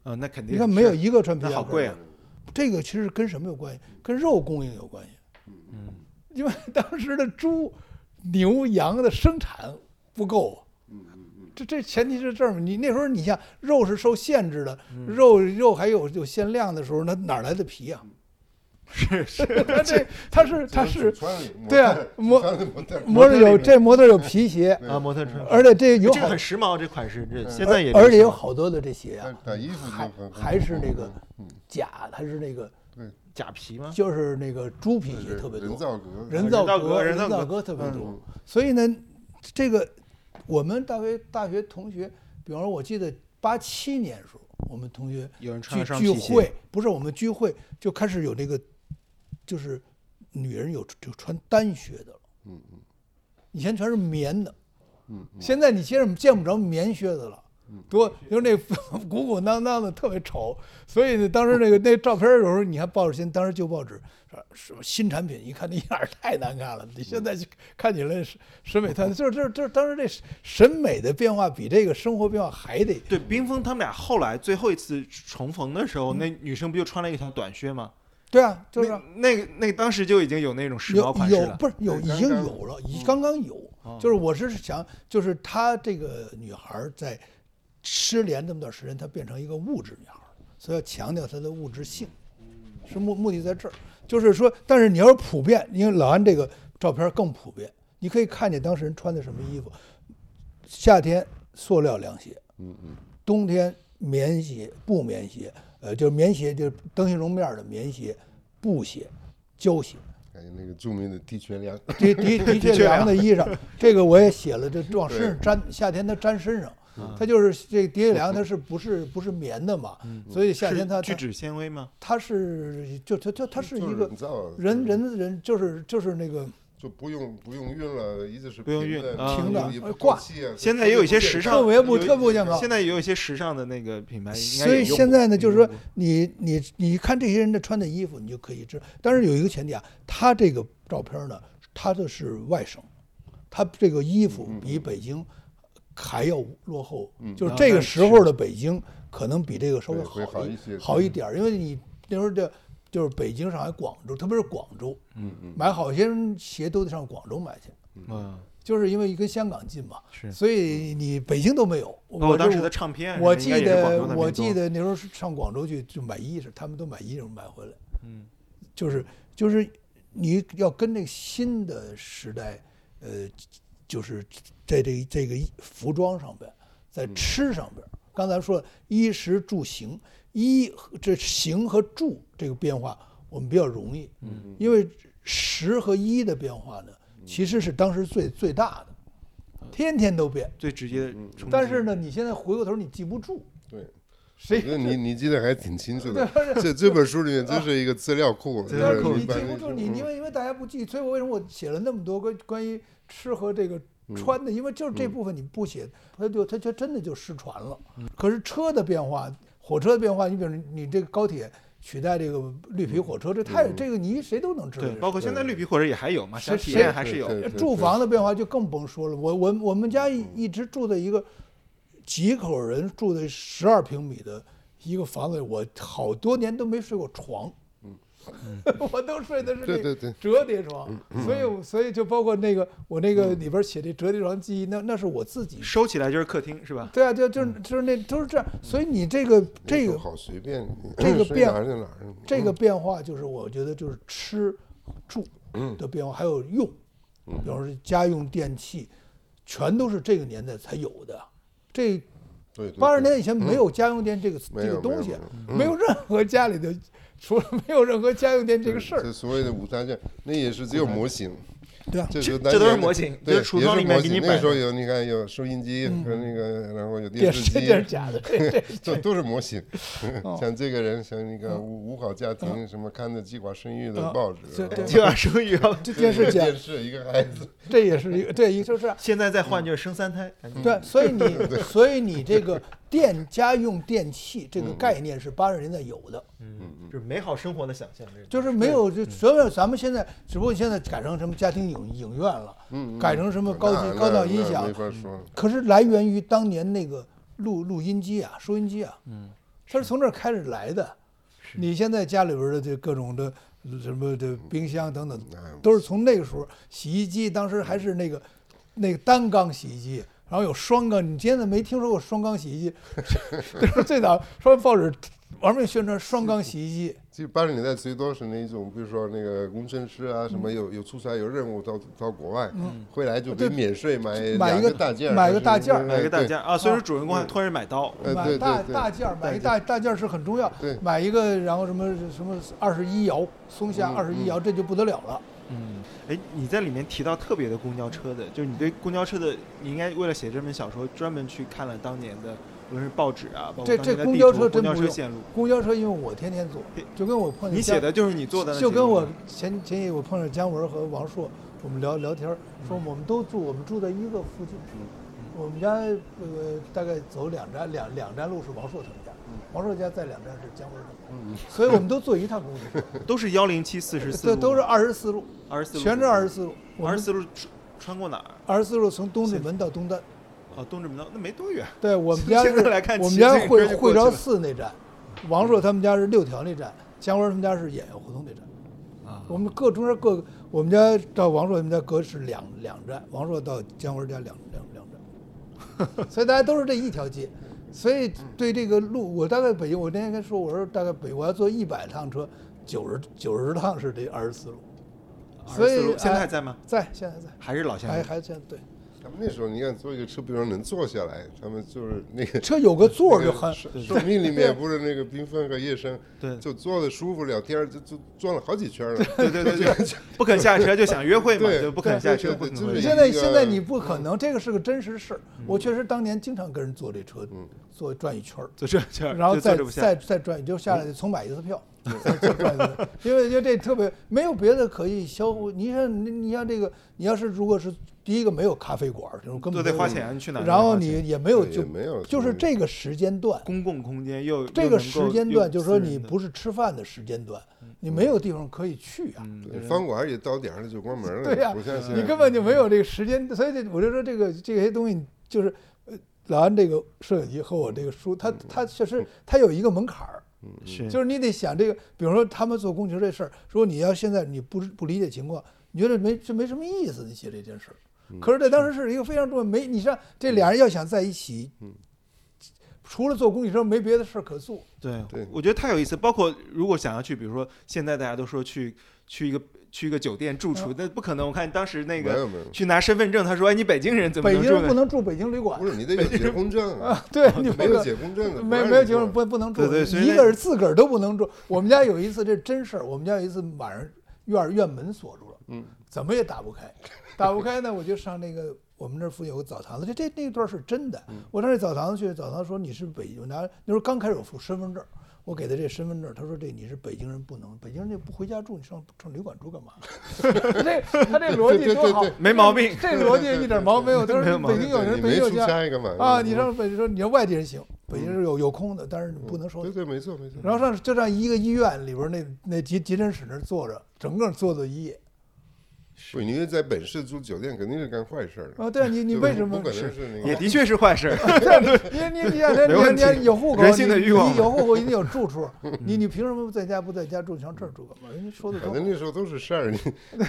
[SPEAKER 9] 啊，那肯定
[SPEAKER 8] 你看
[SPEAKER 9] 是
[SPEAKER 8] 没有一个穿皮
[SPEAKER 9] 那
[SPEAKER 8] 夹克，
[SPEAKER 9] 好贵啊。
[SPEAKER 8] 这个其实跟什么有关系？跟肉供应有关系。
[SPEAKER 9] 嗯，
[SPEAKER 8] *laughs* 因为当时的猪、牛、羊的生产不够啊。
[SPEAKER 9] 嗯
[SPEAKER 8] 这这前提是这儿，你那时候你像肉是受限制的，
[SPEAKER 9] 嗯
[SPEAKER 8] 肉肉还有有限量的时候，那哪来的皮 *laughs* 啊？
[SPEAKER 9] 嗯是是，
[SPEAKER 8] 它这它是它是
[SPEAKER 7] 穿的模
[SPEAKER 8] 对啊
[SPEAKER 7] 特
[SPEAKER 8] 模
[SPEAKER 7] 穿的模特
[SPEAKER 8] 模特有这模特有皮鞋，
[SPEAKER 9] 啊，模特穿，
[SPEAKER 8] 而且这有
[SPEAKER 9] 这
[SPEAKER 8] 好
[SPEAKER 9] 个很时髦，这款式，这现在也嗯
[SPEAKER 8] 而且
[SPEAKER 9] 流
[SPEAKER 8] 有
[SPEAKER 9] 行
[SPEAKER 8] 好多的这鞋啊
[SPEAKER 7] 但，但衣服就
[SPEAKER 8] 还
[SPEAKER 7] 很
[SPEAKER 8] 还是那个
[SPEAKER 7] 嗯
[SPEAKER 8] 假的，还是那个
[SPEAKER 9] 假皮吗？
[SPEAKER 8] 就是那个猪皮鞋
[SPEAKER 7] 人
[SPEAKER 8] 特别多
[SPEAKER 7] 人。造嗯革
[SPEAKER 8] 人
[SPEAKER 9] 造
[SPEAKER 8] 造
[SPEAKER 9] 革
[SPEAKER 8] 革、
[SPEAKER 9] 人
[SPEAKER 8] 人
[SPEAKER 9] 造革
[SPEAKER 8] 造革特别多，所以呢，这个我们大学大学同学，比方说，我记得八七年的时候，我们同学
[SPEAKER 9] 有人穿
[SPEAKER 8] 聚
[SPEAKER 9] 上
[SPEAKER 8] 聚
[SPEAKER 9] 皮鞋
[SPEAKER 8] 会，不是我们聚会就开始有那个，就是女人有就穿单靴的了，
[SPEAKER 7] 嗯嗯
[SPEAKER 8] 以前全是棉的，
[SPEAKER 7] 嗯嗯
[SPEAKER 8] 现在你见见不着棉靴子了。多就是那 *laughs* 鼓鼓囊囊的，特别丑，所以呢，当时那个那照片儿有时候你还报纸新，当时旧报纸说什么新产品，一看那样儿太难看了。你现在去看起来审审美它就是就是就是当时这审美的变化比这个生活变化还得
[SPEAKER 9] 对，冰封他们俩后来最后一次重逢的时候，那女生不就穿了一条短靴吗？
[SPEAKER 8] 对啊，嗯就是
[SPEAKER 9] 那
[SPEAKER 8] 啊
[SPEAKER 9] 那个那个当时就已经有那种时髦
[SPEAKER 8] 有
[SPEAKER 9] 款式
[SPEAKER 8] 有
[SPEAKER 9] 了。
[SPEAKER 8] 不是有已
[SPEAKER 7] 刚
[SPEAKER 8] 经
[SPEAKER 7] 刚嗯
[SPEAKER 8] 有了，已刚刚有，
[SPEAKER 9] 哦
[SPEAKER 8] 就是我是想就是她这个女孩儿在失联这么段时间，她变成一个物质女孩儿，所以要强调她的物质性。是目目的在这儿，就是说，但是你要是普遍，因为老安这个照片更普遍，你可以看见当事人穿的什么衣服，夏天塑料凉鞋，
[SPEAKER 7] 嗯嗯，
[SPEAKER 8] 冬天棉鞋、布棉鞋，呃，就是棉鞋，就是灯芯绒面的棉鞋、布鞋、胶鞋，
[SPEAKER 7] 还有那个著名的地缺粮，
[SPEAKER 8] 的的的确凉的衣裳，这个我也写了，这往身上粘，夏天它粘身上，它就是这的确凉，它是不是不是棉的嘛，所以夏天呃它
[SPEAKER 9] 聚
[SPEAKER 8] 它
[SPEAKER 9] 酯纤维吗？
[SPEAKER 8] 它是就它它它是
[SPEAKER 7] 就
[SPEAKER 8] 一个
[SPEAKER 7] 人。造的
[SPEAKER 8] 人
[SPEAKER 7] 就是
[SPEAKER 8] 人人就是就是那个，
[SPEAKER 7] 就不用不用熨了，一直是
[SPEAKER 9] 不用熨啊
[SPEAKER 7] 平的
[SPEAKER 8] 平的
[SPEAKER 7] 也不透
[SPEAKER 8] 哎挂
[SPEAKER 7] 气啊
[SPEAKER 9] *laughs* 现在也有一些时尚
[SPEAKER 8] 特别不
[SPEAKER 9] 有
[SPEAKER 8] 特别不健康
[SPEAKER 9] 现。在也有一些时尚的那个品牌，应该
[SPEAKER 8] 所
[SPEAKER 9] 也
[SPEAKER 8] 以
[SPEAKER 9] 用
[SPEAKER 8] 现
[SPEAKER 9] 过
[SPEAKER 8] 在呢，
[SPEAKER 9] 也
[SPEAKER 8] 就是
[SPEAKER 9] 用
[SPEAKER 8] 说
[SPEAKER 9] 过
[SPEAKER 8] 你你你看这些人的穿的衣服，你就可以知道。但是有一个前提啊，他这个照片呢，他的是外省，他这个衣服
[SPEAKER 9] 嗯
[SPEAKER 8] 比北京还要落后，就是这个时候的北京可能比这个稍微
[SPEAKER 7] 对会
[SPEAKER 8] 好
[SPEAKER 7] 好一些
[SPEAKER 8] 好
[SPEAKER 9] 嗯
[SPEAKER 8] 一点儿，因为你那时候的。就是北京、上海、广州，特别是广州，
[SPEAKER 7] 嗯嗯，
[SPEAKER 8] 买好些鞋都得上广州买去，
[SPEAKER 9] 嗯，
[SPEAKER 8] 就是因为跟香港近嘛，
[SPEAKER 9] 是
[SPEAKER 8] 所以你北京都没有。
[SPEAKER 9] 包括
[SPEAKER 8] 就
[SPEAKER 9] 当时的唱片啊什么
[SPEAKER 8] 我
[SPEAKER 9] 的，
[SPEAKER 8] 记
[SPEAKER 9] 应该也是广
[SPEAKER 8] 得
[SPEAKER 9] 州那，边多
[SPEAKER 8] 我记，得那时候是上广州去就买衣裳，他们都买衣裳买回来，
[SPEAKER 9] 嗯，
[SPEAKER 8] 就是就是你要跟那个新的时代，呃，就是在这这个服装上边，在
[SPEAKER 9] 嗯
[SPEAKER 8] 吃上边，刚才说衣食住行，衣和这行和住这个变化我们比较容易，嗯，
[SPEAKER 9] 嗯
[SPEAKER 8] 因为食和衣的变化呢，其实是当时最最大的。天天都变。
[SPEAKER 9] 最直接的
[SPEAKER 7] 嗯
[SPEAKER 9] 嗯冲击。
[SPEAKER 8] 但是呢，你现在回过头，你记不住。
[SPEAKER 7] 对，
[SPEAKER 8] 谁
[SPEAKER 7] 我觉得你你记得还挺清楚
[SPEAKER 8] *laughs*
[SPEAKER 7] 的。
[SPEAKER 8] 对
[SPEAKER 7] 这这本书里面真是一个资料
[SPEAKER 8] *laughs*
[SPEAKER 7] 库，
[SPEAKER 9] 资
[SPEAKER 7] 就
[SPEAKER 9] 料
[SPEAKER 7] 是
[SPEAKER 9] 库
[SPEAKER 8] 你
[SPEAKER 7] 你把
[SPEAKER 8] 记
[SPEAKER 7] 那
[SPEAKER 8] 不住，你
[SPEAKER 7] 嗯
[SPEAKER 8] 因为因为大家不记，所以我为什么我写了那么多关关于吃和这个
[SPEAKER 7] 嗯
[SPEAKER 8] 穿的，因为就是这部分你不写，它就它就真的就失传了。可是车的变化，火车的变化，你比如你这个高铁取代这个绿
[SPEAKER 7] 嗯
[SPEAKER 8] 皮火车，这太这个你谁都能知道
[SPEAKER 9] 对
[SPEAKER 8] 这，事。
[SPEAKER 9] 包括现在绿皮火车也还有嘛，想
[SPEAKER 8] 谁
[SPEAKER 9] 体验
[SPEAKER 8] 谁
[SPEAKER 9] 还是有。
[SPEAKER 7] 对对嗯
[SPEAKER 8] 住房的变化就更甭说了。我我我们家一一直住在一个几口人住的十二平米的一个房子里，我好多年都没睡过床。 *laughs* 我都睡的是
[SPEAKER 7] 嗯对
[SPEAKER 8] 这
[SPEAKER 7] 对
[SPEAKER 8] 个
[SPEAKER 7] 对嗯
[SPEAKER 8] 折叠床，所以我所以就包括那个我那个里边写的折叠床记忆，那那是我自己。
[SPEAKER 9] 收起来就是客厅是
[SPEAKER 8] *laughs*
[SPEAKER 9] 吧？
[SPEAKER 8] 对啊，就就是就是那都是这样，所以你这个
[SPEAKER 7] 那
[SPEAKER 8] 这
[SPEAKER 7] 时候
[SPEAKER 8] 个
[SPEAKER 7] 好随便，你
[SPEAKER 8] 这个
[SPEAKER 7] *laughs* 睡
[SPEAKER 8] 变
[SPEAKER 7] 哪儿就哪儿。嗯
[SPEAKER 8] 这个变化就是我觉得就是吃、住
[SPEAKER 7] 嗯
[SPEAKER 8] 的变化，还有用，比方说家用电器，全都是这个年代才有的。这
[SPEAKER 7] 对，对
[SPEAKER 8] 八十年代以前没有家用电这个
[SPEAKER 7] 嗯没有嗯
[SPEAKER 8] 这个东西
[SPEAKER 7] 没
[SPEAKER 8] 没
[SPEAKER 7] 有，
[SPEAKER 8] 有任何家里的，除了没有任何家用电这个事
[SPEAKER 7] 嗯这
[SPEAKER 8] 儿，
[SPEAKER 7] 所谓的五大件，那也是只有模型。
[SPEAKER 8] 对啊
[SPEAKER 7] 这
[SPEAKER 9] 这
[SPEAKER 7] 是
[SPEAKER 9] 这都是
[SPEAKER 7] 当年的
[SPEAKER 9] 模型
[SPEAKER 7] 对，
[SPEAKER 9] 就是橱窗
[SPEAKER 7] 也
[SPEAKER 9] 里面
[SPEAKER 7] 模
[SPEAKER 9] 给
[SPEAKER 7] 型
[SPEAKER 9] 你
[SPEAKER 7] 那
[SPEAKER 9] 摆
[SPEAKER 7] 时候
[SPEAKER 9] 的
[SPEAKER 7] 有你看有收音机和那个，然后有
[SPEAKER 8] 电
[SPEAKER 7] 电视
[SPEAKER 8] 视
[SPEAKER 7] 机，
[SPEAKER 8] 这是假的，这这
[SPEAKER 7] *laughs* 都都是模型。
[SPEAKER 8] 哦
[SPEAKER 7] *laughs* 像这个人，像那个五五好家庭，什么看的计划生育的
[SPEAKER 8] 啊
[SPEAKER 7] 报纸，
[SPEAKER 8] 这
[SPEAKER 9] *laughs*
[SPEAKER 8] 这
[SPEAKER 9] 就要生育啊！
[SPEAKER 8] 这电视假
[SPEAKER 7] 电视一个孩子，
[SPEAKER 8] 这也是一个，对，也就是啊
[SPEAKER 9] 现在再换就是生三胎，感
[SPEAKER 7] 嗯
[SPEAKER 9] 觉
[SPEAKER 8] 对，所以
[SPEAKER 7] *laughs*
[SPEAKER 8] 你所以你这个电家用电器
[SPEAKER 7] 嗯
[SPEAKER 8] 这个概念是八十年代有的，
[SPEAKER 9] 嗯就是美好生活的想象。这个
[SPEAKER 8] 就是没有就
[SPEAKER 7] 嗯
[SPEAKER 8] 所有咱们现在，只不过现在改成什么家庭影影院了，嗯改成什么高
[SPEAKER 7] 嗯那
[SPEAKER 8] 级高档
[SPEAKER 7] 那
[SPEAKER 8] 音
[SPEAKER 7] 那
[SPEAKER 8] 响嗯
[SPEAKER 7] 没，法说了。
[SPEAKER 8] 可是来源于当年那个录录音机啊、收音机啊，嗯，它是从这儿开始来的。你现在家里边的这各种的呃什么
[SPEAKER 7] 嗯
[SPEAKER 8] 的冰箱等等，都是从那个时候。洗衣机当时
[SPEAKER 7] 嗯
[SPEAKER 8] 还是那个那个单缸洗衣机，然后有双缸，你现在没听说过双缸洗衣机？ *laughs* 就是最早说报纸玩命宣传双缸洗衣机，
[SPEAKER 7] 其实八十年代最多是那种，比如说那个工程师啊，
[SPEAKER 8] 嗯
[SPEAKER 7] 什么有有出差有任务到到国外，回来就给免税买
[SPEAKER 8] 啊买
[SPEAKER 7] 两
[SPEAKER 8] 一个
[SPEAKER 7] 大件儿，
[SPEAKER 8] 买一
[SPEAKER 7] 还
[SPEAKER 8] 个
[SPEAKER 7] 是
[SPEAKER 8] 大件儿
[SPEAKER 9] 买一个大，
[SPEAKER 7] 对
[SPEAKER 9] 件儿啊，所以说主人公
[SPEAKER 8] 嗯
[SPEAKER 9] 还托人买刀，
[SPEAKER 7] 呃
[SPEAKER 8] 买
[SPEAKER 7] 对
[SPEAKER 8] 大
[SPEAKER 7] 对对
[SPEAKER 8] 大件儿，买一
[SPEAKER 9] 对
[SPEAKER 8] 大大件儿是很重要
[SPEAKER 7] 对。
[SPEAKER 8] 买一个，然后什么什么二十一摇，松
[SPEAKER 7] 嗯
[SPEAKER 8] 下二十一摇，这就不得了了。
[SPEAKER 9] 嗯，哎，你在里面提到特别的公交车的，就是你对公交车的，你应该为了写这本小说专门去看了当年的，无论是报纸啊，包括
[SPEAKER 8] 这
[SPEAKER 9] 当
[SPEAKER 8] 这
[SPEAKER 9] 年的
[SPEAKER 8] 公
[SPEAKER 9] 地
[SPEAKER 8] 交
[SPEAKER 9] 图
[SPEAKER 8] 车真
[SPEAKER 9] 公交
[SPEAKER 8] 不
[SPEAKER 9] 车
[SPEAKER 8] 用
[SPEAKER 9] 线路。，
[SPEAKER 8] 公交车因为我天天坐，就跟我碰见
[SPEAKER 9] 你
[SPEAKER 8] 姜
[SPEAKER 9] 写的就是你做的那些
[SPEAKER 8] 就
[SPEAKER 9] 路，
[SPEAKER 8] 跟我前前夜我碰上姜文和王朔，我们聊聊天儿，
[SPEAKER 7] 嗯
[SPEAKER 8] 说我们都住我们住在一个附近，
[SPEAKER 9] 嗯
[SPEAKER 8] 我们家呃大概走两站两两站路是王朔他们家，
[SPEAKER 7] 嗯
[SPEAKER 8] 王朔家在两站是姜文他们家，所以我们都坐一趟公交车，
[SPEAKER 9] 都是幺零七四十 *laughs* 四
[SPEAKER 8] 这
[SPEAKER 9] 路，
[SPEAKER 8] 都是二十四路，
[SPEAKER 9] 二十四，
[SPEAKER 8] 全是二十四路，
[SPEAKER 9] 二十四路穿穿过哪儿？
[SPEAKER 8] 二十四路从东直门到东单。
[SPEAKER 9] 哦，东直门道，那没多远。
[SPEAKER 8] 对我们家是
[SPEAKER 9] 现在来看
[SPEAKER 8] 我们
[SPEAKER 9] 骑
[SPEAKER 8] 家
[SPEAKER 9] 自行车
[SPEAKER 8] 会
[SPEAKER 9] 就过
[SPEAKER 8] 会
[SPEAKER 9] 去
[SPEAKER 8] 昭
[SPEAKER 9] 了
[SPEAKER 8] 寺那站，王朔他们家是六条那站，姜文他们家是演员胡同那站。啊，我们各中间各我们家到王朔他们家隔是两两站，王朔到姜文家两两两
[SPEAKER 9] *laughs*
[SPEAKER 8] 站，所以大家都是这一条街。所以对这个路，我大概北京，我那天跟说，我说大概北我要坐一百趟车，九十九十趟是这二十四路，所
[SPEAKER 9] 24
[SPEAKER 8] 以
[SPEAKER 9] 路现在
[SPEAKER 8] 哎
[SPEAKER 9] 还在吗？
[SPEAKER 8] 在，现在在，
[SPEAKER 9] 还是老乡
[SPEAKER 8] 还还现在对。
[SPEAKER 7] 他们那时候你看坐一个车，比如说能坐下来，他们就是那个
[SPEAKER 8] 车有个座儿就很，
[SPEAKER 7] 手手命里面不是那个缤纷和夜
[SPEAKER 8] *laughs*
[SPEAKER 7] 生，
[SPEAKER 9] 对
[SPEAKER 7] 就坐的舒服，聊天儿就就转了好几圈了。
[SPEAKER 9] 对对对对，
[SPEAKER 8] *laughs*
[SPEAKER 9] 不肯下车就想约会嘛，
[SPEAKER 7] 对
[SPEAKER 9] 就不肯下车，
[SPEAKER 7] 对对
[SPEAKER 9] 不肯
[SPEAKER 7] 对
[SPEAKER 9] 回
[SPEAKER 7] 就是
[SPEAKER 9] 家
[SPEAKER 8] 现在
[SPEAKER 7] 一个
[SPEAKER 8] 现在你不可能，这个是个真实事儿。
[SPEAKER 9] 嗯
[SPEAKER 8] 我确实当年经常跟人坐这车，坐转一圈儿，
[SPEAKER 9] 就这样，
[SPEAKER 8] 然后
[SPEAKER 9] 就
[SPEAKER 8] 再
[SPEAKER 9] 嗯坐着不下嗯
[SPEAKER 8] 再再转，就下来重买一次票，再再转一次因为因为这特别没有别的可以消费。你像你你像这个，你要是如果是第一个没有咖啡馆儿，这种根
[SPEAKER 9] 都
[SPEAKER 8] 本
[SPEAKER 9] 得
[SPEAKER 8] 没有
[SPEAKER 9] 花钱去哪儿
[SPEAKER 8] 然
[SPEAKER 9] 花
[SPEAKER 8] 后
[SPEAKER 9] 钱
[SPEAKER 8] 你也没有
[SPEAKER 7] 对
[SPEAKER 8] 就
[SPEAKER 7] 也没有
[SPEAKER 8] 就是这个时间段，
[SPEAKER 9] 公共空间又
[SPEAKER 8] 这个时间段就是说你不
[SPEAKER 9] 是
[SPEAKER 8] 是吃饭的时间段，
[SPEAKER 9] 嗯
[SPEAKER 8] 你没有地方可以去啊。
[SPEAKER 7] *laughs* 对饭馆儿也到点儿了就关门了，
[SPEAKER 8] 对呀、
[SPEAKER 7] 不像现在
[SPEAKER 8] 你根本就没有这个时间，所以这我就说这个这些东西就是，呃，老安这个摄影机和我这个书，它它确实它有一个门槛儿，
[SPEAKER 7] 嗯
[SPEAKER 9] 是
[SPEAKER 8] 就是你得想这个，比如说他们坐公交这事儿，如果你要现在你不不理解情况，你觉得没这没什么意思，你写这件事儿。可是，在当时是一个非常重要，没你像这俩人要想在一起，除了坐公交车没别的事儿可做。
[SPEAKER 9] 对
[SPEAKER 7] 对
[SPEAKER 9] 我觉得太有意思。包括如果想要去，比如说现在大家都说去去一个去一个酒店住
[SPEAKER 8] 嗯
[SPEAKER 9] 处，那不可能。我看当时那
[SPEAKER 7] 没有
[SPEAKER 9] 个
[SPEAKER 7] 没有
[SPEAKER 9] 去拿身份证，他说：“哎，你北京人怎么
[SPEAKER 8] 北
[SPEAKER 9] 能
[SPEAKER 8] 京
[SPEAKER 9] 住
[SPEAKER 8] 人不
[SPEAKER 9] 呢
[SPEAKER 8] 能住北京旅馆
[SPEAKER 7] 不，是你得有结婚证啊，
[SPEAKER 8] 对，你不
[SPEAKER 7] 没有
[SPEAKER 8] 能
[SPEAKER 7] 结婚证的
[SPEAKER 8] 没
[SPEAKER 7] 不让
[SPEAKER 8] 没有
[SPEAKER 7] 你
[SPEAKER 8] 结婚
[SPEAKER 7] 坐
[SPEAKER 8] 不不能住，
[SPEAKER 9] 对对所以
[SPEAKER 8] 一
[SPEAKER 9] 那
[SPEAKER 8] 个人自个儿都不能住。我们家有一次这是真事儿，我们家有一次
[SPEAKER 9] *laughs*
[SPEAKER 8] 晚上院儿院门锁住了，嗯，怎么也打不开，打不开呢，我就上那个我们那儿附近有个澡堂子，这这那段是真的
[SPEAKER 7] 嗯。
[SPEAKER 8] 我上那澡堂子去，澡堂说你是北京，我拿那时候刚开始我付身份证，我给他这身份证，他说这你是北京人，不能，北京人就不回家住，你上上旅馆
[SPEAKER 9] *laughs*
[SPEAKER 8] 住干嘛？这他这逻辑多好，
[SPEAKER 9] 没毛病
[SPEAKER 8] 这这逻辑一点毛病没有。他
[SPEAKER 9] *laughs* 没有
[SPEAKER 8] 说
[SPEAKER 9] 毛病
[SPEAKER 8] 北京有
[SPEAKER 7] 对
[SPEAKER 8] 人，
[SPEAKER 7] 你
[SPEAKER 8] 北
[SPEAKER 7] 没
[SPEAKER 8] 京有
[SPEAKER 7] 出
[SPEAKER 8] 家
[SPEAKER 7] 差干嘛
[SPEAKER 8] 啊，
[SPEAKER 7] 嗯
[SPEAKER 8] 你上北京说你要外地人行，北京
[SPEAKER 7] 嗯
[SPEAKER 8] 是有有空的，但是你不能收
[SPEAKER 7] 对对，没错没错。
[SPEAKER 8] 然后上就上一个医院里边那那急急诊室那儿坐着，整个坐坐一夜。
[SPEAKER 7] 不，因为在本市住酒店肯定是干坏事儿的。
[SPEAKER 8] 啊，对啊，你你
[SPEAKER 7] 对
[SPEAKER 8] 为
[SPEAKER 7] 不
[SPEAKER 8] 什么
[SPEAKER 7] 不可能
[SPEAKER 8] 是？
[SPEAKER 7] 是那
[SPEAKER 9] 也
[SPEAKER 7] 个
[SPEAKER 9] 的确是坏事儿。
[SPEAKER 8] *laughs* 你你你想人
[SPEAKER 9] 没问题
[SPEAKER 8] 家有户口，
[SPEAKER 9] 人性的欲望
[SPEAKER 8] 你你有户口一定有住处，你你凭什么在家不在家住，想这儿住干嘛？人家说的
[SPEAKER 7] 反
[SPEAKER 8] 都
[SPEAKER 7] 正那时候都是事儿。你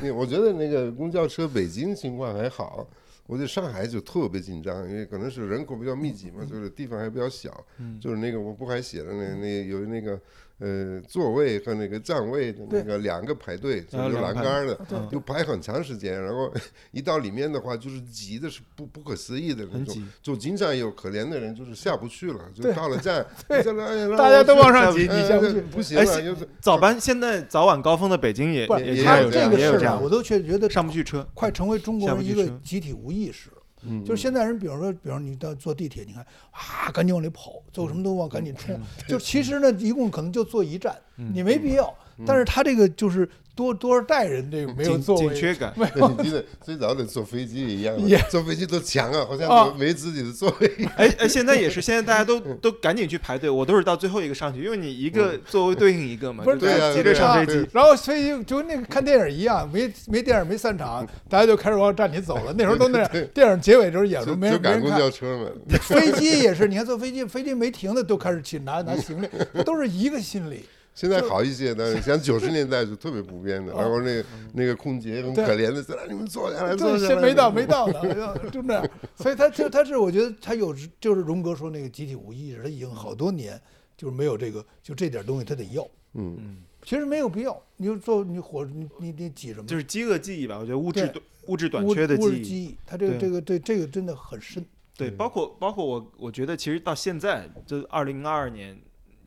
[SPEAKER 7] 你，我觉得那个公交车北京情况还好，我对上海就特别紧张，因为可能是人口比较密集
[SPEAKER 9] 嗯
[SPEAKER 7] 嘛，就是地方还比较小，就是那个我不还写了那那有那个呃座位和那个站位的那个两个排队，就
[SPEAKER 9] 啊
[SPEAKER 7] 有
[SPEAKER 9] 两
[SPEAKER 7] 栏
[SPEAKER 9] 排
[SPEAKER 7] 杆儿的
[SPEAKER 9] 对，
[SPEAKER 7] 就排很长时间，然后一到里面的话就是挤的是不不可思议的那
[SPEAKER 9] 很
[SPEAKER 7] 种
[SPEAKER 9] 挤，
[SPEAKER 7] 就经常有可怜的人就是下不去了，就
[SPEAKER 8] 对
[SPEAKER 7] 到了
[SPEAKER 9] *laughs*
[SPEAKER 7] 站，下来哎呀让
[SPEAKER 9] 大家
[SPEAKER 7] 我
[SPEAKER 9] 都
[SPEAKER 7] 去
[SPEAKER 9] 往上挤
[SPEAKER 7] 哎
[SPEAKER 9] 你
[SPEAKER 8] 下不
[SPEAKER 7] 这
[SPEAKER 8] 去
[SPEAKER 7] 不行
[SPEAKER 9] 哎
[SPEAKER 7] 了，
[SPEAKER 9] 是
[SPEAKER 7] 就是
[SPEAKER 9] 早班现在早晚高峰的北京也
[SPEAKER 8] 不
[SPEAKER 7] 也
[SPEAKER 8] 是
[SPEAKER 9] 也
[SPEAKER 8] 他
[SPEAKER 9] 也有
[SPEAKER 7] 有这
[SPEAKER 8] 这
[SPEAKER 7] 样
[SPEAKER 8] 个
[SPEAKER 9] 也有
[SPEAKER 8] 事
[SPEAKER 9] 这
[SPEAKER 8] 儿啊，
[SPEAKER 9] 样
[SPEAKER 8] 我，都却觉得
[SPEAKER 9] 上不去车。
[SPEAKER 8] 快成为中国
[SPEAKER 9] 下不
[SPEAKER 8] 人一
[SPEAKER 9] 去
[SPEAKER 8] 个
[SPEAKER 9] 车
[SPEAKER 8] 集体无意识。
[SPEAKER 7] 嗯
[SPEAKER 8] 就是现在人，比如说，比如你到坐地铁，你看啊，赶紧往里跑，做什么都往赶紧
[SPEAKER 9] 嗯
[SPEAKER 8] 冲。就其实呢，一共可能就坐一站，你没必要。但是他这个就是多多少代人这个没有
[SPEAKER 9] 嗯紧
[SPEAKER 8] 座
[SPEAKER 9] 紧
[SPEAKER 8] 位，
[SPEAKER 9] 缺
[SPEAKER 8] *laughs*
[SPEAKER 9] 感，
[SPEAKER 7] 对，你记得最早的坐飞机一样的
[SPEAKER 8] Yeah
[SPEAKER 7] 坐飞机都抢啊，好
[SPEAKER 8] 啊
[SPEAKER 7] 像没没自己的座位
[SPEAKER 9] *laughs*
[SPEAKER 7] 一样。
[SPEAKER 9] 哎哎，现在也是，现在大家
[SPEAKER 8] 嗯
[SPEAKER 9] 都都赶紧去排队，我都是到最后一个上去，因为你一个
[SPEAKER 7] 嗯
[SPEAKER 9] 座位对应一个嘛，
[SPEAKER 8] 不是
[SPEAKER 9] 就
[SPEAKER 7] 对啊
[SPEAKER 9] 急
[SPEAKER 7] 对
[SPEAKER 9] 着
[SPEAKER 7] 啊
[SPEAKER 9] 上飞
[SPEAKER 7] 对啊
[SPEAKER 9] 机。
[SPEAKER 8] 然后所以就跟那个看电影一样，没没电影没散场，大家就开始往站里走了。那时候都那样，电影结尾就是演
[SPEAKER 7] 就
[SPEAKER 8] 出没
[SPEAKER 7] 就
[SPEAKER 8] 人没
[SPEAKER 7] 赶
[SPEAKER 8] 人
[SPEAKER 7] 公
[SPEAKER 8] 看
[SPEAKER 7] 交。车嘛，
[SPEAKER 8] 飞机也是，你看坐飞机，飞机没停的都开始去拿拿行
[SPEAKER 9] *laughs*
[SPEAKER 8] 李，都是一个心理。
[SPEAKER 7] 现在好一些，但是像九十年代是特别普遍的。然后那个那个空姐很
[SPEAKER 8] 对
[SPEAKER 7] 可怜的在那你们坐 *laughs* 下来，坐
[SPEAKER 8] 对，
[SPEAKER 7] 下
[SPEAKER 8] 先
[SPEAKER 7] 来。
[SPEAKER 8] 没到没到呢，就那样。所以他就他是我觉得他有时就是荣格说那个集体无意识，他已经好多年就是没有这个，就这点东西他得要。
[SPEAKER 7] 嗯，
[SPEAKER 8] 其实没有必要，你就做你火你你你挤什么？
[SPEAKER 9] 就是饥饿记忆吧，我觉得物质
[SPEAKER 8] 对
[SPEAKER 9] 短物质短
[SPEAKER 8] 物
[SPEAKER 9] 缺的
[SPEAKER 8] 物质
[SPEAKER 9] 记忆，
[SPEAKER 8] 记忆，他这个
[SPEAKER 9] 对
[SPEAKER 8] 这个对这个真的很深。
[SPEAKER 9] 对，包括包括我，我觉得其实到现在，就二零二二年，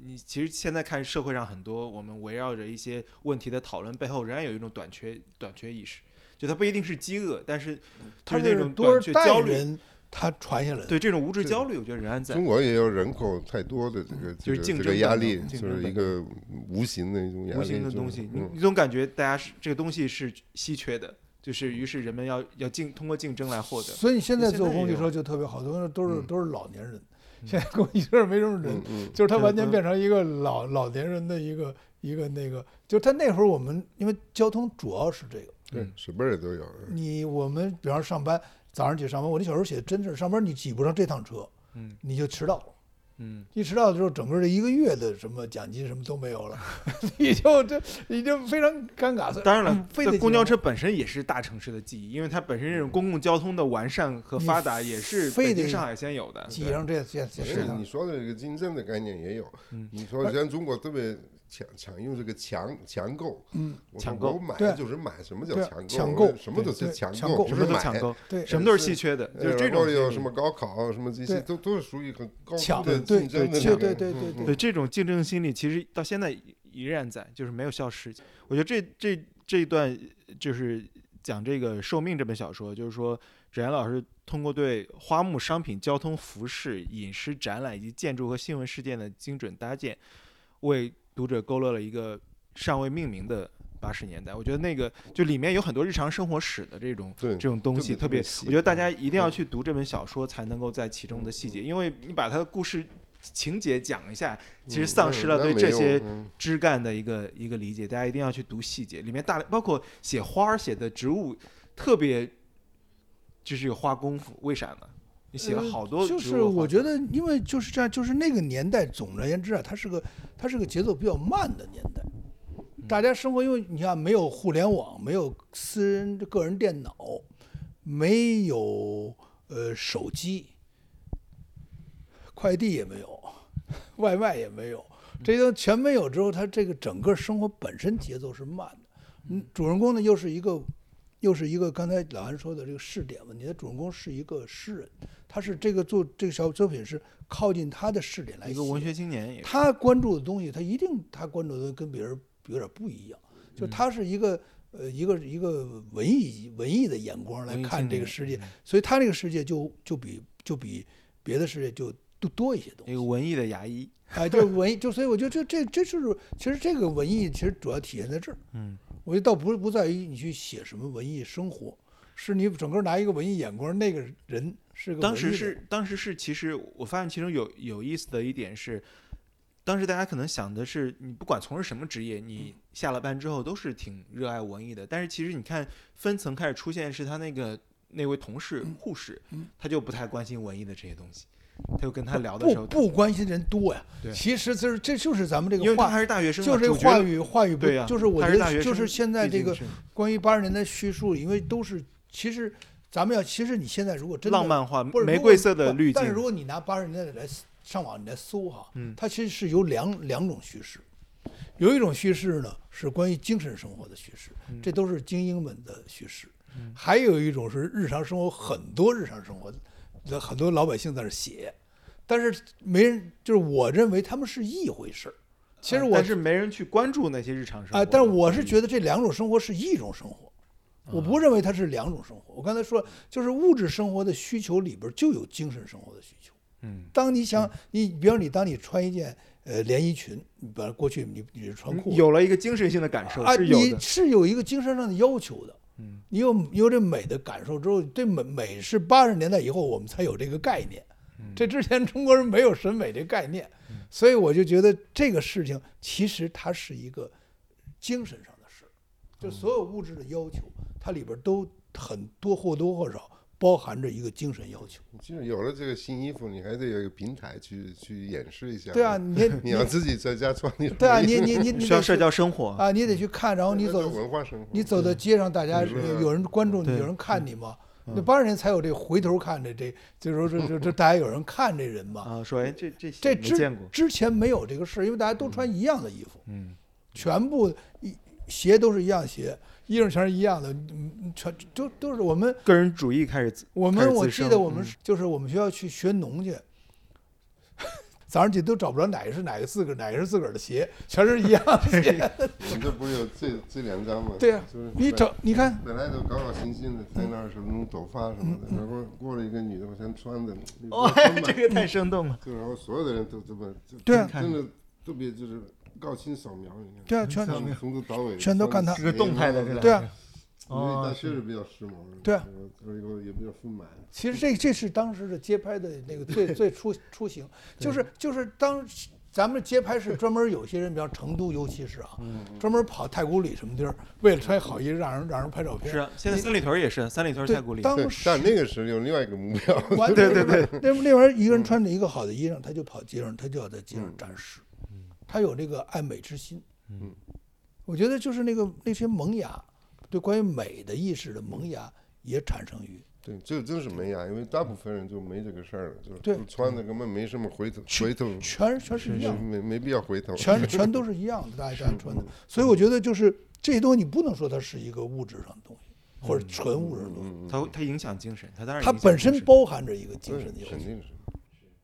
[SPEAKER 9] 你其实现在看社会上很多我们围绕着一些问题的讨论背后，仍然有一种短缺短缺意识，就它不一定是饥饿，但是
[SPEAKER 8] 他
[SPEAKER 9] 就是那种
[SPEAKER 8] 多
[SPEAKER 9] 短
[SPEAKER 8] 少
[SPEAKER 9] 缺
[SPEAKER 8] 代
[SPEAKER 9] 焦虑，
[SPEAKER 8] 人他传下来的。
[SPEAKER 9] 对这种无知焦虑，我觉得仍然在
[SPEAKER 7] 中。国也有人口太多的这个
[SPEAKER 9] 就是
[SPEAKER 7] 这个
[SPEAKER 9] 竞
[SPEAKER 7] 这
[SPEAKER 9] 争
[SPEAKER 7] 个压
[SPEAKER 9] 本能
[SPEAKER 7] 力，
[SPEAKER 9] 竞
[SPEAKER 7] 就
[SPEAKER 9] 争
[SPEAKER 7] 是一
[SPEAKER 9] 本
[SPEAKER 7] 个无形的一种压力，
[SPEAKER 9] 无形的
[SPEAKER 7] 就是
[SPEAKER 9] 东西，你
[SPEAKER 7] 嗯
[SPEAKER 9] 你总感觉大家是这个东西是稀缺的，就是于是人们要要竞通过竞争来获得。
[SPEAKER 8] 所以现在
[SPEAKER 9] 现在
[SPEAKER 8] 坐
[SPEAKER 9] 也
[SPEAKER 8] 公交
[SPEAKER 9] 有
[SPEAKER 8] 车就特别好，多都是
[SPEAKER 7] 嗯
[SPEAKER 8] 都是老年人。现在公交车没什么人
[SPEAKER 7] 嗯，嗯，
[SPEAKER 8] 就是他完全
[SPEAKER 9] 嗯
[SPEAKER 8] 变成一个老老年人的一个一个那个，就他那会儿我们因为交通主要是这个，
[SPEAKER 7] 对，什么人都有。
[SPEAKER 8] 你我们比方上班早上起上班，我那小时候写的真是上班你挤不上这趟车，
[SPEAKER 9] 嗯
[SPEAKER 8] 你就迟到了。
[SPEAKER 9] 嗯，
[SPEAKER 8] 一迟到之后，整个这一个月的什么奖金什么都没有了， *laughs* 你就这你就非常尴尬。所以
[SPEAKER 9] 当然
[SPEAKER 8] 嗯
[SPEAKER 9] 了，
[SPEAKER 8] 非得
[SPEAKER 9] 这
[SPEAKER 8] 挤
[SPEAKER 9] 公交
[SPEAKER 8] 上
[SPEAKER 9] 车本身也是大城市的记忆，因为它本身这种公共交通的完善和
[SPEAKER 8] 你
[SPEAKER 9] 发达也是
[SPEAKER 8] 非
[SPEAKER 9] 北
[SPEAKER 8] 得
[SPEAKER 9] 京、上海先有的。
[SPEAKER 8] 挤
[SPEAKER 9] 对
[SPEAKER 8] 上这这这
[SPEAKER 7] 是
[SPEAKER 8] 这
[SPEAKER 7] 你
[SPEAKER 8] 趟，
[SPEAKER 7] 说的这个竞争的概念也有
[SPEAKER 9] 嗯。
[SPEAKER 7] 你说像中国特别强强用这个强强购，
[SPEAKER 8] 嗯，
[SPEAKER 7] 我
[SPEAKER 9] 抢
[SPEAKER 7] 说
[SPEAKER 9] 购
[SPEAKER 7] 我买
[SPEAKER 8] 对
[SPEAKER 7] 就是买，什么叫
[SPEAKER 8] 对啊
[SPEAKER 7] 抢
[SPEAKER 8] 抢
[SPEAKER 7] 购？我
[SPEAKER 8] 购
[SPEAKER 7] 什么都
[SPEAKER 8] 对
[SPEAKER 7] 是
[SPEAKER 8] 对
[SPEAKER 7] 抢
[SPEAKER 8] 抢购
[SPEAKER 7] 购，
[SPEAKER 9] 什
[SPEAKER 7] 不
[SPEAKER 9] 么
[SPEAKER 7] 是
[SPEAKER 9] 都
[SPEAKER 7] 买。
[SPEAKER 9] 抢购，
[SPEAKER 8] 对，
[SPEAKER 9] 什么都是稀缺的，就是这种
[SPEAKER 7] 呃然后有
[SPEAKER 9] 竞
[SPEAKER 7] 什
[SPEAKER 9] 争
[SPEAKER 7] 么高考，什么这些
[SPEAKER 8] 嗯对
[SPEAKER 7] 都都是属于很高
[SPEAKER 8] 抢
[SPEAKER 7] 度的
[SPEAKER 8] 对
[SPEAKER 7] 竞争的
[SPEAKER 9] 对
[SPEAKER 7] 那
[SPEAKER 9] 对
[SPEAKER 7] 种
[SPEAKER 8] 对对对
[SPEAKER 7] 嗯嗯
[SPEAKER 9] 对这种竞争心理，其实到现在依然在，就是没有消失。我觉得这这这一段就是讲这个《寿命》这本小说，就是说芷然老师通过对花木、商品、交通、服饰、饮食、展览以及建筑和新闻事件的精准搭建，为读者勾勒了一个尚未命名的。八十年代，我觉得那个就里面有很多日常生活史的这种
[SPEAKER 7] 对
[SPEAKER 9] 这种东
[SPEAKER 7] 特
[SPEAKER 9] 西，
[SPEAKER 7] 别
[SPEAKER 9] 特别
[SPEAKER 7] 特别，细嗯
[SPEAKER 9] 我觉得大家一定要去读这本小说，才能够在其中的细节，因为你把它的故事情节讲一下，其
[SPEAKER 7] 嗯
[SPEAKER 9] 实丧失了对这些枝干的一个一个理解，大家一定要去读细节，里面大包括写花儿写的植物，特别就是有花功夫，为啥呢？你写了
[SPEAKER 8] 呃
[SPEAKER 9] 好多植
[SPEAKER 8] 就
[SPEAKER 9] 物
[SPEAKER 8] 是
[SPEAKER 9] 花
[SPEAKER 8] 我觉得，因为就是这样，就是那个年代，总而言之啊，它是个它是个节奏比较慢的年代。
[SPEAKER 9] 嗯
[SPEAKER 8] 大家生活，因为你看，没有互联网，没有私人个人电脑，没有呃手机，快递也没有，外卖也没有，这些全没有之后，他这个整个生活本身节奏是慢的。嗯，主人公呢又是一个，又是一个刚才老安说的这个试点问题。他主人公是一个诗人，他是这个作这个小作品是靠近他的试点来
[SPEAKER 9] 一个文
[SPEAKER 8] 写
[SPEAKER 9] 学青年也是
[SPEAKER 8] 他关注的东西，他一定他关注的跟别人有点不一样。就他是一个呃，一个一个文艺文艺的眼光来
[SPEAKER 5] 文艺
[SPEAKER 8] 看
[SPEAKER 5] 青
[SPEAKER 8] 这个
[SPEAKER 5] 年
[SPEAKER 8] 世界，所以他这个世界就就比就比别的世界就多多一些东西
[SPEAKER 9] 一。个文艺的牙医，
[SPEAKER 8] 哎，就是文艺，就所以我觉得这这这就是其实这个文艺其实主要体现在这儿。
[SPEAKER 9] 嗯，
[SPEAKER 8] 我觉得倒不是不在于你去写什么文艺生活，是你整个拿一个文艺眼光，那个人是个
[SPEAKER 9] 当
[SPEAKER 8] 文艺
[SPEAKER 9] 时
[SPEAKER 8] 的
[SPEAKER 9] 是当时是，其实我发现其中有有意思的一点是，当时大家可能想的是，你不管从事什么职业，你
[SPEAKER 8] 嗯
[SPEAKER 9] 下了班之后都是挺热爱文艺的。但是其实你看分层开始出现，是他那个那位同事
[SPEAKER 8] 嗯
[SPEAKER 9] 护士，他就不太关心文艺的这些东西，他就跟他聊的时
[SPEAKER 8] 不
[SPEAKER 9] 候，
[SPEAKER 8] 不关心人多呀
[SPEAKER 9] 对。
[SPEAKER 8] 其实这是这就是咱们这
[SPEAKER 9] 因
[SPEAKER 8] 个
[SPEAKER 9] 为他
[SPEAKER 8] 话，
[SPEAKER 9] 还是大学生嘛，
[SPEAKER 8] 就是这
[SPEAKER 9] 主
[SPEAKER 8] 个
[SPEAKER 9] 角
[SPEAKER 8] 话语话语不
[SPEAKER 9] 对呀、
[SPEAKER 8] 就是我
[SPEAKER 9] 他
[SPEAKER 8] 觉
[SPEAKER 9] 大学
[SPEAKER 8] 得
[SPEAKER 9] 生
[SPEAKER 8] 就是现在
[SPEAKER 9] 毕
[SPEAKER 8] 这
[SPEAKER 9] 竟
[SPEAKER 8] 个
[SPEAKER 9] 是
[SPEAKER 8] 关于八十年代叙述，因为都是其实咱们要其实你现在如果真的
[SPEAKER 9] 浪漫化
[SPEAKER 8] 不
[SPEAKER 9] 啊
[SPEAKER 8] 是
[SPEAKER 9] 玫瑰色的滤
[SPEAKER 8] 但是如
[SPEAKER 9] 镜，
[SPEAKER 8] 果你拿八十年代来上网你来搜哈，
[SPEAKER 9] 嗯
[SPEAKER 8] 它其实是有两两种叙事，有一种叙事呢是关于精神生活的叙事，
[SPEAKER 9] 嗯
[SPEAKER 8] 这都是精英们的叙事，还有一种是日常生活，很多日常生活的很多老百姓在那儿写，但是没人就是我认为他们是一回事儿。其实我
[SPEAKER 9] 啊但是没人去关注那些日常生活嗯
[SPEAKER 8] 啊，但是我是觉得这两种生活是一种生活，我
[SPEAKER 9] 啊
[SPEAKER 8] 不认为它是两种生活。我刚才说，就是物质生活的需求里边就有精神生活的需求。
[SPEAKER 9] 嗯，
[SPEAKER 8] 当你想你，比方你当你穿一件呃连衣裙，你本来过去你你是穿裤子，
[SPEAKER 9] 嗯有了一个精神性的感受
[SPEAKER 8] 啊，
[SPEAKER 9] 是有
[SPEAKER 8] 你
[SPEAKER 9] 的，
[SPEAKER 8] 是有一个精神上的要求的。
[SPEAKER 9] 嗯，
[SPEAKER 8] 你有有这美的感受之后，对美美是八十年代以后我们才有这个概念，这之前中国人没有审美这概念，所以我就觉得这个事情其实它是一个精神上的事，就所有物质的要求，它里边都很多或多或少包含着一个精神要求。
[SPEAKER 7] 其实有了这个新衣服，你还得有一个平台去去演示一下。
[SPEAKER 8] 对啊，，你
[SPEAKER 7] *laughs* 你
[SPEAKER 8] 你
[SPEAKER 7] 要自己在家穿，你
[SPEAKER 8] 对啊，你你你你
[SPEAKER 9] 需要
[SPEAKER 8] 得
[SPEAKER 9] 社
[SPEAKER 8] 去
[SPEAKER 9] 交生活，
[SPEAKER 8] 啊，你得去看，然后你
[SPEAKER 7] 那叫
[SPEAKER 8] 走
[SPEAKER 7] 文化生活，
[SPEAKER 8] 你走到街上，大家
[SPEAKER 7] 你说
[SPEAKER 8] 有有人关注你，
[SPEAKER 9] 对嗯
[SPEAKER 8] 有人看你吗？那八十年才有这回头看的这，就是说这这这大家有人看这人嘛。
[SPEAKER 9] 啊，说哎，这这这
[SPEAKER 8] 这
[SPEAKER 9] 没
[SPEAKER 8] 之
[SPEAKER 9] 见过，
[SPEAKER 8] 之前没有这个事儿，因为大家都穿一样的衣服，
[SPEAKER 9] 嗯，
[SPEAKER 8] 全部一鞋都是一样鞋，衣裳全是一样的，嗯，全都都是我们
[SPEAKER 9] 个人主义开始自，
[SPEAKER 8] 我
[SPEAKER 9] 开
[SPEAKER 8] 们
[SPEAKER 9] 始
[SPEAKER 8] 我
[SPEAKER 9] 滋
[SPEAKER 8] 记
[SPEAKER 9] 生
[SPEAKER 8] 得我们
[SPEAKER 9] 嗯
[SPEAKER 8] 是就是我们学校去学农去， *laughs* 早上起都找不着哪个是哪个自个儿哪个是自个儿的鞋，全是一样的
[SPEAKER 9] *laughs*
[SPEAKER 8] 鞋。
[SPEAKER 7] 我们这不是有这这两张吗？
[SPEAKER 8] 对啊
[SPEAKER 7] 就是
[SPEAKER 8] 你找你看
[SPEAKER 7] *laughs* 本来都搞搞新新的，在那儿什么弄抖发什么
[SPEAKER 8] 嗯
[SPEAKER 7] 的，然后过了一个女的，我先穿的，
[SPEAKER 9] 哇、
[SPEAKER 8] 哦
[SPEAKER 7] 我
[SPEAKER 8] *laughs*
[SPEAKER 7] 穿
[SPEAKER 9] *laughs*
[SPEAKER 7] 满
[SPEAKER 9] 这个
[SPEAKER 8] 嗯
[SPEAKER 9] 太生动了，
[SPEAKER 7] 就然后所有的人都这么，就
[SPEAKER 8] 对啊
[SPEAKER 7] 真的特别就是高清扫描，你看，
[SPEAKER 8] 对啊，全
[SPEAKER 7] 从从头到尾
[SPEAKER 8] 全都看他
[SPEAKER 7] 是个
[SPEAKER 9] 动态的是吧哦
[SPEAKER 8] 对啊。
[SPEAKER 7] 因为他确实比较时髦，
[SPEAKER 8] 对啊，
[SPEAKER 7] 就是一个也比较丰满，
[SPEAKER 8] 其实这这是当时的街拍的那个 *laughs* 最最初雏形，就是就是当时咱们街拍是专门有些人，比方成都，尤其是啊，专门跑太古里什么地儿，为了穿好衣，让人让人拍照片。
[SPEAKER 9] 是啊，现在三里屯儿也是，三里屯儿
[SPEAKER 8] 对
[SPEAKER 9] 太古里，
[SPEAKER 8] 当
[SPEAKER 7] 对，
[SPEAKER 8] 时
[SPEAKER 7] 但那个是有另外一个目标，
[SPEAKER 8] 完对对嗯对，那那玩意儿一个人穿着一个好的衣裳，他就跑街上，他就要在街上展示，他有这个爱美之心。
[SPEAKER 7] 嗯，
[SPEAKER 8] 我觉得就是那个那些萌芽，对关于美的意识的萌芽，也产生于
[SPEAKER 7] 对，这真是没呀，因为大部分人就没这个事儿了，就是
[SPEAKER 8] 对
[SPEAKER 7] 就穿的根本没什么回头，回头
[SPEAKER 8] 全全是一样的。
[SPEAKER 7] 没没必要回头，
[SPEAKER 8] 全全都是一样的，大家这样穿的。所以我觉得就是这些东西，你不能说它是一个物质上的东西，或者纯物质的东西，
[SPEAKER 9] 它它影响精神，它当然
[SPEAKER 8] 它
[SPEAKER 9] 影响
[SPEAKER 8] 本
[SPEAKER 9] 精
[SPEAKER 8] 身
[SPEAKER 9] 神
[SPEAKER 8] 包含着一个精
[SPEAKER 7] 对
[SPEAKER 8] 神的要
[SPEAKER 7] 肯
[SPEAKER 8] 求。
[SPEAKER 7] 定是。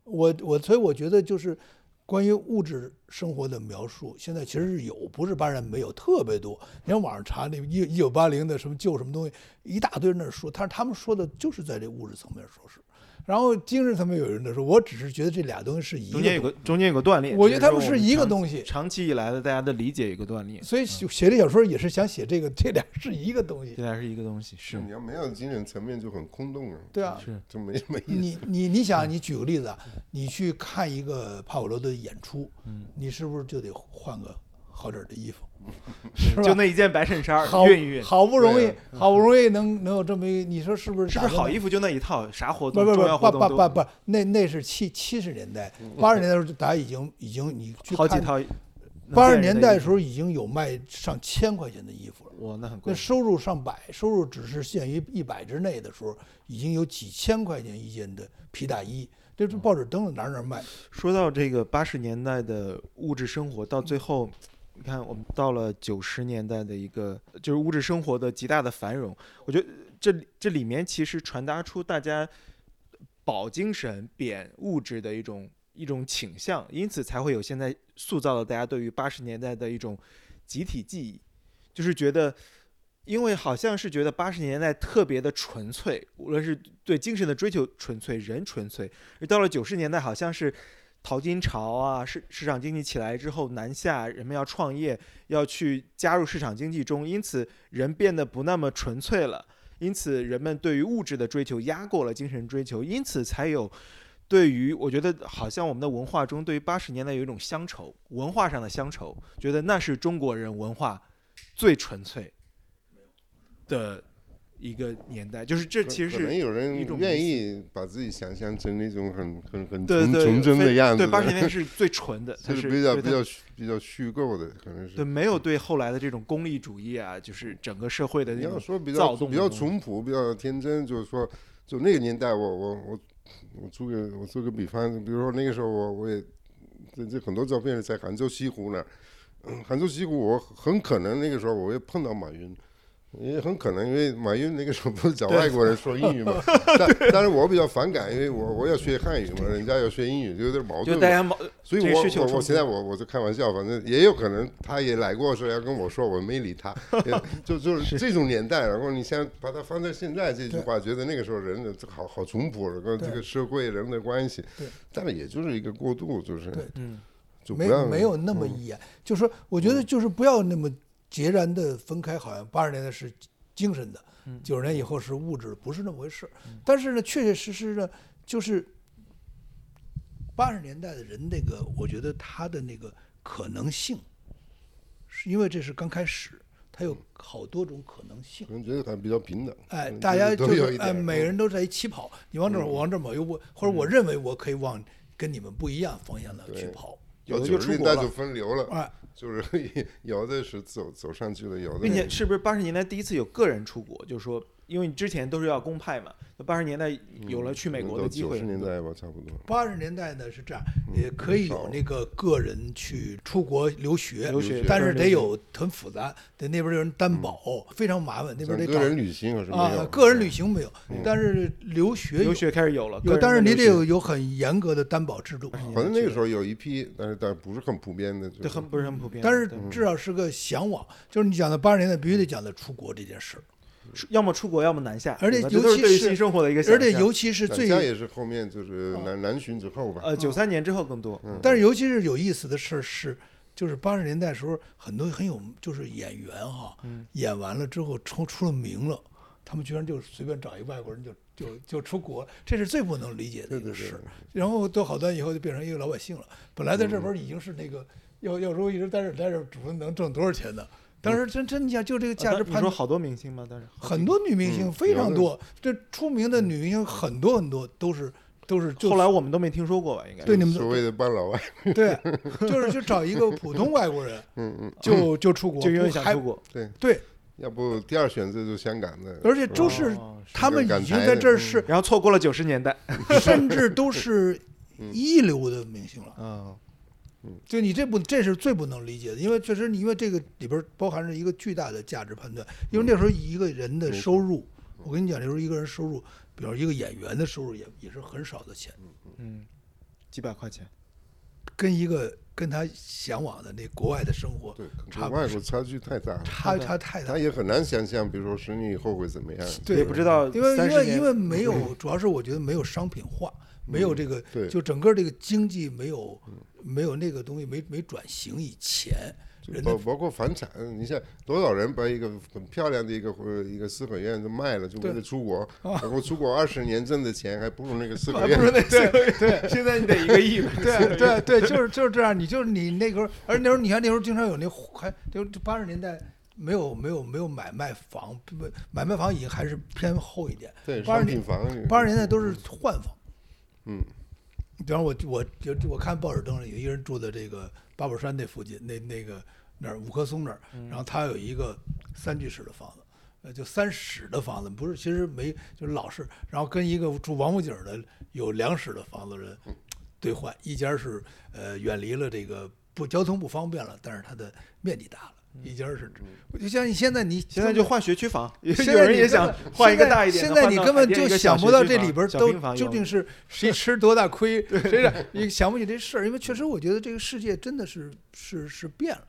[SPEAKER 8] 我我所以我觉得就是关于物质生活的描述，现在其实是有，不是八然没有，特别多。你看网上查那一一九八零的什么旧什么东西，一大堆人在那说，但是他们说的就是在这物质层面说是。然后精神层面有人在说，我只是觉得这俩东西是一个
[SPEAKER 9] 中间有
[SPEAKER 8] 东
[SPEAKER 9] 个中间有个断裂，
[SPEAKER 8] 我觉得
[SPEAKER 9] 只
[SPEAKER 8] 他们
[SPEAKER 9] 说
[SPEAKER 8] 是
[SPEAKER 9] 我
[SPEAKER 8] 一个
[SPEAKER 9] 长
[SPEAKER 8] 东西
[SPEAKER 9] 长期以来的大家的理解有个断裂
[SPEAKER 8] 西，，所以写写这小说也是想写这个，这俩是一个东西
[SPEAKER 9] 这。还是一个东西，
[SPEAKER 8] 嗯
[SPEAKER 9] 是
[SPEAKER 7] 你要没有精神层面就很空洞啊，
[SPEAKER 8] 对啊，
[SPEAKER 9] 是
[SPEAKER 7] 就没什么意思。
[SPEAKER 8] 你你你
[SPEAKER 9] 嗯
[SPEAKER 8] 想，你举个例子啊，你去看一个帕瓦罗的演出，
[SPEAKER 9] 嗯
[SPEAKER 8] 你是不是就得换个好点儿的衣
[SPEAKER 9] *laughs*
[SPEAKER 8] 服，是吧？
[SPEAKER 9] 就那一件白衬衫
[SPEAKER 8] 好
[SPEAKER 9] 儿，熨一熨，
[SPEAKER 8] 好不容易
[SPEAKER 7] 对，
[SPEAKER 8] 好不容易能能有这么一个，你说是不是？
[SPEAKER 9] 是不是好衣
[SPEAKER 8] 服？
[SPEAKER 9] 服就那一套，啥活
[SPEAKER 8] 不
[SPEAKER 9] 动
[SPEAKER 8] 不
[SPEAKER 9] 重
[SPEAKER 8] 不
[SPEAKER 9] 要活
[SPEAKER 8] 不
[SPEAKER 9] 动
[SPEAKER 8] 不
[SPEAKER 9] 都嗯
[SPEAKER 8] 不不，那那是七七十年代，八十年代的时候，大家已经已经你去
[SPEAKER 9] 好几
[SPEAKER 8] 看，
[SPEAKER 9] 套，
[SPEAKER 8] 八十年代的时
[SPEAKER 9] 候，
[SPEAKER 8] 候已经有卖上千块钱的衣服了。
[SPEAKER 9] 哇，那很
[SPEAKER 8] 那
[SPEAKER 9] 贵，
[SPEAKER 8] 收入上百，收入只是限于一百之内的时候，已经有几千块钱一件的皮大衣，这这报纸登了哪儿哪儿卖，
[SPEAKER 7] 嗯
[SPEAKER 9] 说到这个八十年代的物质生活，到最后，你看我们到了九十年代的一个就是物质生活的极大的繁荣，我觉得这这里面其实传达出大家保精神、贬物质的一种一种倾向，因此才会有现在塑造了大家对于八十年代的一种集体记忆，就是觉得因为好像是觉得八十年代特别的纯粹，无论是对精神的追求纯粹，人纯粹，而到了九十年代好像是淘金潮啊，市市场经济起来之后南下，人们要创业，要去加入市场经济中，因此人变得不那么纯粹了，因此人们对于物质的追求压过了精神追求，因此才有。对于我觉得好像我们的文化中，对于八十年代有一种乡愁，文化上的乡愁，觉得那是中国人文化最纯粹的一个年代，就是这其实
[SPEAKER 7] 可能
[SPEAKER 9] 是
[SPEAKER 7] 有人
[SPEAKER 9] 一种
[SPEAKER 7] 愿
[SPEAKER 9] 迷
[SPEAKER 7] 意把自己想象成那种很很很
[SPEAKER 9] 对
[SPEAKER 7] 纯
[SPEAKER 9] 对
[SPEAKER 7] 纯真的
[SPEAKER 9] 非
[SPEAKER 7] 样子
[SPEAKER 9] 对
[SPEAKER 7] 的，
[SPEAKER 9] 八十年代是最纯
[SPEAKER 7] *laughs*
[SPEAKER 9] 的，它
[SPEAKER 7] 就是比较
[SPEAKER 9] 对
[SPEAKER 7] 比
[SPEAKER 9] 它
[SPEAKER 7] 较虚比较虚构的，可能是
[SPEAKER 9] 对没有对后来的这种功利主义啊，就是整个社会的
[SPEAKER 7] 你
[SPEAKER 9] 那
[SPEAKER 7] 要
[SPEAKER 9] 种
[SPEAKER 7] 说比
[SPEAKER 9] 躁
[SPEAKER 7] 较
[SPEAKER 9] 动
[SPEAKER 7] 比
[SPEAKER 9] 的
[SPEAKER 7] 较
[SPEAKER 9] 东西
[SPEAKER 7] 淳朴、比较天真，就是说，就那个年代我，我我我做个我做个比方，比如说那个时候我我也这这很多照片是在杭州西湖那儿，嗯杭州西湖我很可能那个时候我也碰到马云。也很可能，因为马云那个时候不是讲外国人说英
[SPEAKER 9] *laughs*
[SPEAKER 7] 语嘛，但但是我比较反感，因为我我要学汉语嘛，人家要学英语，就有点矛盾
[SPEAKER 9] 就
[SPEAKER 7] 嘛。
[SPEAKER 9] 大家矛
[SPEAKER 7] 所以
[SPEAKER 9] 这个
[SPEAKER 7] 我
[SPEAKER 9] 需求
[SPEAKER 7] 我
[SPEAKER 9] 冲
[SPEAKER 7] 我
[SPEAKER 9] 突
[SPEAKER 7] 现在我我就开玩笑，反正也有可能他也来过说要跟我说，我没理他，也就就是这种年代，然后你现在把它放在现在这句话，觉得那个时候人的这好好淳朴，然后这个社会人的关系
[SPEAKER 6] 对，
[SPEAKER 7] 但是也就是一个过渡，就是
[SPEAKER 6] 对
[SPEAKER 9] 嗯
[SPEAKER 7] 就不
[SPEAKER 6] 没
[SPEAKER 7] 要
[SPEAKER 6] 没有那么
[SPEAKER 7] 嗯
[SPEAKER 6] 严，就是说我觉得就是不要那么截然的分开，好像八十年代是精神的，
[SPEAKER 7] 嗯
[SPEAKER 6] 九十年以后是物质的，不是那么回事。但是呢，确确实实呢，就是
[SPEAKER 8] 八十年代的人，那个我觉得他的那个可能性，是因为这是刚开始，他
[SPEAKER 7] 嗯
[SPEAKER 8] 有好多种可能性
[SPEAKER 7] 可。能觉得还比较平等，
[SPEAKER 8] 哎，
[SPEAKER 7] 嗯
[SPEAKER 8] 大
[SPEAKER 7] 就
[SPEAKER 8] 家
[SPEAKER 7] 是
[SPEAKER 8] 就
[SPEAKER 7] 都有
[SPEAKER 8] 是
[SPEAKER 7] 一点嗯
[SPEAKER 8] 哎，
[SPEAKER 7] 儿
[SPEAKER 8] 每个人都在一起跑，你往这儿跑，我往这儿跑，又不或者我认为我可以往跟你们不一样方向来去
[SPEAKER 7] 嗯对
[SPEAKER 8] 跑，
[SPEAKER 7] 到
[SPEAKER 9] 有的
[SPEAKER 7] 九
[SPEAKER 9] 就
[SPEAKER 7] 十
[SPEAKER 9] 出
[SPEAKER 7] 年
[SPEAKER 9] 国
[SPEAKER 7] 代就
[SPEAKER 9] 了，
[SPEAKER 7] 分流了，
[SPEAKER 8] 哎，
[SPEAKER 7] 就是 *laughs* 有的是走走上去了，有的
[SPEAKER 9] 并且
[SPEAKER 7] 是
[SPEAKER 9] 是不是八十年代第一次有个人出国？就是说，因为你之前都是要公派嘛，八十年代
[SPEAKER 7] 嗯
[SPEAKER 9] 有了去美国的机
[SPEAKER 7] 九
[SPEAKER 9] 会
[SPEAKER 7] 十，年代吧，差不多。
[SPEAKER 8] 八十年代呢是这样，
[SPEAKER 7] 嗯
[SPEAKER 8] 也可以有那个个人去出国留学，
[SPEAKER 9] 留学
[SPEAKER 8] 但
[SPEAKER 9] 个
[SPEAKER 8] 是
[SPEAKER 9] 人
[SPEAKER 8] 得
[SPEAKER 9] 留学
[SPEAKER 8] 有很复杂，得那边有人担保，非常麻烦，那边
[SPEAKER 7] 嗯像
[SPEAKER 8] 得找
[SPEAKER 7] 个人旅行可是没有嗯
[SPEAKER 8] 啊，个人旅行没有，但是留学有
[SPEAKER 9] 留学开始有了，个
[SPEAKER 8] 有，
[SPEAKER 9] 人
[SPEAKER 8] 但
[SPEAKER 9] 的
[SPEAKER 8] 是你
[SPEAKER 9] 留
[SPEAKER 8] 得
[SPEAKER 9] 学
[SPEAKER 8] 有有很严格的担保制度，
[SPEAKER 7] 好像那个时候有一批，但是但不是很普遍的，就
[SPEAKER 9] 对，很不是很普遍的。
[SPEAKER 8] 但是
[SPEAKER 9] 对
[SPEAKER 8] 至少是个向往，就是你讲的八十年代必须得讲的出国这件事儿，
[SPEAKER 9] 出要么出国，要么南下，
[SPEAKER 8] 而且
[SPEAKER 9] 对吧
[SPEAKER 8] 尤
[SPEAKER 9] 这都
[SPEAKER 8] 其
[SPEAKER 9] 对于
[SPEAKER 8] 是
[SPEAKER 9] 新生活的一个想
[SPEAKER 8] 而
[SPEAKER 9] 象，
[SPEAKER 8] 且尤其是
[SPEAKER 7] 南
[SPEAKER 8] 最哦
[SPEAKER 7] 下也是后面就是南南巡之后吧，
[SPEAKER 9] 呃九三年之后更多，
[SPEAKER 7] 嗯
[SPEAKER 8] 但是尤其是有意思的事儿是，就是八十年代时候很多很有就是演员哈，
[SPEAKER 9] 嗯
[SPEAKER 8] 演完了之后出出了名了，他们居然就随便找一外国人就就就出国，这是最不能理解的一个事儿。然后都好端以后就变成一个老百姓了，本来在这
[SPEAKER 9] 嗯
[SPEAKER 8] 边已经是那个、要要说一直在这儿待着，主人能挣多少钱呢？当时真真你想就这个价值
[SPEAKER 9] 呃你
[SPEAKER 8] 判
[SPEAKER 9] 说
[SPEAKER 8] 断。
[SPEAKER 9] 好多明星吗？但是
[SPEAKER 8] 很多女明星
[SPEAKER 7] 嗯
[SPEAKER 8] 非常
[SPEAKER 7] 有的
[SPEAKER 8] 多，这出名的女明星很多很多都是都是就
[SPEAKER 9] 后来我们都没听说过吧？应该
[SPEAKER 8] 对你们
[SPEAKER 7] 所谓的半老外，
[SPEAKER 8] *laughs* 对，就是就找一个普通外国
[SPEAKER 7] *laughs*
[SPEAKER 8] 人，嗯嗯，就就出国，
[SPEAKER 9] 就因为
[SPEAKER 8] 不
[SPEAKER 9] 想
[SPEAKER 8] 还
[SPEAKER 9] 出国，
[SPEAKER 7] 对，
[SPEAKER 8] 对，
[SPEAKER 7] 要不第二选择就是香港的，
[SPEAKER 8] 而且都是
[SPEAKER 9] 哦是
[SPEAKER 8] 他们
[SPEAKER 7] 港
[SPEAKER 8] 已经
[SPEAKER 7] 台
[SPEAKER 8] 在
[SPEAKER 7] 的
[SPEAKER 8] 这儿
[SPEAKER 7] 嗯
[SPEAKER 8] 是，
[SPEAKER 9] 然后错过了九十年代，
[SPEAKER 8] *laughs* 甚至都是
[SPEAKER 7] 嗯
[SPEAKER 8] 一流的明星了。
[SPEAKER 9] 嗯，
[SPEAKER 8] 就你这不，这是最不能理解的，因为确实你因为这个里边包含着一个巨大的价值判断，因为那时
[SPEAKER 7] 嗯
[SPEAKER 8] 候一个人的收入，我跟你讲，那时候一个人收入，比如一个演员的收入也也是很少的钱，
[SPEAKER 9] 嗯，几百块钱，
[SPEAKER 8] 跟一个跟他向往的那国外的生活
[SPEAKER 7] 对，
[SPEAKER 8] 差
[SPEAKER 7] 跟
[SPEAKER 8] 不
[SPEAKER 7] 外国差距太大了，
[SPEAKER 8] 差差太大
[SPEAKER 7] 他。也很难想象，比如说十年以后会怎么样，
[SPEAKER 8] 对
[SPEAKER 9] 也不知道
[SPEAKER 8] 因为因
[SPEAKER 9] 30
[SPEAKER 8] 为
[SPEAKER 9] 年
[SPEAKER 7] *laughs*
[SPEAKER 8] 因为没有，主要是我觉得没有商品化，没有这个，
[SPEAKER 7] 嗯对嗯
[SPEAKER 8] 就整个这个经济没有没有那个东西没没转型以前，人
[SPEAKER 7] 包
[SPEAKER 8] 的
[SPEAKER 7] 包括房产，你像多少人把一个很漂亮的一个呃一个四合院就卖了，就为了出国，
[SPEAKER 8] 哦
[SPEAKER 7] 然后出国二十年挣的钱还不如那
[SPEAKER 8] *laughs*
[SPEAKER 7] 个四合院，
[SPEAKER 9] 对， *laughs* 现在你得一个亿吧？
[SPEAKER 8] 对对对， *laughs* 就是就是这样，你就是你那时候，而那时候你看那时候经常有那还就八十年代。没有没有没有买卖房，不不买卖房已经还是偏后一点。
[SPEAKER 7] 对，
[SPEAKER 8] 八
[SPEAKER 7] 商
[SPEAKER 8] 十年
[SPEAKER 7] 品房，
[SPEAKER 8] 八十年代都是换房。
[SPEAKER 7] 嗯，
[SPEAKER 8] 比方我我就我看报纸登上有一个人住在这个八宝山那附近，那那个那儿五棵松那儿，然后他有一个三居室的房子，呃，就三室的房子，不是其实没就是老式，然后跟一个住王府井的有两室的房子人兑换，一家是呃远离了这个不交通不方便了，但是它的面积大了。一家是，我就像你现在你
[SPEAKER 9] 嗯现在就换学区房，有
[SPEAKER 8] 现
[SPEAKER 9] *laughs*
[SPEAKER 8] 在
[SPEAKER 9] 有人
[SPEAKER 8] 你
[SPEAKER 9] 也
[SPEAKER 8] 根
[SPEAKER 9] 想
[SPEAKER 8] 本
[SPEAKER 9] 换一个
[SPEAKER 8] 现在
[SPEAKER 9] 大一点的，
[SPEAKER 8] 现在你
[SPEAKER 9] 换到
[SPEAKER 8] 根
[SPEAKER 9] 海
[SPEAKER 8] 本
[SPEAKER 9] 淀
[SPEAKER 8] 就
[SPEAKER 9] 一个小
[SPEAKER 8] 想不
[SPEAKER 9] 学
[SPEAKER 8] 到
[SPEAKER 9] 区
[SPEAKER 8] 这
[SPEAKER 9] 房
[SPEAKER 8] 里边儿
[SPEAKER 9] 小
[SPEAKER 8] 都
[SPEAKER 9] 平房
[SPEAKER 8] 究
[SPEAKER 9] 有 *laughs*
[SPEAKER 8] 竟是谁吃多大亏，谁让你想不起这事儿，因为确实我觉得这个世界真的是是是变了。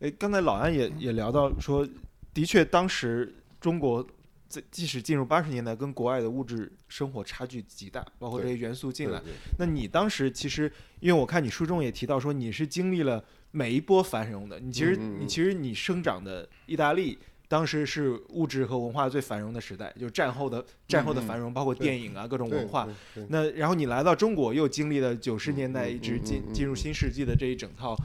[SPEAKER 9] 哎，刚才老安也也聊到说，的确，当时中国在即使进入八十年代，跟国外的物质生活差距极大，包括这
[SPEAKER 7] 对
[SPEAKER 9] 些元素进来
[SPEAKER 7] 对。对
[SPEAKER 9] 那你当时其实，因为我看你书中也提到说，你是经历了每一波繁荣的。你其实，
[SPEAKER 7] 嗯嗯嗯
[SPEAKER 9] 你其实你生长的意大利。当时是物质和文化最繁荣的时代，就战后的战后的繁荣，包括电影啊各种
[SPEAKER 7] 嗯对
[SPEAKER 9] 文化。
[SPEAKER 7] 对对
[SPEAKER 9] 那然后你来到中国，又经历了九十年代
[SPEAKER 7] 嗯嗯
[SPEAKER 9] 一直
[SPEAKER 7] 嗯
[SPEAKER 9] 进
[SPEAKER 7] 嗯
[SPEAKER 9] 进入
[SPEAKER 7] 嗯
[SPEAKER 9] 新世纪的这一整套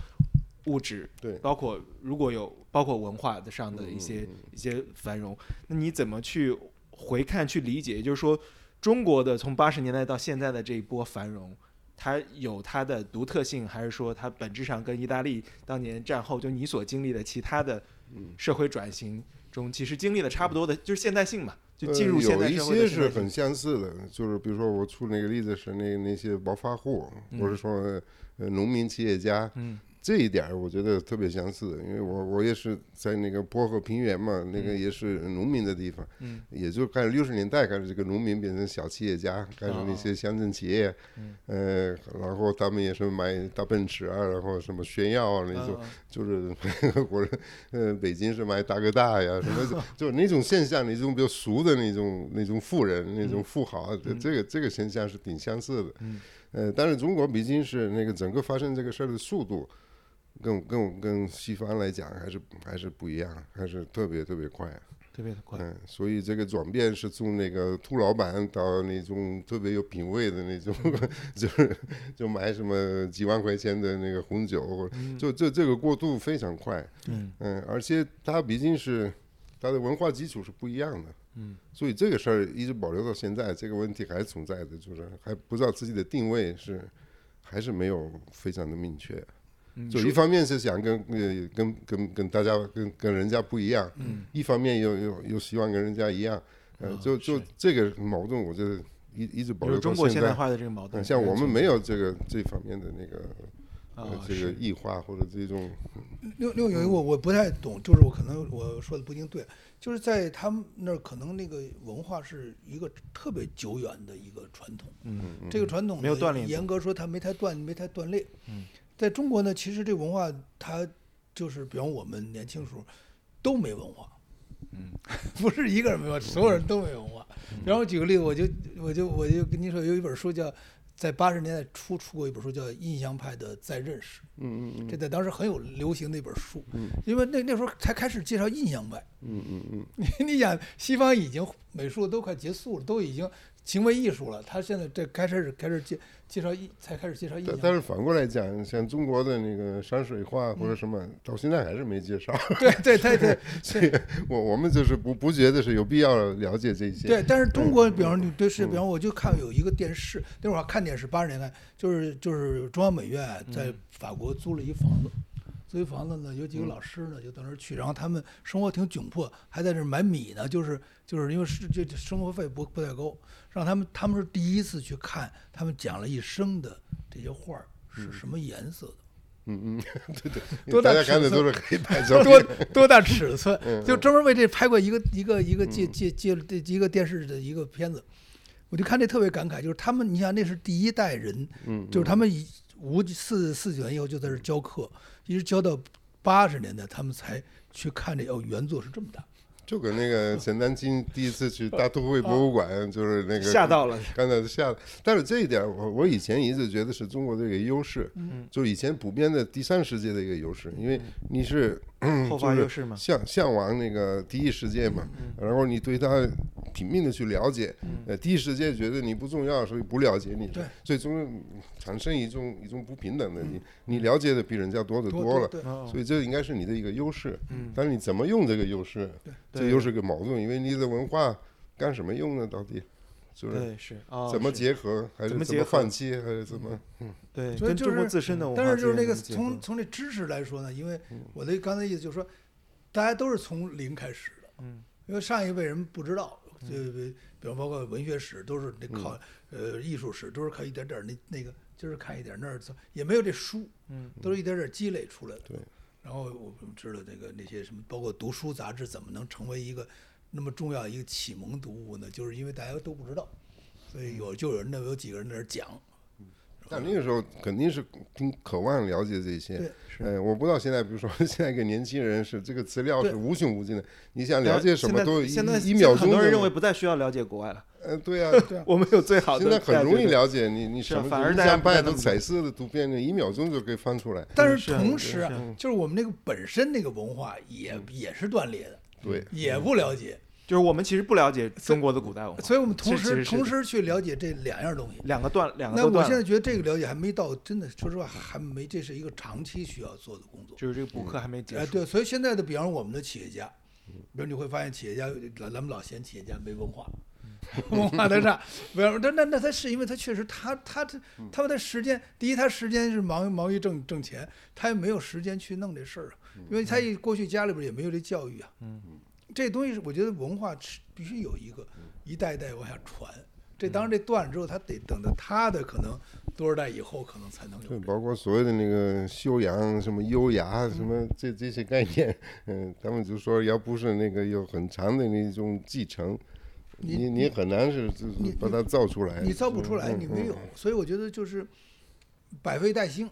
[SPEAKER 9] 物质，
[SPEAKER 7] 对
[SPEAKER 9] 包括如果有包括文化的上的
[SPEAKER 7] 嗯
[SPEAKER 9] 一些
[SPEAKER 7] 嗯嗯
[SPEAKER 9] 一些繁荣，那你怎么去回看去理解？也就是说，中国的从八十年代到现在的这一波繁荣，它有它的独特性，还是说它本质上跟意大利当年战后就你所经历的其他的
[SPEAKER 7] 嗯
[SPEAKER 9] 社会转型中，其实经历了差不多的，就是现代性嘛，就进入
[SPEAKER 7] 呃
[SPEAKER 9] 现代
[SPEAKER 7] 有一
[SPEAKER 9] 社会
[SPEAKER 7] 些
[SPEAKER 9] 的现代
[SPEAKER 7] 是
[SPEAKER 9] 性
[SPEAKER 7] 很相似的，就是比如说我出那个例子是那那些暴发户，或者说呃农民企业家，
[SPEAKER 9] 嗯
[SPEAKER 7] 这一点儿我觉得特别相似，因为我我也是在那个波河平原嘛，那个也是农民的地方，
[SPEAKER 9] 嗯
[SPEAKER 7] 也就开始六十年代开始，这个农民变成小企业家，开始那些乡镇企业，
[SPEAKER 9] 嗯
[SPEAKER 7] 呃，然后他们也是买大奔驰啊，然后什么炫耀啊那种，
[SPEAKER 9] 嗯
[SPEAKER 7] 就是 *laughs* 我呃北京是买大哥大呀，什
[SPEAKER 9] *laughs*
[SPEAKER 7] 么就是那种现象，那种比较俗的那种那种
[SPEAKER 9] 嗯
[SPEAKER 7] 富人、那种富豪，啊这这个这个现象是挺相似的。
[SPEAKER 9] 嗯
[SPEAKER 7] 呃，但是中国毕竟是那个整个发生这个事儿的速度，跟跟跟西方来讲还是还是不一样，还是特别特别快。
[SPEAKER 9] 特别的快，
[SPEAKER 7] 嗯，所以这个转变是从那个兔老板到那种特别有品位的那种，
[SPEAKER 9] 嗯
[SPEAKER 7] *laughs* 就是就买什么几万块钱的那个红酒，或者就这这个过渡非常快。
[SPEAKER 9] 嗯
[SPEAKER 7] 嗯，而且它毕竟是它的文化基础是不一样的。
[SPEAKER 9] 嗯，
[SPEAKER 7] 所以这个事儿一直保留到现在，这个问题还存在的，就是还不知道自己的定位是还是没有非常的明确。
[SPEAKER 9] 嗯
[SPEAKER 7] 就一方面是想跟呃跟跟跟大家跟跟人家不一样，
[SPEAKER 9] 嗯
[SPEAKER 7] 一方面又又又希望跟人家一样，呃，
[SPEAKER 9] 哦
[SPEAKER 7] 就就这个矛盾，我觉得一一直保
[SPEAKER 9] 比如
[SPEAKER 7] 留到
[SPEAKER 9] 中国现
[SPEAKER 7] 现
[SPEAKER 9] 代
[SPEAKER 7] 在。
[SPEAKER 9] 化的这个矛盾，
[SPEAKER 7] 嗯像我们没有这个这方面的那个
[SPEAKER 9] 啊
[SPEAKER 7] 呃这个
[SPEAKER 9] 是
[SPEAKER 7] 异化或者这种
[SPEAKER 8] 另另有
[SPEAKER 9] 嗯
[SPEAKER 8] 一个我我不太懂，就是我可能我说的不一定对，就是在他们那儿可能那个文化是一个特别久远的一个传统，
[SPEAKER 9] 嗯
[SPEAKER 8] 这个传统呢
[SPEAKER 9] 没有断裂
[SPEAKER 8] 严格说它没太断没太断裂。
[SPEAKER 9] 嗯
[SPEAKER 8] 在中国呢，其实这文化它就是，比方我们年轻时候都没文化，嗯， *laughs* 不是一个人没有，所有人都没文化。然后举个例子，我就我就我就跟您说，有一本书叫。在八十年代初出过一本书叫《印象派的再认识》，嗯嗯，这在当时很有流行的一本书，因为那那时候才开始介绍印象派，
[SPEAKER 7] 嗯嗯嗯
[SPEAKER 8] *laughs* 你你想，西方已经美术都快结束了，都已经行为艺术了，他现在这开始开始介介绍印，才开始介绍印
[SPEAKER 7] 但
[SPEAKER 8] 象。
[SPEAKER 7] 但是反过来讲，像中国的那个山水画
[SPEAKER 9] 嗯
[SPEAKER 7] 或者什么，到现在还是没介绍。
[SPEAKER 8] 对 *laughs* 对对对
[SPEAKER 7] 所以我我们就是不不觉得是有必要了解这些。
[SPEAKER 8] 对，但是中国，比方说你对是，比方我就看有一个电视，那会儿看电视，八十年代就是就是中央美院在法国租了一房子，租一房子呢，有几个老师呢就到那儿去，然后他们生活挺窘迫，还在这儿买米呢，就是就是因为是这这生活费不不太高，让他们他们是第一次去看，他们讲了一生的这些画儿是什么颜色的。
[SPEAKER 7] 因
[SPEAKER 8] 多
[SPEAKER 7] 为
[SPEAKER 8] 大
[SPEAKER 7] 大家看
[SPEAKER 8] 尺
[SPEAKER 7] 的
[SPEAKER 8] 寸
[SPEAKER 7] 都是黑
[SPEAKER 8] *laughs*
[SPEAKER 7] 白照
[SPEAKER 8] 多
[SPEAKER 7] 片。
[SPEAKER 8] 多大尺寸，就专门为这拍过一个一个一个借借借这一个电视的一个片子，我就看这特别感慨，就是他们，你想那是第一代人，就是他们以五几四四九年以后就在这儿教课，一直教到八十年代，他们才去看这哦，原作是这么大，
[SPEAKER 7] 就跟那个陈丹青第一次去大都会博物馆，就是那个
[SPEAKER 9] 吓到了，
[SPEAKER 7] 刚才吓了。但是这一点，我我以前一直觉得是中国的一个优势，
[SPEAKER 8] 嗯
[SPEAKER 7] 就是以前普遍的第三世界的一个优势，因为你是
[SPEAKER 9] 后
[SPEAKER 7] 就
[SPEAKER 9] 发
[SPEAKER 7] 是
[SPEAKER 9] 优势嘛，嗯
[SPEAKER 7] 向向往那个第一世界嘛，然后你对它拼命的去了解，呃，第一世界觉得你不重要，所以不了解你，
[SPEAKER 8] 对
[SPEAKER 7] 所以中产生一种一种不平等
[SPEAKER 9] 嗯
[SPEAKER 7] 的，你你了解的比人家多得
[SPEAKER 8] 多
[SPEAKER 7] 多了，
[SPEAKER 8] 对，
[SPEAKER 9] 哦
[SPEAKER 7] 所以这应该是你的一个优势，但是你怎么用这个优势，这
[SPEAKER 9] 嗯对
[SPEAKER 7] 又是个矛盾，因为你的文化干什么用呢？到底就是
[SPEAKER 9] 对是啊，
[SPEAKER 7] 怎么
[SPEAKER 9] 是
[SPEAKER 7] 结合，还
[SPEAKER 9] 怎
[SPEAKER 7] 是
[SPEAKER 9] 么
[SPEAKER 7] 怎
[SPEAKER 9] 结
[SPEAKER 7] 么
[SPEAKER 9] 合嗯
[SPEAKER 7] 放弃，还是怎么？
[SPEAKER 9] 对，
[SPEAKER 8] 所以
[SPEAKER 9] 跟
[SPEAKER 8] 就
[SPEAKER 9] 中国
[SPEAKER 8] 是
[SPEAKER 9] 自身的文化
[SPEAKER 8] 但
[SPEAKER 9] 之间能结合，嗯
[SPEAKER 8] 是就是那个从从这知识来说呢，因为我的刚才意思就是说，大家都是从零开始的，
[SPEAKER 9] 嗯，
[SPEAKER 8] 因为上一辈人不知道，就比比方包括文学史都是那
[SPEAKER 9] 嗯
[SPEAKER 8] 靠、呃艺术史都是靠一点点儿那那个今儿看一点儿那儿走，也没有这书，
[SPEAKER 9] 嗯，
[SPEAKER 8] 都是一点点儿积累出来的，
[SPEAKER 7] 对。
[SPEAKER 8] 然后我们知道这个那些什么，包括读书杂志怎么能成为一个那么重要一个启蒙
[SPEAKER 9] 嗯
[SPEAKER 8] 读物呢？就是因为大家都不知道，所以有就有人认为有几个人在那儿讲，是吧？
[SPEAKER 7] 但那个时候肯定是挺渴望了解这些。
[SPEAKER 8] 对，
[SPEAKER 7] 哎，我不知道现在，比如说 *laughs* 现在给年轻人是这个资料是
[SPEAKER 8] 对
[SPEAKER 7] 无穷无尽的，你想了解什么都一
[SPEAKER 9] 现在
[SPEAKER 7] 一秒
[SPEAKER 9] 现在很
[SPEAKER 7] 钟就
[SPEAKER 9] 多
[SPEAKER 7] 能。
[SPEAKER 9] 人认为不啊再需要了解国外了，
[SPEAKER 7] 呃，对呀、
[SPEAKER 9] 我们有最好的。
[SPEAKER 7] 现在很容易
[SPEAKER 9] 对。
[SPEAKER 7] 了解你你
[SPEAKER 9] 是
[SPEAKER 7] 什
[SPEAKER 9] 啊
[SPEAKER 7] 么
[SPEAKER 9] 反而
[SPEAKER 7] 一
[SPEAKER 9] 大家
[SPEAKER 7] 家
[SPEAKER 9] 不再
[SPEAKER 7] 半
[SPEAKER 9] 那
[SPEAKER 7] 都
[SPEAKER 9] 么
[SPEAKER 7] 彩色的图片，你一秒钟就可以翻出来。
[SPEAKER 8] 但
[SPEAKER 9] 是
[SPEAKER 8] 是
[SPEAKER 9] 啊
[SPEAKER 8] 同
[SPEAKER 9] 是
[SPEAKER 8] 时
[SPEAKER 9] 啊
[SPEAKER 8] 啊，就是我们那个本身那个文化也
[SPEAKER 9] 嗯
[SPEAKER 8] 也是断裂的，
[SPEAKER 7] 对，
[SPEAKER 8] 也不了解，
[SPEAKER 9] 就是我们其实不了解中国的古代文化，
[SPEAKER 8] 所以我们同
[SPEAKER 9] 是是
[SPEAKER 8] 时
[SPEAKER 9] 是
[SPEAKER 8] 同时去了解这两样东西。
[SPEAKER 9] 两个段两个
[SPEAKER 8] 那
[SPEAKER 9] 都
[SPEAKER 8] 我
[SPEAKER 9] 断
[SPEAKER 8] 现在
[SPEAKER 9] 了。
[SPEAKER 8] 觉得这个了解还没到，真的说实话还没，这是一个长期需要做的工作。
[SPEAKER 9] 就是这个补课还没结
[SPEAKER 8] 哎，
[SPEAKER 9] 束。
[SPEAKER 8] 对，所以现在的，比方说我们的企业家，比如你会发现企业家，咱咱们老嫌企业家没文化，
[SPEAKER 9] 嗯
[SPEAKER 8] *laughs* 文化太差。比方说，那那那他是因为他确实他他他
[SPEAKER 9] 嗯
[SPEAKER 8] 他的时间，第一他时间是忙于忙于挣挣钱，他也没有时间去弄这事儿啊，
[SPEAKER 9] 嗯
[SPEAKER 8] 因为他也过去家里边也没有这教育啊。嗯，这东西是我觉得文化是必须有一个
[SPEAKER 9] 嗯
[SPEAKER 8] 一代一代往下传。这当然这断了之后，他得等到他的可能多少代以后，可能才能有
[SPEAKER 7] 对，
[SPEAKER 8] 这个。
[SPEAKER 7] 包括所谓的那个修养、什么优雅、什
[SPEAKER 9] 嗯
[SPEAKER 7] 么这这些概念，嗯，他们就说要不是那个有很长的那种继承，
[SPEAKER 8] 你
[SPEAKER 7] 你你很难是就是
[SPEAKER 8] 你
[SPEAKER 7] 把它造出来。
[SPEAKER 8] 你造不出来，
[SPEAKER 7] 嗯
[SPEAKER 8] 你没有。所以我觉得就是百废待兴，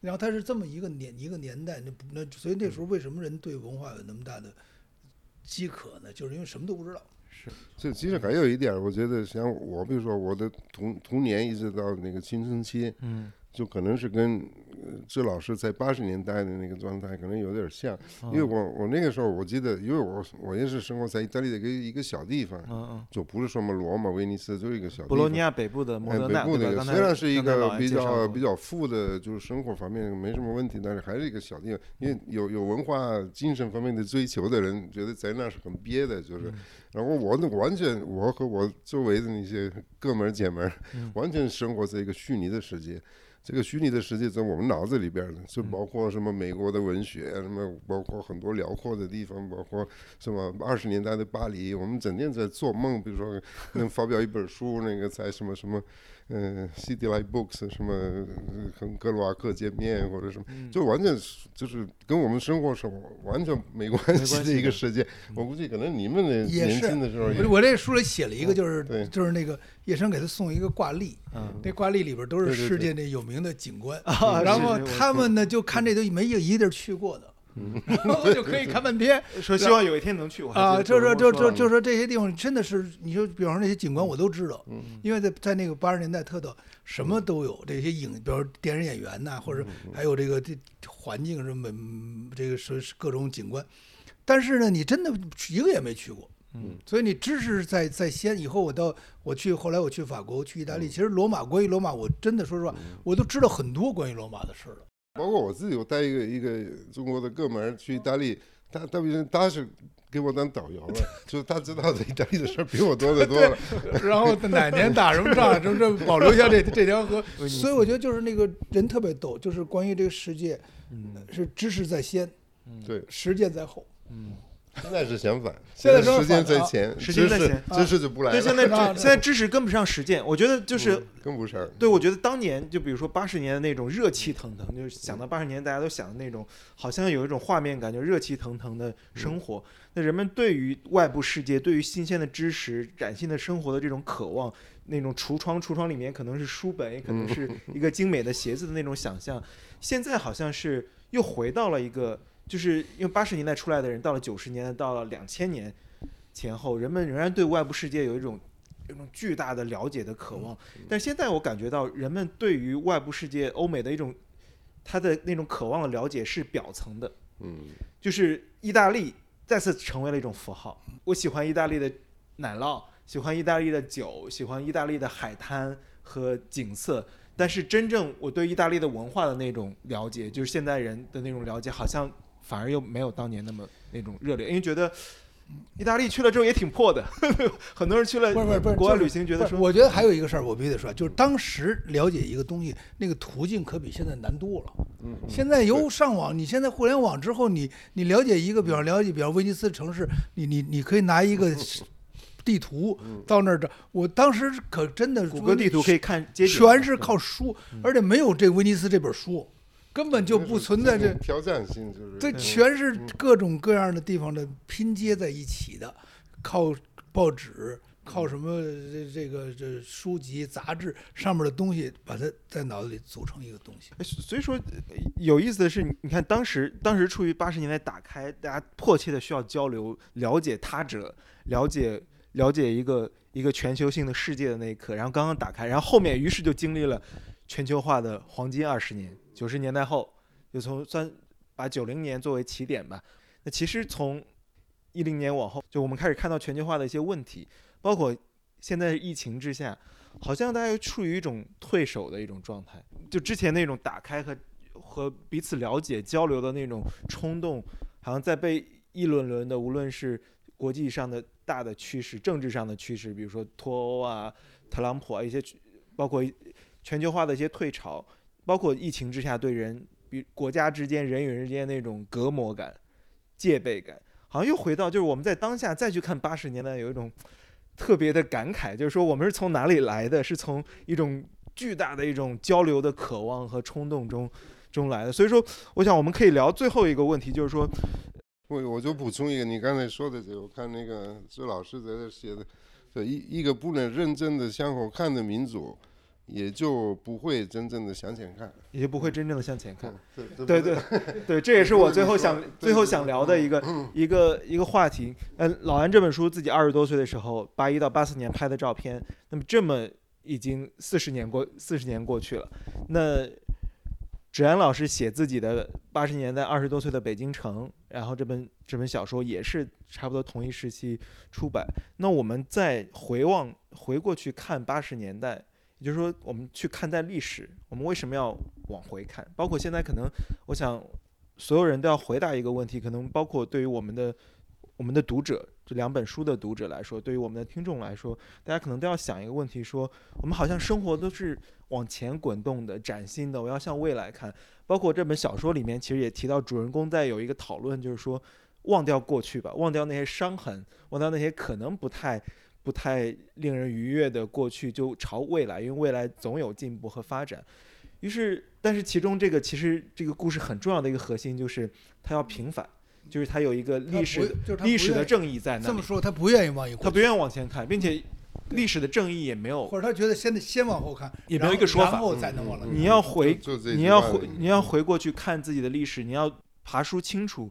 [SPEAKER 8] 然后它是这么一个年一个年代，那不那所以那时候为什么人对文化有那么大的饥渴呢？就是因为什么都不知道。
[SPEAKER 7] 这其实还有一点儿，我觉得像我，比如说我的童童年一直到那个青春期，嗯，就可能是跟呃支老师在八十年代的那个状态可能有点儿像，
[SPEAKER 9] 嗯
[SPEAKER 7] 因为我我那个时候我记得，因为我我也是生活在意大利的一个一个小地方，
[SPEAKER 9] 嗯嗯，
[SPEAKER 7] 就不是什么罗马、威尼斯，就是一个小地
[SPEAKER 9] 博洛尼
[SPEAKER 7] 方。
[SPEAKER 9] 亚北部的摩
[SPEAKER 7] 哎，
[SPEAKER 9] 德
[SPEAKER 7] 北
[SPEAKER 9] 纳，
[SPEAKER 7] 部那
[SPEAKER 9] 对吧？
[SPEAKER 7] 个
[SPEAKER 9] 刚才
[SPEAKER 7] 虽然是一
[SPEAKER 9] 刚才老
[SPEAKER 7] 个
[SPEAKER 9] 安
[SPEAKER 7] 比
[SPEAKER 9] 介绍
[SPEAKER 7] 较
[SPEAKER 9] 过
[SPEAKER 7] 比较富的，就是生活方面没什么问题，但是还是一个小地方。因为有有文化精神方面的追求的人，觉得在那是很憋的，
[SPEAKER 9] 嗯
[SPEAKER 7] 就是。然后我呢，完全我和我周围的那些哥们儿姐们儿，
[SPEAKER 9] 嗯
[SPEAKER 7] 完全生活在一个虚拟的世界。这个虚拟的世界在我们脑子里边儿的，
[SPEAKER 9] 嗯
[SPEAKER 7] 就包括什么美国的文学，啊什么包括很多辽阔的地方，包括什么二十年代的巴黎，我们整天在做梦，比如说能发表一本书，那个在什么什么，嗯、呃、，City Light Books 什么呃跟格鲁瓦克见面或者什么，
[SPEAKER 9] 嗯
[SPEAKER 7] 就完全是就是跟我们生活是完全没关
[SPEAKER 9] 没
[SPEAKER 7] 系
[SPEAKER 9] 关
[SPEAKER 7] 的
[SPEAKER 9] 系
[SPEAKER 7] 一个
[SPEAKER 9] 的嗯
[SPEAKER 7] 世界。我估计可能你们的
[SPEAKER 8] 也
[SPEAKER 7] 年
[SPEAKER 8] 是嗯
[SPEAKER 7] 轻的时候也
[SPEAKER 8] 我我这书里写了一个，就是、
[SPEAKER 7] 对
[SPEAKER 8] 就是那个叶生给他送一个挂历，那挂历里边都是世界那有名的景观，
[SPEAKER 9] 啊
[SPEAKER 8] 然
[SPEAKER 9] 是
[SPEAKER 8] 后
[SPEAKER 9] 是我
[SPEAKER 8] 他们呢就看这都没有一个地儿去过的， *laughs* 然后就可以看半天。
[SPEAKER 9] 说希望有一天能去。我还记
[SPEAKER 8] 啊，
[SPEAKER 9] 得
[SPEAKER 8] 就是说，
[SPEAKER 9] 周
[SPEAKER 8] 就
[SPEAKER 9] 末
[SPEAKER 8] 就
[SPEAKER 9] 说
[SPEAKER 8] 就说这些地方真的是，你就比方说那些景观我都知道，因为在在那个八十年代特的什么都有，这些影，比方说电影演员呐、或者还有这个这环境什么嗯这个是是各种景观，但是呢，你真的一个也没去过。嗯，所以你知识在在先，以后我到我去，后来我去法国，我去意大利，其实罗马关于罗马，我真的说实话，我都知道很多关于罗马的事儿了。
[SPEAKER 7] 包括我自己，我带一个一个中国的哥们儿去意大利，他他比他是给我当导
[SPEAKER 8] *laughs*
[SPEAKER 7] 游了，就是他知道的意大利的事儿比我多得多了。
[SPEAKER 9] *laughs*
[SPEAKER 8] 然后哪年打什么仗，什么这保留下这这条河。所以我觉得就是那个人特别逗，就是关于这个世界，
[SPEAKER 9] 嗯
[SPEAKER 8] 呃是知识在先，
[SPEAKER 7] 对，
[SPEAKER 8] 实践在后。
[SPEAKER 7] 现在是相反，
[SPEAKER 8] 现在
[SPEAKER 7] 在
[SPEAKER 8] 说
[SPEAKER 7] 时间
[SPEAKER 8] 反
[SPEAKER 7] 在
[SPEAKER 8] 了啊
[SPEAKER 7] 前，
[SPEAKER 9] 时
[SPEAKER 7] 知
[SPEAKER 9] 间
[SPEAKER 7] 识
[SPEAKER 9] 在前
[SPEAKER 7] 知识就不来
[SPEAKER 9] 对，
[SPEAKER 7] 了，
[SPEAKER 9] 现在
[SPEAKER 8] 那
[SPEAKER 9] 知现在知识跟不上实践，我觉得就是
[SPEAKER 7] 跟不上。
[SPEAKER 9] 对，我觉得当年就比如说八十年的那种热气腾腾，就是想到八十年大家都想的那种，好像有一种画面感，就热气腾腾的生活。那人们对于外部世界、对于新鲜的知识、崭新的生活的这种渴望，那种橱窗，橱窗里面可能是书本，也可能是一个精美的鞋子的那种想象，现在好像是又回到了一个，就是因为八十年代出来的人，到了九十年代，到了两千年前后，人们仍然对外部世界有一种。有一种巨大的了解的渴望，但是现在我感觉到人们对于外部世界、欧美的一种他的那种渴望的了解是表层的，
[SPEAKER 7] 嗯，
[SPEAKER 9] 就是意大利再次成为了一种符号。我喜欢意大利的奶酪，喜欢意大利的酒，喜欢意大利的海滩和景色。但是真正我对意大利的文化的那种了解，就是现代人的那种了解，好像反而又没有当年那么那种热烈，因为觉得意大利去了之后也挺破的， *laughs* 很多人去了
[SPEAKER 8] 不是不是不是，
[SPEAKER 9] 国外
[SPEAKER 8] 就是
[SPEAKER 9] 旅行，觉得
[SPEAKER 8] 不是
[SPEAKER 9] 说
[SPEAKER 8] 我觉得还有一个事儿，我必须得说，就是当时了解一个东西，那个途径可比现在难多了。
[SPEAKER 7] 嗯
[SPEAKER 8] 现在由上网，你现在互联网之后，你你了解一个，比方了解，比方威尼斯城市，你你你可以拿一
[SPEAKER 9] 嗯
[SPEAKER 8] 个地图到那儿找。我当时可真的
[SPEAKER 9] 谷歌地图可以看街景，
[SPEAKER 8] 全是靠书，而且没有这威尼斯这本书，根本就嗯不存在这
[SPEAKER 7] 种，挑战性，就是嗯
[SPEAKER 8] 这全是各种各样的地方的拼接在一起的，靠报纸、靠什么这这个这书籍、杂志上面的东西，把它在脑子里组成一个东西。
[SPEAKER 9] 哎所所以说，呃有意思的是，你你看当时当时处于八十年代打开，大家迫切的需要交流、了解他者、了解了解一个一个全球性的世界的那一刻，然后刚刚打开，然后后面于是就经历了全球化的黄金二十年，九十年代后就从算把九零年作为起点吧。那其实从一零年往后，就我们开始看到全球化的一些问题，包括现在疫情之下，好像大家处于一种退守的一种状态。就之前那种打开和和彼此了解交流的那种冲动，好像在被一轮轮的，无论是国际上的大的趋势、政治上的趋势，比如说脱欧啊、特朗普啊一些趋，包括全球化的一些退潮，包括疫情之下对人、比国家之间、人与人之间那种隔膜感、戒备感，好像又回到就是我们在当下再去看八十年代，有一种特别的感慨，就是说我们是从哪里来的？是从一种巨大的一种交流的渴望和冲动中中来的。所以说，我想我们可以聊最后一个问题，就是说，
[SPEAKER 7] 我我就补充一个，你刚才说的这个，我看那个这老师在这写的，这一一个不能认真的向后看的民族，也就不会真正的向前看。嗯
[SPEAKER 9] 也不会真正的向前看。
[SPEAKER 7] 对对
[SPEAKER 9] *laughs* 对对对，这也是我最后想
[SPEAKER 7] 对嗯对对
[SPEAKER 9] 最后想聊的一个一个一个话题。呃，老安这本书自己二十多岁的时候，八一到八四年拍的照片，那么这么已经四十年过四十年过去了，那芷安老师写自己的八十年代二十多岁的北京城，然后这本这本小说也是差不多同一时期出版。那我们再回望回过去看八十年代。也就是说，我们去看待历史，我们为什么要往回看？包括现在，可能我想所有人都要回答一个问题，可能包括对于我们的我们的读者，这两本书的读者来说，对于我们的听众来说，大家可能都要想一个问题：说我们好像生活都是往前滚动的、崭新的，我要向未来看。包括这本小说里面，其实也提到主人公在有一个讨论，就是说忘掉过去吧，忘掉那些伤痕，忘掉那些可能不太。不太令人愉悦的过去，就朝未来，因为未来总有进步和发展。于是，但是其中这个其实这个故事很重要的一个核心就是它要平反，就是它有一个历史的
[SPEAKER 8] 他不就是他不
[SPEAKER 9] 历史的
[SPEAKER 8] 愿意
[SPEAKER 9] 正义在那
[SPEAKER 8] 这
[SPEAKER 9] 里
[SPEAKER 8] 么。说，他不愿意往一
[SPEAKER 9] 他
[SPEAKER 8] 块
[SPEAKER 9] 不，愿往前看，并且历史的正义也没有。
[SPEAKER 8] 或者他觉得先得先往后看，
[SPEAKER 9] 也没有
[SPEAKER 8] 然后
[SPEAKER 9] 一个说法嗯
[SPEAKER 8] 然后再能往来。
[SPEAKER 9] 你要回，
[SPEAKER 7] 就这句嗯
[SPEAKER 9] 你要
[SPEAKER 7] 话
[SPEAKER 9] 回，你要回过去看自己的历史，你要爬梳清楚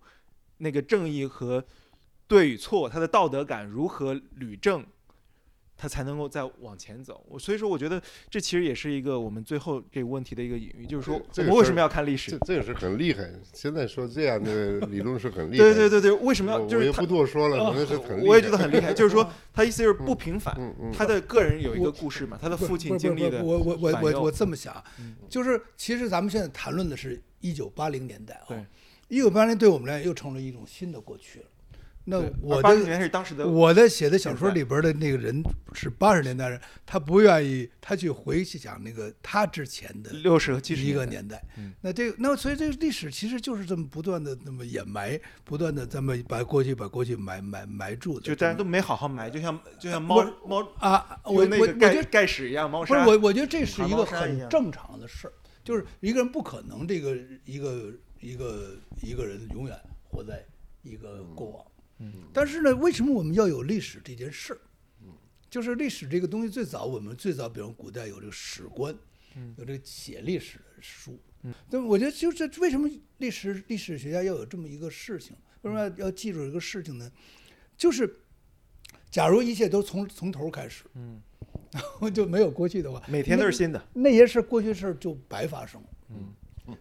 [SPEAKER 9] 那个正义和对与错，他的道德感如何捋正，他才能够再往前走。我所以说，我觉得这其实也是一个我们最后这个问题的一个隐喻，就是说
[SPEAKER 7] 这
[SPEAKER 9] 我
[SPEAKER 7] 这个
[SPEAKER 9] 们为
[SPEAKER 7] 事
[SPEAKER 9] 什
[SPEAKER 7] 儿
[SPEAKER 9] 么要看历
[SPEAKER 7] 这
[SPEAKER 9] 史？
[SPEAKER 7] 这个是很厉害。现在说这
[SPEAKER 9] *laughs*
[SPEAKER 7] 样的理论是很厉害
[SPEAKER 9] 对
[SPEAKER 7] 的。
[SPEAKER 9] 对对对，为什么
[SPEAKER 7] 我
[SPEAKER 9] 要就
[SPEAKER 7] 我
[SPEAKER 9] 是
[SPEAKER 7] 也
[SPEAKER 9] 他
[SPEAKER 7] 不？多说了，
[SPEAKER 9] 呃
[SPEAKER 7] 反正是很厉害。
[SPEAKER 9] 我也觉得很厉害，就是
[SPEAKER 8] 嗯
[SPEAKER 9] 说他意思就是不平凡，
[SPEAKER 7] 嗯嗯，
[SPEAKER 9] 他的个人有一个故事嘛，他的
[SPEAKER 8] 不是
[SPEAKER 9] 父亲经历的
[SPEAKER 8] 不是不是我我
[SPEAKER 9] 反
[SPEAKER 8] 我
[SPEAKER 9] 右
[SPEAKER 8] 我我这么想啊
[SPEAKER 9] 嗯，
[SPEAKER 8] 就是其实咱们现在谈论的是一九八零年代啊、
[SPEAKER 9] 对
[SPEAKER 8] 一九八零对我们来讲又成了一种新的过去了。那
[SPEAKER 9] 对
[SPEAKER 8] 我
[SPEAKER 9] 八十
[SPEAKER 8] 的
[SPEAKER 9] 年是当时的
[SPEAKER 8] 我的写的小说里边的那个人是八十年代人，他不愿意他去回想那个他之前的
[SPEAKER 9] 六十和七十
[SPEAKER 8] 一个
[SPEAKER 9] 年
[SPEAKER 8] 年代
[SPEAKER 9] 嗯。
[SPEAKER 8] 那这个那所以这个历史其实就是这么不断的那么掩埋，不断的这么把过去把过去埋埋埋住的
[SPEAKER 9] 代，就
[SPEAKER 8] 这么，
[SPEAKER 9] 大家都没好好埋，就像就像猫
[SPEAKER 8] 不是
[SPEAKER 9] 猫
[SPEAKER 8] 啊，
[SPEAKER 9] 用
[SPEAKER 8] 我我
[SPEAKER 9] 那
[SPEAKER 8] 我
[SPEAKER 9] 个盖
[SPEAKER 8] 觉得
[SPEAKER 9] 盖屎一样猫
[SPEAKER 8] 不是
[SPEAKER 9] 砂。嗯
[SPEAKER 8] 我，我觉得这是一
[SPEAKER 9] 猫
[SPEAKER 8] 个
[SPEAKER 9] 砂一样
[SPEAKER 8] 很正常的事儿，就是一个人不可能这个一个一个一个人永远活在一个过往。嗯，但是呢，为什么我们要有历史这件事儿？
[SPEAKER 9] 嗯
[SPEAKER 8] 就是历史这个东西，最早我们最早，比如古代有这个史官，
[SPEAKER 9] 嗯
[SPEAKER 8] 有这个写历史的书。那么我觉得就是这为什么历史历史学家要有这么一个事情？为什么要要记住一个事情呢？就是假如一切都从从头开始，嗯，然后就没有过去的话，
[SPEAKER 9] 每天都是新的
[SPEAKER 8] 那，那些事儿过去事儿就白发生了。嗯，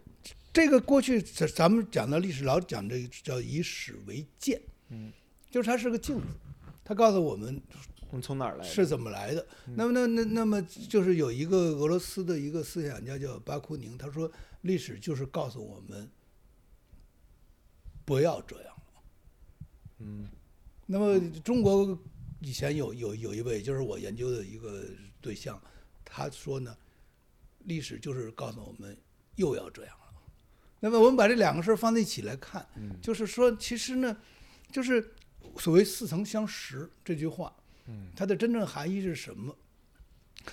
[SPEAKER 8] 这个过去咱咱们讲到历史，老讲这个叫以史为鉴，嗯，就是它是个镜子，它告诉我们
[SPEAKER 9] 我嗯们从哪儿来的？嗯
[SPEAKER 8] 是怎么来的？那么，那那那么就是有一个俄罗斯的一个思想家叫巴库宁，他说历史就是告诉我们不要这样了。嗯，那么中国以前有有有一位就是我研究的一个对象，他说呢，历史就是告诉我们又要这样了。那么我们把这两个事儿放在一起来看，
[SPEAKER 9] 嗯
[SPEAKER 8] 就是说其实呢，就是所谓似曾相识这句话。它的真正含义是什么？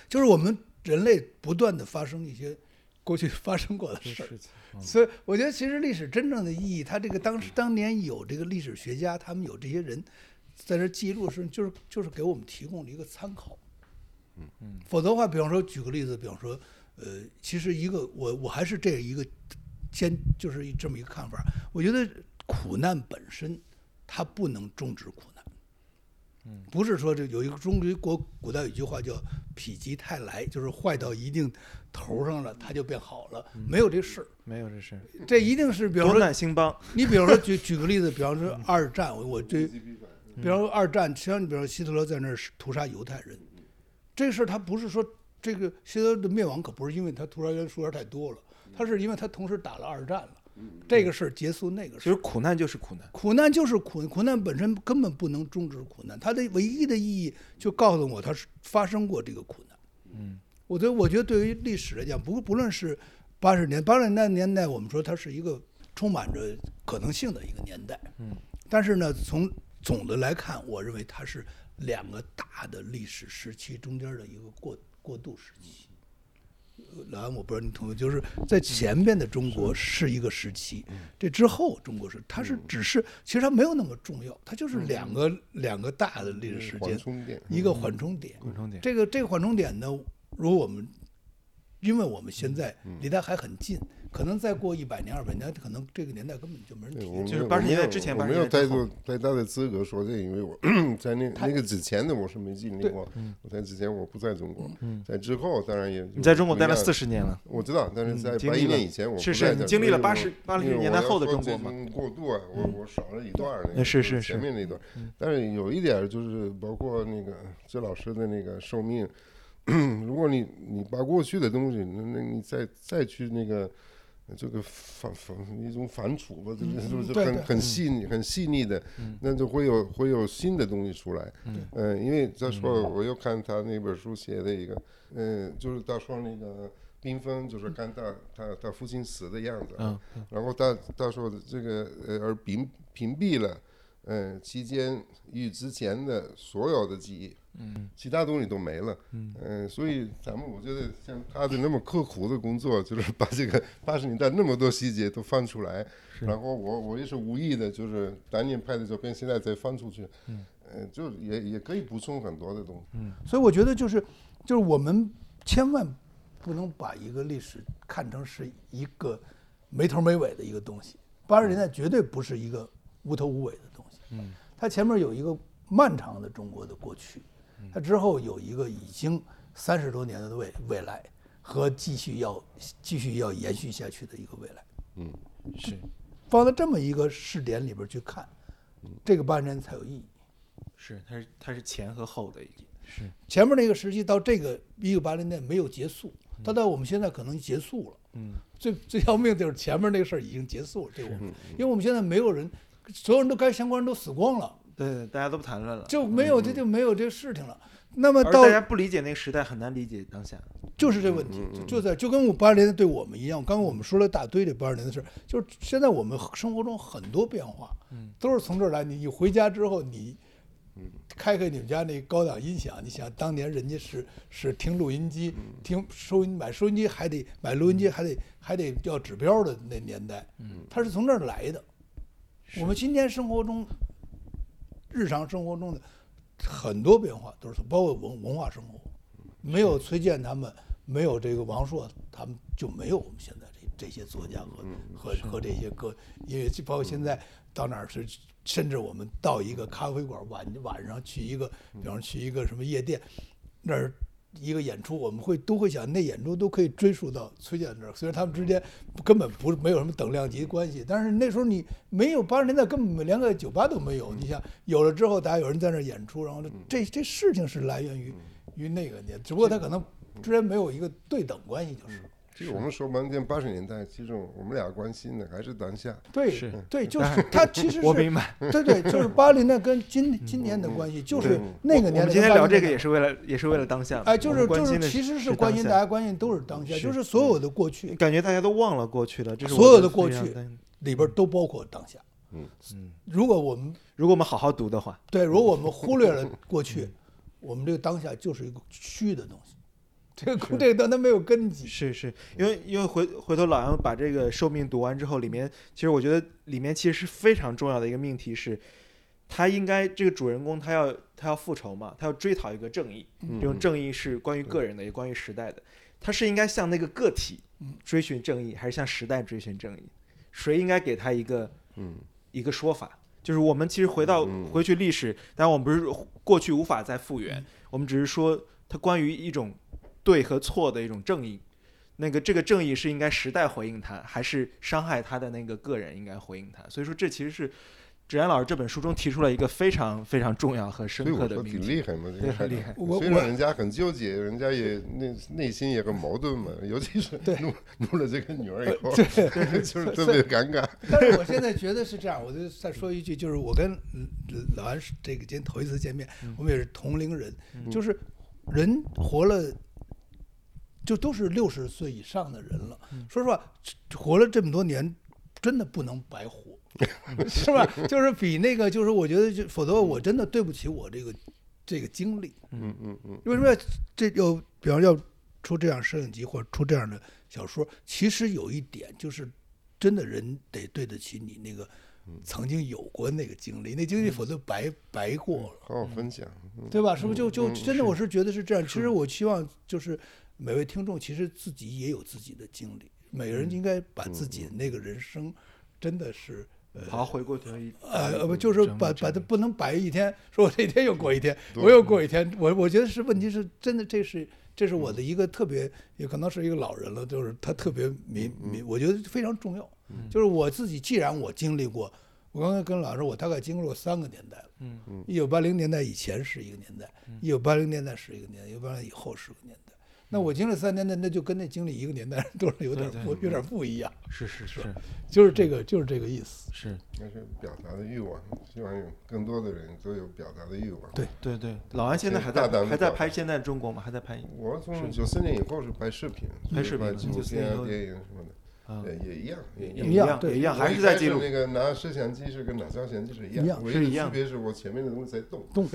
[SPEAKER 8] 就是我们人类不断的发生一些过去发生过的事嗯儿，所以我觉嗯得其实历史真正的意义，它这个当时当年有这个历史学家，他们有这些人在这记录是就是就是给我们提供了一个参考。嗯嗯，否则的话，比方说举个例子，比方说，呃，其实一个我我还是这一个坚就是这么一个看法。我觉得苦难本身它不能终止苦难。不是说这有一个中国古代有一句话叫“否极泰来”，就是坏到一定头上了，它就变好了，没有这事儿。
[SPEAKER 9] 没有这事，
[SPEAKER 8] 这一定是，比方
[SPEAKER 9] 夺
[SPEAKER 8] 说
[SPEAKER 9] 难兴邦，
[SPEAKER 8] 你比方说举举个例子，比方说二战，我我这，比方说二战，实际上你比方说希特勒在那儿屠杀犹太人，这事儿他不是说这个希特勒的灭亡可不是因为他屠杀人数量太多了，他是因为他同时打了二战了，这个事儿结束那个
[SPEAKER 9] 其
[SPEAKER 8] 事
[SPEAKER 9] 实
[SPEAKER 8] 儿。
[SPEAKER 9] 苦难就是苦难。
[SPEAKER 8] 苦难就是苦，苦难本身根本不能终止苦难，它的唯一的意义就告诉我它是发生过这个苦难。
[SPEAKER 9] 嗯，
[SPEAKER 8] 我觉得，我觉得对于历史来讲，不不论是八十年八十年代年代，我们说它是一个充满着可能性的一个年代。嗯，但是呢，从总的来看，我认为它是两个大的历史时期中间的一个过过渡时期。老安，我不知道你同意，就是在前边的中国是嗯一个时期，这之后中国是它是只是其实它没有那么重要，它就是两个两个大的历史时
[SPEAKER 7] 缓
[SPEAKER 8] 间，
[SPEAKER 7] 冲点
[SPEAKER 8] 一个缓冲点。
[SPEAKER 9] 补充点，
[SPEAKER 8] 这个这个缓冲点呢，如果我们因为我们现在离它还很近，可能再过一百年、二百年，可能这个年代根本就没人
[SPEAKER 7] 对
[SPEAKER 8] 提
[SPEAKER 7] 我。没
[SPEAKER 9] 就是
[SPEAKER 7] 有
[SPEAKER 9] 80
[SPEAKER 7] 我
[SPEAKER 9] 年代
[SPEAKER 7] 没有
[SPEAKER 9] 之前
[SPEAKER 7] 我
[SPEAKER 9] 80
[SPEAKER 7] 没有
[SPEAKER 9] 年代
[SPEAKER 7] 太
[SPEAKER 9] 之
[SPEAKER 7] 多
[SPEAKER 9] 后
[SPEAKER 7] 太大的资格说这，因为我 *clears throat* 在那那个之前的我是没经历过，我在之前我不在中国，在之后当然也就
[SPEAKER 9] 嗯你在中国
[SPEAKER 7] 不一
[SPEAKER 9] 待了
[SPEAKER 7] 样
[SPEAKER 9] 四十年了，
[SPEAKER 8] 嗯
[SPEAKER 7] 我知道，但是在
[SPEAKER 9] 嗯经
[SPEAKER 7] 八
[SPEAKER 9] 历
[SPEAKER 7] 一
[SPEAKER 9] 了
[SPEAKER 7] 年以前我不
[SPEAKER 9] 是
[SPEAKER 7] 在
[SPEAKER 9] 是
[SPEAKER 7] 这
[SPEAKER 9] 你
[SPEAKER 7] 儿
[SPEAKER 9] 经历了
[SPEAKER 7] 所以
[SPEAKER 9] 80
[SPEAKER 7] 我
[SPEAKER 9] 80
[SPEAKER 7] 因为
[SPEAKER 9] 年
[SPEAKER 7] 我
[SPEAKER 9] 代
[SPEAKER 7] 要
[SPEAKER 9] 后的
[SPEAKER 7] 说
[SPEAKER 9] 中
[SPEAKER 7] 这
[SPEAKER 9] 国嘛
[SPEAKER 7] 种过渡啊，我我少了一段儿那
[SPEAKER 9] 呃
[SPEAKER 7] 个，
[SPEAKER 9] 是
[SPEAKER 7] 就是前
[SPEAKER 9] 是
[SPEAKER 7] 面那一段儿，但是有一点儿就是包括那个这老师的那个寿命，嗯如果你你把过去的东西，那那你再再去那个。这个反反一种反刍吧，就是就是
[SPEAKER 8] 对
[SPEAKER 7] 很
[SPEAKER 8] 对
[SPEAKER 7] 很细腻、很细腻的，那就会有会有新的东西出来。嗯，因为再说，我又看他那本书写的一个，嗯，就是他说那个缤纷，就是看他他他父亲死的样子，啊
[SPEAKER 9] 嗯，
[SPEAKER 7] 然后他他说的这个呃，而屏屏蔽了，嗯，期间与之前的所有的记忆，嗯，其他东西都没了，嗯，所以咱们我觉得像他的那么刻苦的工作，就是把这个八十年代那么多细节都翻出来，然后我我也是无意的，就是当年拍的照片，现在再翻出去，嗯，呃，就也也可以补充很多的东西，
[SPEAKER 9] 嗯
[SPEAKER 8] 所以我觉得就是就是我们千万不能把一个历史看成是一个没头没尾的一个东西。八十年代绝对不是一个无头无尾的东西，嗯，它前面有一个漫长的中国的过去，它之后有一个已经三十多年的未未来和继续要继续要延续下去的一个未来。
[SPEAKER 9] 是
[SPEAKER 8] 放在这么一个视点里边去看，这个八十年才有意义。
[SPEAKER 9] 是，它是它是前和后的一个，是
[SPEAKER 8] 前面那个时期到这个一九八零年没有结束，它到我们现在可能结束了。嗯，最最要命的就是前面那个事儿已经结束了，对我们，因为我们现在没有人，所有人都该相关人都死光了，
[SPEAKER 9] 对，对大家都不谈论了，
[SPEAKER 8] 就没有这就没有这事情了。那么
[SPEAKER 9] 而
[SPEAKER 8] 到
[SPEAKER 9] 大家不理解那个时代，很难理解当下。
[SPEAKER 8] 就是这问题，就就在就跟我八十年代对我们一样，刚刚我们说了一大堆这八十年的事儿，就是现在我们生活中很多变化，都是从这儿来。你你回家之后，你开开你们家那高档音响，你想当年人家是是听录音机，听收音买收音机还得买录音机还得还得要指标的那年代，它是从这儿来的。我们今天生活中，日常生活中的很多变化都是包括文文化生活，没有崔健他们，没有这个王朔他们就没有我们现在这这些作家和和和这些歌，因为包括现在到哪儿是，甚至我们到一个咖啡馆晚晚上去一个，比方去一个什么夜店，那儿一个演出，我们会都会想那演出都可以追溯到崔健那儿，虽然他们之间根本不是没有什么等量级关系，但是那时候你没有八十年代根本连个酒吧都没有，你想有了之后，大家有人在那儿演出，然后这这事情是来源于于那个年，只不过他可能之间没有一个对等关系，就是
[SPEAKER 7] 其实我们说半天八十年代，其实我们俩关心的还是当下，
[SPEAKER 8] 对
[SPEAKER 9] 是
[SPEAKER 8] 对，就是他其实是
[SPEAKER 9] 我明白，嗯 *laughs*
[SPEAKER 8] 对对，就是八零代跟今今年的关系，就是那个
[SPEAKER 9] 我
[SPEAKER 8] 年
[SPEAKER 9] 们
[SPEAKER 8] 代跟
[SPEAKER 9] 今天
[SPEAKER 8] 80
[SPEAKER 9] 聊这
[SPEAKER 8] 年
[SPEAKER 9] 个
[SPEAKER 8] 代
[SPEAKER 9] 也是为了，也是为了当下嘛。
[SPEAKER 8] 哎，就
[SPEAKER 9] 我
[SPEAKER 8] 是
[SPEAKER 9] 们
[SPEAKER 8] 就
[SPEAKER 9] 关
[SPEAKER 8] 是
[SPEAKER 9] 心的
[SPEAKER 8] 其实
[SPEAKER 9] 是
[SPEAKER 8] 是关心
[SPEAKER 9] 当
[SPEAKER 8] 大
[SPEAKER 9] 下
[SPEAKER 8] 家，关心都是当下，
[SPEAKER 9] 是
[SPEAKER 8] 就是所有的过去
[SPEAKER 9] 感觉大家都忘了过去了。这是我
[SPEAKER 8] 所有的
[SPEAKER 9] 的
[SPEAKER 8] 过
[SPEAKER 9] 非常
[SPEAKER 8] 去
[SPEAKER 9] 担心
[SPEAKER 8] 里边都包括当下。嗯，如果我们
[SPEAKER 9] 如果我们好好读的话，
[SPEAKER 8] 对，如果我们忽略了过
[SPEAKER 9] 嗯
[SPEAKER 8] 去，我们这个当下就是一个虚的东西，这个这个当它没有根基。
[SPEAKER 9] 是是，因为因为回回头老杨把这个寿命读完之后，里面其实我觉得里面其实是非常重要的一个命题是，他应该这个主人公他要他要复仇嘛，他要追讨一个正义，
[SPEAKER 7] 嗯
[SPEAKER 9] 这种正义是关于个人的，也关于时代的。他是应该向那个个体
[SPEAKER 7] 嗯
[SPEAKER 9] 追寻正义，还是向时代追寻正义？谁应该给他一个
[SPEAKER 7] 嗯
[SPEAKER 9] 一个说法？就是我们其实回到
[SPEAKER 7] 嗯
[SPEAKER 9] 回去历史，当然我们不是过去无法再复原，
[SPEAKER 7] 嗯
[SPEAKER 9] 我们只是说它关于一种对和错的一种正义。那个这个正义是应该时代回应他，还是伤害他的那个个人应该回应他？所以说这其实是芷安老师这本书中提出了一个非常非常重要和
[SPEAKER 7] 所以
[SPEAKER 9] 深
[SPEAKER 7] 我
[SPEAKER 9] 刻的
[SPEAKER 7] 说
[SPEAKER 9] 命
[SPEAKER 7] 挺
[SPEAKER 9] 题，
[SPEAKER 7] 厉害嘛，这
[SPEAKER 9] 对，
[SPEAKER 7] 个
[SPEAKER 9] 很
[SPEAKER 7] 孩
[SPEAKER 9] 厉
[SPEAKER 7] 子。
[SPEAKER 9] 害。
[SPEAKER 6] 我
[SPEAKER 7] 虽
[SPEAKER 6] 我
[SPEAKER 7] 然人家很纠结，人家也内内心也很矛盾嘛，尤其是
[SPEAKER 6] 对
[SPEAKER 7] 弄弄了这个女儿以后， *laughs* 就是特别尴尬。
[SPEAKER 8] *laughs* 但是我现在觉得是这样，我就再说一句，就是我跟嗯老安是这个今天头一次见面，我们也是同龄人，就是人活了。就都是六十岁以上的人了，说实话，活了这么多年，真的不能白活， *laughs* 是吧？就是比那个，就是我觉得，就否则我真的对不起我这个这个经历。
[SPEAKER 7] 嗯嗯嗯，
[SPEAKER 8] 为什么要这有，比方要出这样摄影集或者出这样的小说？其实有一点就是，真的人得对得起你那个曾经有过那个经历，那经历否则白白过了，
[SPEAKER 7] 好好分享。嗯
[SPEAKER 8] 对吧？是不是就就
[SPEAKER 7] 嗯
[SPEAKER 8] 真的我是觉得是这样。其实我希望就是每位听众其实自己也有自己的经历，每个人应该把自己那个人生真的是。
[SPEAKER 9] 好，回过头一
[SPEAKER 8] 呃，不就是
[SPEAKER 9] 整
[SPEAKER 8] 把
[SPEAKER 9] 整
[SPEAKER 8] 把它不能摆一天，说我这一天又过一天，我又过一天，我我觉得是问题是真的，这是这是我的一个特别，也可能是一个老人了，就是他特别敏敏，我觉得非常重要。就是我自己，既然我经历过，我刚才跟老师，我大概经历过三个年代了。嗯，一九八零年代以前是一个年代，一九八零年代是一个年代，一九八零以后是个年代。那我经历三年代，那就跟那经历一个年代 *laughs* 人多少有点不有点不一样，
[SPEAKER 9] 是是是
[SPEAKER 8] 就是这个就是这个意思。
[SPEAKER 9] 是，
[SPEAKER 7] 但是表达的欲望，希望有更多的人都有表达的欲望。
[SPEAKER 8] 对
[SPEAKER 9] 对对。老安现在还
[SPEAKER 7] 大胆
[SPEAKER 9] 在
[SPEAKER 7] 地
[SPEAKER 9] 还在
[SPEAKER 7] 表达
[SPEAKER 9] 拍现在中国吗？还在拍
[SPEAKER 7] 我从九四年以后是拍视频，
[SPEAKER 9] 拍视频
[SPEAKER 7] 拍纪录
[SPEAKER 9] 94年以
[SPEAKER 7] 片啊、
[SPEAKER 9] 后
[SPEAKER 7] 电影什么
[SPEAKER 9] 啊
[SPEAKER 7] 的，也也一样，也一
[SPEAKER 9] 也
[SPEAKER 7] 样。
[SPEAKER 9] 一
[SPEAKER 8] 样
[SPEAKER 9] 样
[SPEAKER 8] 对
[SPEAKER 9] 也一样，
[SPEAKER 7] 我
[SPEAKER 9] 还
[SPEAKER 7] 一
[SPEAKER 9] 是
[SPEAKER 7] 开
[SPEAKER 9] 在
[SPEAKER 7] 始
[SPEAKER 9] 记录
[SPEAKER 7] 那个拿摄像机是跟拿照相机是一
[SPEAKER 8] 一
[SPEAKER 7] 样，
[SPEAKER 8] 样
[SPEAKER 7] 唯
[SPEAKER 9] 是
[SPEAKER 7] 一
[SPEAKER 9] 一
[SPEAKER 7] 的
[SPEAKER 9] 样
[SPEAKER 7] 区别是我前面的东西在动，
[SPEAKER 8] 动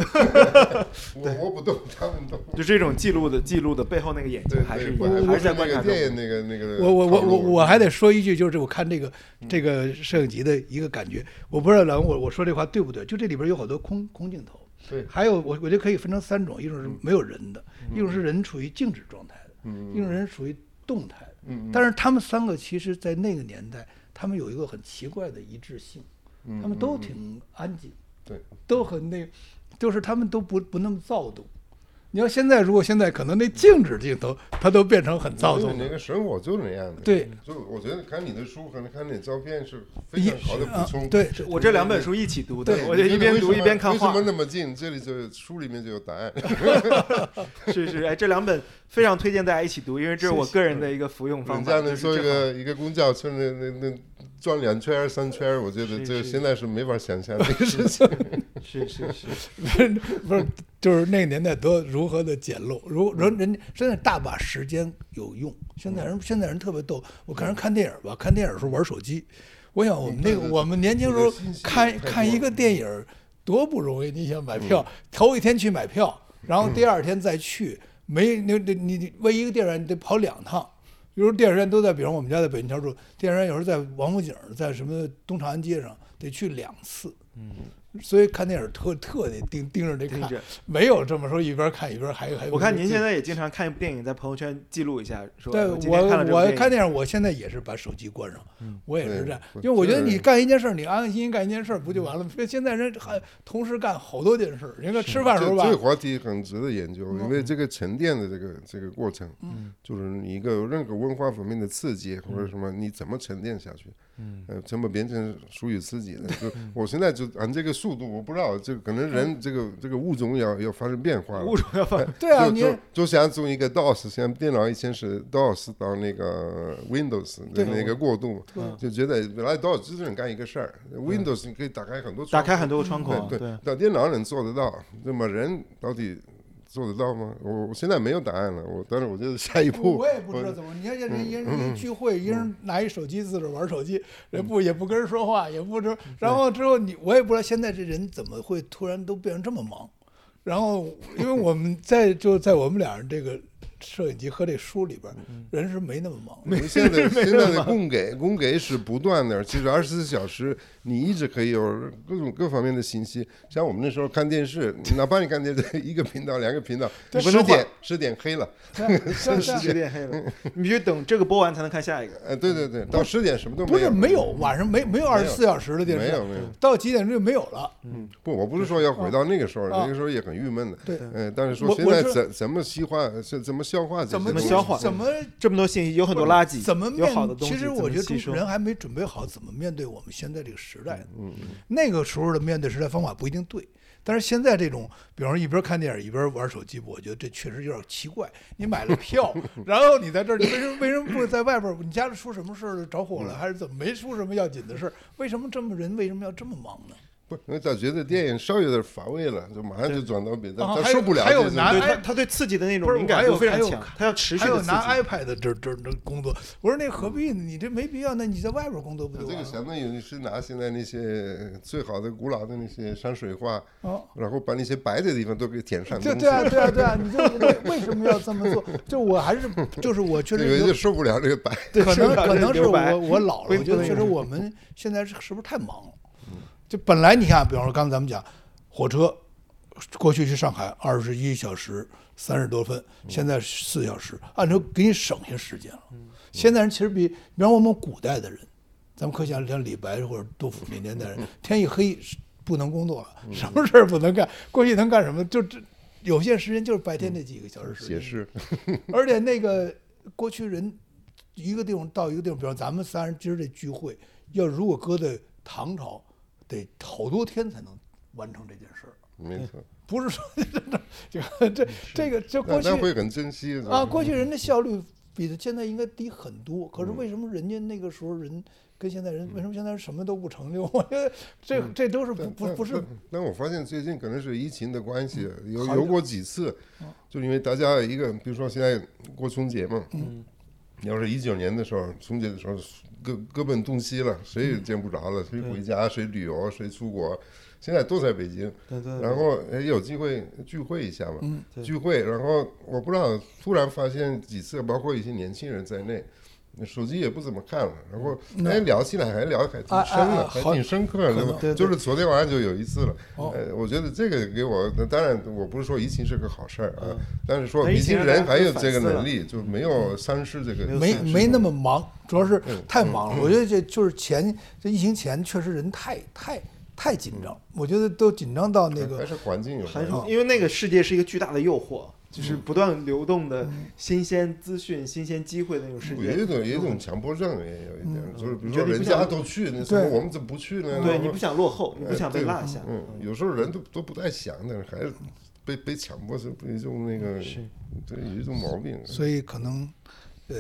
[SPEAKER 7] 我我不动，他们动。
[SPEAKER 9] 就这种记录的记录的背后那个眼睛
[SPEAKER 7] 对，
[SPEAKER 9] 还是
[SPEAKER 7] 对
[SPEAKER 9] 一
[SPEAKER 7] 我
[SPEAKER 9] 样，还
[SPEAKER 7] 我
[SPEAKER 9] 是在
[SPEAKER 7] 那
[SPEAKER 9] 观
[SPEAKER 7] 个
[SPEAKER 9] 察中
[SPEAKER 7] 电影那个那个
[SPEAKER 8] 我我我我
[SPEAKER 7] 套路嗯
[SPEAKER 8] 我还得说一句，就是我看这个这个摄影集的一个感觉，我不知道老王我我说这话对不对？就这里边有好多空空镜头，
[SPEAKER 7] 对
[SPEAKER 8] 还有我我觉得可以分成三种，一种是没有人的，一种是人处于静止状态的，
[SPEAKER 7] 嗯
[SPEAKER 8] 一种人属于动态的。
[SPEAKER 7] 嗯嗯
[SPEAKER 8] 但是他们三个其实，在那个年代，他们有一个很奇怪的一致性，
[SPEAKER 7] 嗯
[SPEAKER 8] 他们都挺安静，
[SPEAKER 7] 对，
[SPEAKER 8] 都很那，就是他们都不不那么躁动。你要现在，如果现在可能那静止镜头，它都变成很躁
[SPEAKER 7] 因为
[SPEAKER 8] 动
[SPEAKER 7] 你那
[SPEAKER 8] 了。
[SPEAKER 7] 个生活就是那样的，
[SPEAKER 8] 对，
[SPEAKER 7] 就我觉得看你的书和看你的照片是非常好的
[SPEAKER 8] 啊
[SPEAKER 7] 补充，
[SPEAKER 8] 对，
[SPEAKER 9] 我这两本书一起读的
[SPEAKER 8] 对，
[SPEAKER 9] 我就一边读一边看
[SPEAKER 7] 为什
[SPEAKER 9] 画
[SPEAKER 7] 么。那么近？这里就书里面就有答案。
[SPEAKER 9] *laughs* 是是，哎，这两本非常推荐大家一起读，因为这是我个人的一个服用方
[SPEAKER 7] 人
[SPEAKER 9] 法。
[SPEAKER 7] 家
[SPEAKER 9] 就
[SPEAKER 7] 能
[SPEAKER 9] 是
[SPEAKER 7] 坐一
[SPEAKER 9] 正好
[SPEAKER 7] 个一个公交车，那那那转两圈儿三圈儿，我觉得
[SPEAKER 9] 是
[SPEAKER 7] 这
[SPEAKER 9] 是
[SPEAKER 7] 现在是没法想象这个事情。
[SPEAKER 9] 是是是，
[SPEAKER 8] *laughs* 不是，就是那个年代多如何的简陋，
[SPEAKER 7] 嗯
[SPEAKER 8] 如人人家现在大把时间有用，现在人现在人特别逗，我看人看电影吧，看电影的时候玩手机，我想我们那个
[SPEAKER 7] 对对对
[SPEAKER 8] 我们年轻时候
[SPEAKER 7] 这个信息
[SPEAKER 8] 看
[SPEAKER 7] 太多了嗯
[SPEAKER 8] 看一个电影多不容易，你想买票， *laughs* 头一天去买票，然后第二天再去，没那那你你为一个电影院你得跑两趟。比如电影院都在，比如我们家在北京桥住，电影院有时候在王府井，在什么东长安街上，得去两次。所以看电影特特得盯盯着那
[SPEAKER 9] 盯
[SPEAKER 8] 看
[SPEAKER 9] 着，
[SPEAKER 8] 没有这么说一边看一边还
[SPEAKER 9] *laughs*
[SPEAKER 8] 还。
[SPEAKER 9] 我看您现在也经常看一部电影，在朋友圈记录一下，说
[SPEAKER 8] 对
[SPEAKER 9] 我
[SPEAKER 8] 我
[SPEAKER 9] 今天看了这部
[SPEAKER 8] 我
[SPEAKER 9] 电
[SPEAKER 8] 看
[SPEAKER 9] 影。嗯
[SPEAKER 8] 电影，我现在也是把手机关上，我也是这样，
[SPEAKER 7] 对
[SPEAKER 8] 因为我觉得
[SPEAKER 7] 这
[SPEAKER 8] 你干一件事儿，你安安心心干一件事儿不就完了？吗？现在人还同时干好多件事儿，
[SPEAKER 9] 啊
[SPEAKER 8] 人家吃饭时候
[SPEAKER 7] 这
[SPEAKER 8] 吧
[SPEAKER 7] 这，个话题很值得研究，因为这个沉淀的这个这个过程，就是你一个任何文化方面的刺激或者什么，你怎么沉淀下去，嗯，呃，怎么变成属于自己的？就我现在就按这个速度，我不知道，这可能人这个这个物种要要发生变化了，
[SPEAKER 9] 物种 *laughs* 要放，
[SPEAKER 8] 对啊，
[SPEAKER 7] 就
[SPEAKER 8] 你
[SPEAKER 7] 就就想从一个 DOS，像电脑以前是 DOS 到那个 Windows 的
[SPEAKER 8] 对
[SPEAKER 7] 那个过渡，就觉得本来 DOS 只能干一个事儿，Windows 你可以打开很多
[SPEAKER 9] 打
[SPEAKER 7] 窗户，
[SPEAKER 9] 开很多个窗口啊，
[SPEAKER 7] 对
[SPEAKER 9] 对，
[SPEAKER 7] 到电脑能做得到，那么人到底做得到吗？我我现在没有答案了，我但是我觉得下一步，
[SPEAKER 8] 我也不知道怎么，你看人人人一聚会，一人拿一手机自个儿玩手机，人不也不跟人说话，也不知，然后之后你我也不知道现在这人怎么会突然都变成这么忙，然后因为我们在就在我们俩人这个摄影集和这书里边，人是没那么忙。
[SPEAKER 7] 我们 *laughs* 现在现在的供给供给是不断的，其实二十四小时你一直可以有各种各方面的信息。像我们那时候看电视，哪怕你看电视 *laughs* 一个频道、两个频道，
[SPEAKER 9] 对不
[SPEAKER 7] 十
[SPEAKER 9] 能
[SPEAKER 7] 点
[SPEAKER 9] 换
[SPEAKER 7] 十点黑了，
[SPEAKER 8] 像像
[SPEAKER 9] 十点黑了， *laughs* 你必须等这个播完才能看下一个。
[SPEAKER 7] 呃，对对对，到十点什么都
[SPEAKER 8] 不
[SPEAKER 7] 没
[SPEAKER 8] 是
[SPEAKER 7] 有。
[SPEAKER 8] 没有晚上没没有二十四小时的电视，
[SPEAKER 7] 没有没有
[SPEAKER 8] 到几点钟就没有了。
[SPEAKER 7] 不，我不是说要回到那个时候，
[SPEAKER 8] 啊
[SPEAKER 7] 那个时候也很郁闷的。
[SPEAKER 8] 对
[SPEAKER 7] 呃，但是说
[SPEAKER 8] 我
[SPEAKER 7] 现
[SPEAKER 8] 我
[SPEAKER 7] 在
[SPEAKER 8] 是
[SPEAKER 7] 怎怎么消化，怎怎么消化这些
[SPEAKER 8] 怎么
[SPEAKER 7] 东西
[SPEAKER 9] 消化
[SPEAKER 8] 怎么
[SPEAKER 9] 这么多信息，有很多垃圾，
[SPEAKER 8] 怎么
[SPEAKER 9] 有
[SPEAKER 8] 面？
[SPEAKER 9] 好的东西，
[SPEAKER 8] 其实我觉得
[SPEAKER 9] 怎
[SPEAKER 8] 中
[SPEAKER 9] 么吸收
[SPEAKER 8] 国人还没准备好怎么面对我们现在这个时代。嗯，那个时候的面对时代方法不一定对，但是现在这种，比方说一边看电影一边玩手机，我觉得这确实有点奇怪。你买
[SPEAKER 9] *laughs*
[SPEAKER 8] 了票，然后你在这儿，你为什么为什么不在外边儿？你家里出什么事儿了？着
[SPEAKER 9] 嗯
[SPEAKER 8] 火了还是怎么？没出什么要紧的事儿，为什么这么人为什么要这么忙呢？
[SPEAKER 7] 不，我咋觉得电影稍微有点乏味了，就马上就转到别的，
[SPEAKER 8] 啊
[SPEAKER 7] 他
[SPEAKER 8] 还有
[SPEAKER 7] 受不了
[SPEAKER 8] 还有
[SPEAKER 7] 这种
[SPEAKER 8] 拿
[SPEAKER 9] 对
[SPEAKER 8] 哎
[SPEAKER 9] 他他对刺激的那
[SPEAKER 8] 不
[SPEAKER 9] 种
[SPEAKER 8] 是
[SPEAKER 9] 敏
[SPEAKER 8] 我
[SPEAKER 9] 感
[SPEAKER 8] 还
[SPEAKER 9] 度
[SPEAKER 8] 有
[SPEAKER 9] 非
[SPEAKER 8] 还
[SPEAKER 9] 常
[SPEAKER 8] 有
[SPEAKER 9] 强，他要持续
[SPEAKER 8] 还有
[SPEAKER 9] 的刺
[SPEAKER 8] 拿
[SPEAKER 9] 激。
[SPEAKER 8] iPad 这这这工作，我说那何必呢？你这没必要，那你在外边儿工作不就
[SPEAKER 7] 这
[SPEAKER 8] 完
[SPEAKER 7] 个
[SPEAKER 8] 了吗？
[SPEAKER 7] 相当于是拿现在那些最好的古老的那些山水画，
[SPEAKER 8] 哦
[SPEAKER 7] 然后把那些白的地方都给填上
[SPEAKER 8] 对
[SPEAKER 7] 东西
[SPEAKER 8] 对啊，对啊，对
[SPEAKER 7] *laughs*
[SPEAKER 8] 啊，你就为为什么要这么做？就我还是就是我确
[SPEAKER 7] 这
[SPEAKER 8] 实
[SPEAKER 7] 个就
[SPEAKER 8] 有
[SPEAKER 7] 受不了这个白。
[SPEAKER 9] *laughs*
[SPEAKER 8] 可
[SPEAKER 9] 受不了
[SPEAKER 8] 能可
[SPEAKER 9] 这
[SPEAKER 8] 能是
[SPEAKER 9] 留白
[SPEAKER 8] 我我老了，
[SPEAKER 9] 会
[SPEAKER 8] 我觉得
[SPEAKER 9] 会
[SPEAKER 8] 确实我们现在是是不是太忙了？就本来你看，比方说刚才咱们讲火车，过去去上海二十一小时三十多分，
[SPEAKER 9] 嗯
[SPEAKER 8] 现在四小时，按说给你省下时间了。现在人其实比，比方我们古代的人，咱们可想像李白或者杜甫那年代
[SPEAKER 9] 嗯
[SPEAKER 8] 人，天一黑是不能工作了，什么事儿不能干，过去能干什么？就这有限时间就是白天那几个小时时间。
[SPEAKER 7] 也是，
[SPEAKER 8] 而且那个过去人一个地方到一个地方，比方咱们仨人今儿这聚会，要如果搁在唐朝，得好多天才能完成这件事儿，
[SPEAKER 7] 没错，
[SPEAKER 8] 不是说这个这这个这
[SPEAKER 7] 大
[SPEAKER 8] 过去
[SPEAKER 7] 家会很嗯珍惜的
[SPEAKER 8] 啊，过去人的效率比的现在应该低很多。可是为什么人家那个时候人跟现在人为什么现在人什么都不成就？我觉得这这都是不不不是
[SPEAKER 7] 但。但我发现最近可能是疫情的关系，有
[SPEAKER 8] 嗯好一嗯
[SPEAKER 7] 有
[SPEAKER 8] 点
[SPEAKER 7] 过几次，就因为大家一个，比如说现在过春节嘛，嗯，要是一九年的时候，春节的时候各各奔东西了，谁
[SPEAKER 8] 嗯
[SPEAKER 7] 也见不着了，谁回家，谁旅游，谁出国。现在都在北京，然后哎有机会聚会一下嘛，
[SPEAKER 8] 嗯
[SPEAKER 7] 聚会，然后我不知道，突然发现几次，包括一些年轻人在内，手机也不怎么看了，然后哎聊起来还聊得还挺深
[SPEAKER 8] 嗯啊啊
[SPEAKER 7] 的，
[SPEAKER 8] 啊
[SPEAKER 7] 还
[SPEAKER 8] 好
[SPEAKER 7] 挺深刻的，对吧？就是昨天晚上就有一次了，
[SPEAKER 9] 哦
[SPEAKER 7] 呃，我觉得这个给我，那当然我不是说疫情是个好事儿
[SPEAKER 9] 嗯
[SPEAKER 7] 啊，但是说
[SPEAKER 9] 但疫
[SPEAKER 7] 年
[SPEAKER 9] 情
[SPEAKER 7] 轻
[SPEAKER 9] 让
[SPEAKER 7] 人
[SPEAKER 9] 大家
[SPEAKER 7] 还有
[SPEAKER 9] 反
[SPEAKER 7] 这个
[SPEAKER 9] 思了
[SPEAKER 7] 能力，就没
[SPEAKER 9] 嗯
[SPEAKER 7] 有丧失这个
[SPEAKER 8] 没
[SPEAKER 7] 兴趣
[SPEAKER 8] 没那么忙，主要是太忙了。我觉得这就是前这疫情前确实人太太太紧张，我觉得都紧张到那
[SPEAKER 7] 还
[SPEAKER 8] 个
[SPEAKER 7] 是环境有
[SPEAKER 9] 还
[SPEAKER 7] 关
[SPEAKER 9] 是
[SPEAKER 8] 哦
[SPEAKER 7] 系。
[SPEAKER 9] 因为那个世界是一个巨大的诱惑，就是
[SPEAKER 8] 嗯
[SPEAKER 9] 不断流动的新鲜资讯、新鲜机会的那种世
[SPEAKER 7] 有一
[SPEAKER 9] 界。
[SPEAKER 7] 种有一种强迫症，也有一点，就是比
[SPEAKER 9] 嗯
[SPEAKER 7] 如
[SPEAKER 9] 你
[SPEAKER 7] 说
[SPEAKER 9] 觉得你
[SPEAKER 7] 人
[SPEAKER 9] 不
[SPEAKER 7] 家
[SPEAKER 9] 想
[SPEAKER 7] 都去，那时候
[SPEAKER 8] 对
[SPEAKER 7] 我们怎么不去
[SPEAKER 8] 嗯
[SPEAKER 7] 呢？
[SPEAKER 9] 对
[SPEAKER 7] 然
[SPEAKER 9] 你
[SPEAKER 7] 后
[SPEAKER 9] 不想落后，你不想被落下。
[SPEAKER 7] 嗯，有时候人都都不太想，但是还是被被强迫是一种那个，对，有一种毛病。
[SPEAKER 8] 所以可能，呃，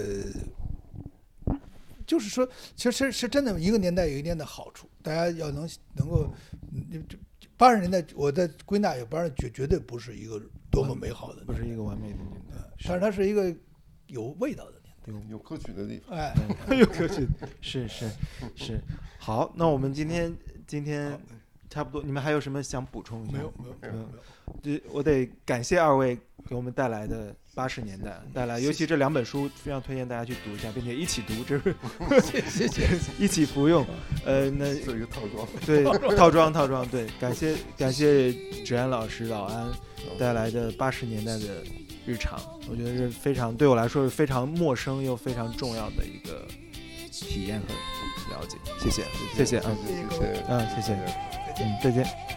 [SPEAKER 8] 就是说，其实是是真的，一个年代有一个年代的好处，大家要能能够，嗯就八十年代我在归纳一下，八十绝绝对不是一个多么美好的
[SPEAKER 9] 不
[SPEAKER 8] 年代，
[SPEAKER 9] 是一个完美的年代，
[SPEAKER 8] 但是它是一个有味道的年
[SPEAKER 7] 有可取的地方。
[SPEAKER 8] 代，哎。
[SPEAKER 9] 有科学，是
[SPEAKER 8] *laughs*
[SPEAKER 9] 是是。好，那我们今天今天差不多，你们还有什么想补充一下？
[SPEAKER 8] 没有没有没有没有，
[SPEAKER 9] 这我得感谢二位给我们带来的八十年代
[SPEAKER 8] 嗯
[SPEAKER 9] 带来，尤其这两本书非常推荐大家去读一下，并且一起读，这
[SPEAKER 8] *laughs*
[SPEAKER 9] 是 *laughs*
[SPEAKER 8] 谢谢。 *laughs*
[SPEAKER 9] 一起服
[SPEAKER 8] 嗯
[SPEAKER 9] 用。呃，那
[SPEAKER 7] 做一个套装，
[SPEAKER 9] 对套装套装，对，感 *laughs* 谢感谢芷安老师老安带来的八十年代的日常，我觉得是非常对我来说是非常陌生又非常重要的一个体验和了解。谢谢，谢谢啊，啊
[SPEAKER 7] 谢谢。
[SPEAKER 9] 嗯，谢谢，嗯，再见。